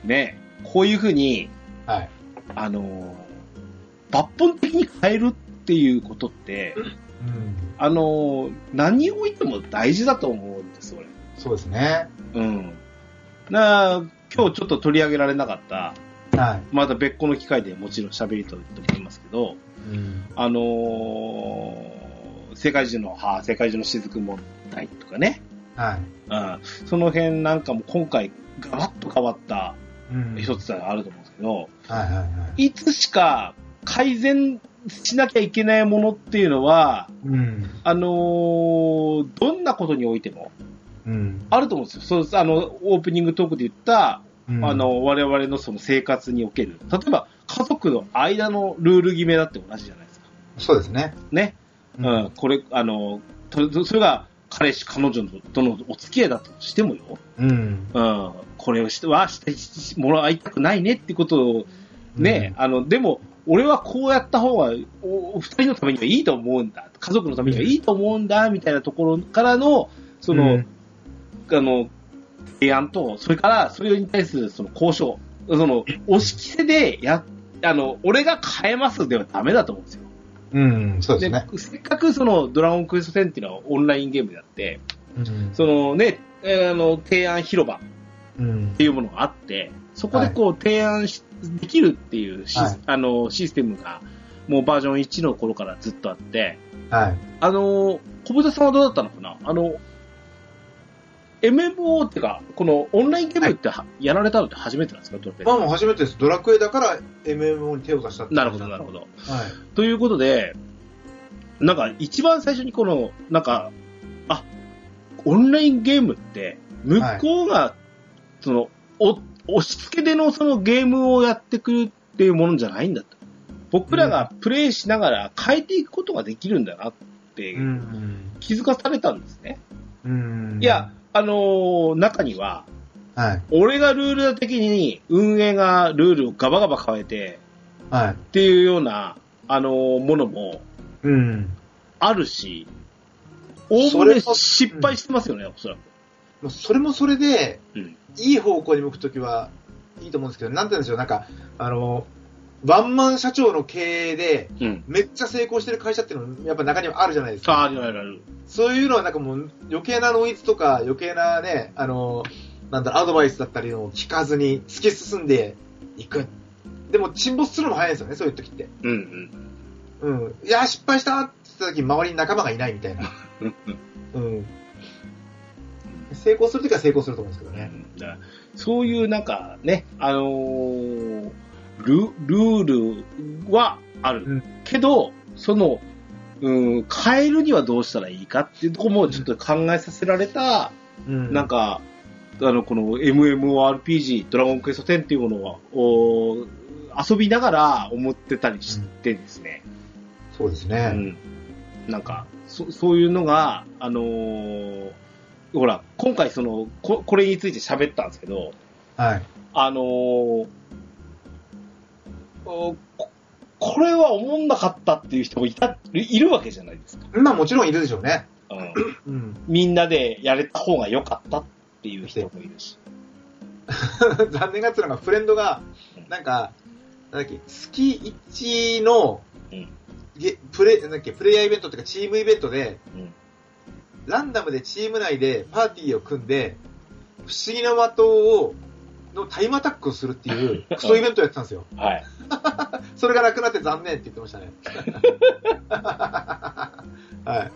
[SPEAKER 1] ねえこういうふうに、
[SPEAKER 2] はい。
[SPEAKER 1] あのー抜本的に変えるっていうことって、
[SPEAKER 2] うん。
[SPEAKER 1] あのー何を置いても大事だと思うんです、俺。
[SPEAKER 2] そうですね。
[SPEAKER 1] うん。なあ、今日ちょっと取り上げられなかった、
[SPEAKER 2] は
[SPEAKER 1] また別個の機会でもちろん喋りたいと思いますけど、
[SPEAKER 2] い。うん。
[SPEAKER 1] あのー世界中の、はあ、世界中の雫問題とかね、
[SPEAKER 2] は
[SPEAKER 1] うん、その辺なんかも今回ガラッと変わった
[SPEAKER 2] い。うん
[SPEAKER 1] 一。つがあると思うんですけど、
[SPEAKER 2] はいはいはい。
[SPEAKER 1] いつしか改善しなきゃいけないものっていうのは、
[SPEAKER 2] うん。
[SPEAKER 1] あのーどんなことにおいても
[SPEAKER 2] うん。
[SPEAKER 1] あると思うんですよ。そうあの、オープニングトークで言った、
[SPEAKER 2] うん
[SPEAKER 1] あ、の、我々のその生活における、例えば家族の間のルール決めだって同じじゃないですか。
[SPEAKER 2] そうですね。
[SPEAKER 1] ね。うん、これ、あの、とそれが彼氏、彼女とのお付き合いだとしてもよ、
[SPEAKER 2] うん。
[SPEAKER 1] うん、これをしてはしてしもらいたくないねってことをね、あの、でも、俺はこうやった方がお、お二人のためにはいいと思うんだ、家族のためにはいいと思うんだ、みたいなところからの、その、
[SPEAKER 2] うん
[SPEAKER 1] あの、提案と、それから、それに対するその交渉、その、押し着せでや、あの、俺が変えますではダメだと思うんですよ。
[SPEAKER 2] うん。そうです
[SPEAKER 1] で
[SPEAKER 2] ね。
[SPEAKER 1] せっかくそのドラゴンクエスト10っていうのはオンラインゲームであって、
[SPEAKER 2] うん
[SPEAKER 1] そのね、えーあの、提案広場っ
[SPEAKER 2] うん
[SPEAKER 1] て。いうものがあって、そこでこう提案しできるっていうシ,、
[SPEAKER 2] はい
[SPEAKER 1] あのシステムが、もうバージョン1の頃からずっとあって、
[SPEAKER 2] はい。
[SPEAKER 1] あの、小豚さんはどうだったのかなあの、MMO っていうか、このオンラインゲームっては、やられたのって初めてなんですか、ドラクエ
[SPEAKER 2] まあもう初めてです。ドラクエだから MMO に手を出したって
[SPEAKER 1] なるほど、なるほ。ど。
[SPEAKER 2] はい。
[SPEAKER 1] ということで、なんか一番最初にこの、なんか、あ、オンラインゲームって、向こうが、その、お、押し付けでのそのゲームをやってくるっていうものじゃないんだと。僕らがプレイしながら変えていくことができるんだなって
[SPEAKER 2] ん。
[SPEAKER 1] 気づかされたんですね。
[SPEAKER 2] うん。
[SPEAKER 1] いや、、あのー中には、
[SPEAKER 2] はい。
[SPEAKER 1] 俺がルール的に運営がルールをガバガバ変えて
[SPEAKER 2] はい。
[SPEAKER 1] っていうような、あのーものも
[SPEAKER 2] うん。
[SPEAKER 1] あるし、おお
[SPEAKER 2] そ
[SPEAKER 1] む
[SPEAKER 2] れ
[SPEAKER 1] ね
[SPEAKER 2] も
[SPEAKER 1] 失敗してますよね、おそらく。
[SPEAKER 2] もうそれもそれで、
[SPEAKER 1] うん
[SPEAKER 2] いい方向に向くときはいいと思うんですけど、なんて言うんでしょう、なんか、あの、ワンマン社長の経営で、
[SPEAKER 1] うん。
[SPEAKER 2] めっちゃ成功してる会社っていうのも、やっぱ中にはあるじゃないです
[SPEAKER 1] ああ、あ
[SPEAKER 2] か。
[SPEAKER 1] るあるある。
[SPEAKER 2] そういうのはなんかもう、余計なノイズとか、余計なね、あの、なんだろう、アドバイスだったりを聞かずに、突き進んでいく。でも、沈没するのも早いんですよね、そういう時って。
[SPEAKER 1] うんうん。
[SPEAKER 2] うん。いや、失敗したって言った時、周りに仲間がいないみたいな。
[SPEAKER 1] うん
[SPEAKER 2] うん。成功するときは成功すると思うんですけど
[SPEAKER 1] う
[SPEAKER 2] ね。
[SPEAKER 1] んだからそういうなんかね、あのール、ルールはある。
[SPEAKER 2] うん
[SPEAKER 1] けど、その、うん、変えるにはどうしたらいいかっていうとこもちょっと考えさせられた、
[SPEAKER 2] うん
[SPEAKER 1] なんか、あの、この MMORPG、ドラゴンクエスト10っていうものは、お遊びながら思ってたりしてですね。
[SPEAKER 2] そうです
[SPEAKER 1] う
[SPEAKER 2] ね。
[SPEAKER 1] ん。なんか、そそういうのが、あのーほら、今回そのこ、これについて喋ったんですけど、
[SPEAKER 2] はい。
[SPEAKER 1] あのーおここれは思んなかったっていう人もいた、いいるわけじゃないですか。
[SPEAKER 2] まあもちろんいるでしょうね。
[SPEAKER 1] うん、
[SPEAKER 2] うん。
[SPEAKER 1] みんなでやれた方が良かったっていう人もいるし。
[SPEAKER 2] 残念がってたのが、フレンドが、なんか、なんだっけ、月1の、
[SPEAKER 1] うん
[SPEAKER 2] げプレ、なんだっけ、プレイヤーイベントっていうかチームイベントで、
[SPEAKER 1] うん
[SPEAKER 2] ランダムでチーム内でパーティーを組んで、不思議な的を、のタイムアタックをするっていう、 クソイベントをやってたんですよ。
[SPEAKER 1] はい。
[SPEAKER 2] それがなくなって残念って言ってま したね。はい。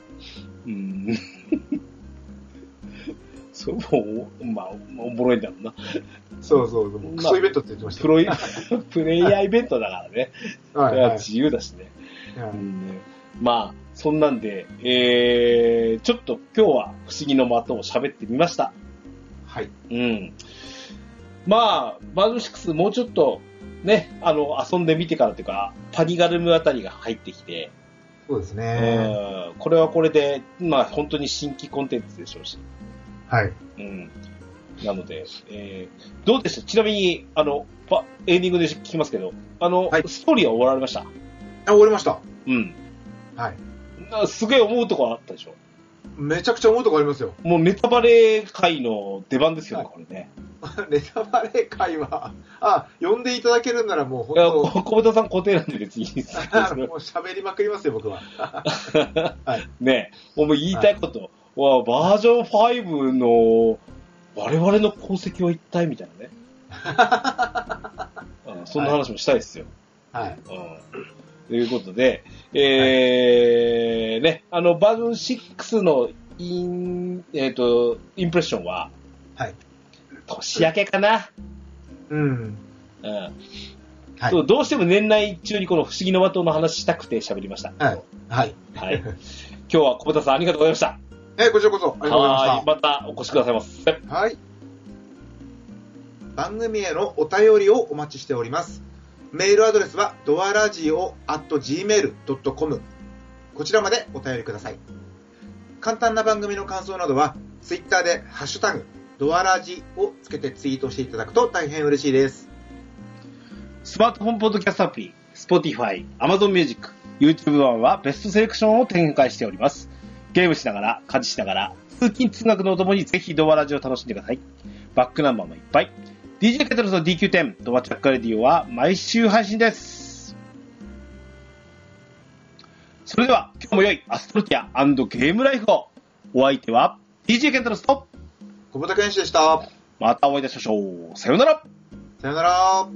[SPEAKER 1] うん。そう、もうまあ、おもろいんだろうな。
[SPEAKER 2] そうそうそう。クソイベントって言ってました
[SPEAKER 1] プ
[SPEAKER 2] よ。
[SPEAKER 1] ロイ、 プレイヤーイベントだからね。
[SPEAKER 2] はいはい。
[SPEAKER 1] 自由だしね。
[SPEAKER 2] は
[SPEAKER 1] う
[SPEAKER 2] い
[SPEAKER 1] んねまあ、そんなんで、えー、ちょっと今日は不思議の的を喋ってみました。
[SPEAKER 2] はい。
[SPEAKER 1] うん。まあ、バージョン6もうちょっと、ね、あの、遊んでみてからというか、パニガルムあたりが入ってきて、
[SPEAKER 2] そうです
[SPEAKER 1] う
[SPEAKER 2] ね。
[SPEAKER 1] ん、これはこれで、まあ本当に新規コンテンツでしょうし、
[SPEAKER 2] はい。
[SPEAKER 1] うん。なので、えー、どうでしたちなみに、あの、ばエンディングで聞きますけど、あの、
[SPEAKER 2] はい
[SPEAKER 1] ストーリーは終わられました。
[SPEAKER 2] あ、終わりました。
[SPEAKER 1] うん。
[SPEAKER 2] はい。
[SPEAKER 1] なすげえ思うところあったでしょ
[SPEAKER 2] めちゃくちゃ思うとこありますよ。
[SPEAKER 1] もうネタバレ会の出番ですよね、
[SPEAKER 2] は
[SPEAKER 1] これね。
[SPEAKER 2] ネタバレ会は、あ、呼んでいただけるんなら もう
[SPEAKER 1] いや、
[SPEAKER 2] 本
[SPEAKER 1] こ小豚さん固定なんで別にいいですけ
[SPEAKER 2] 当、も
[SPEAKER 1] ど
[SPEAKER 2] う喋りまくりますよ、僕は。はい。
[SPEAKER 1] ね、もう言いたいこと、わバージョン5の我々の功績は一体みたいな ね。あそんな話もしたいですよ。
[SPEAKER 2] はい。
[SPEAKER 1] うんということで、えーね、あの、バージョン6のイン、えっ、と、インプレッションは、
[SPEAKER 2] はい。
[SPEAKER 1] 年明けかな。
[SPEAKER 2] うん。
[SPEAKER 1] うん
[SPEAKER 2] はい
[SPEAKER 1] そうどうしても年内中にこの不思議の和刀の話したくて喋りました。
[SPEAKER 2] はい。はい。
[SPEAKER 1] はい。今日は小田さんありがとうございました。
[SPEAKER 2] え、こちらこそ、ありがとうございました
[SPEAKER 1] はーい。またお越しくださいませ。
[SPEAKER 2] はい。番組へのお便りをお待ちしております。メールアドレスはドアラジオ at gmail.com こちらまでお便りください。簡単な番組の感想などは、ツイッターでハッシュタグ、ドアラジをつけてツイートしていただくと大変嬉しいです。
[SPEAKER 1] スマートフォンポッドキャストアプリ、Spotify、Amazon Music、YouTube 版はベストセレクションを展開しております。ゲームしながら、家事しながら、通勤通学のお供にぜひドアラジオを楽しんでください。バックナンバーもいっぱい。DJ ケトルスの DQ10、ドアチャッカレディオは毎週配信です。それでは、今日も良いアストロティアゲームライフを。お相手は、DJ ケトルスと、
[SPEAKER 2] 小畑健志でした。
[SPEAKER 1] またお会いいたしましょう。さようなら
[SPEAKER 2] さよなら。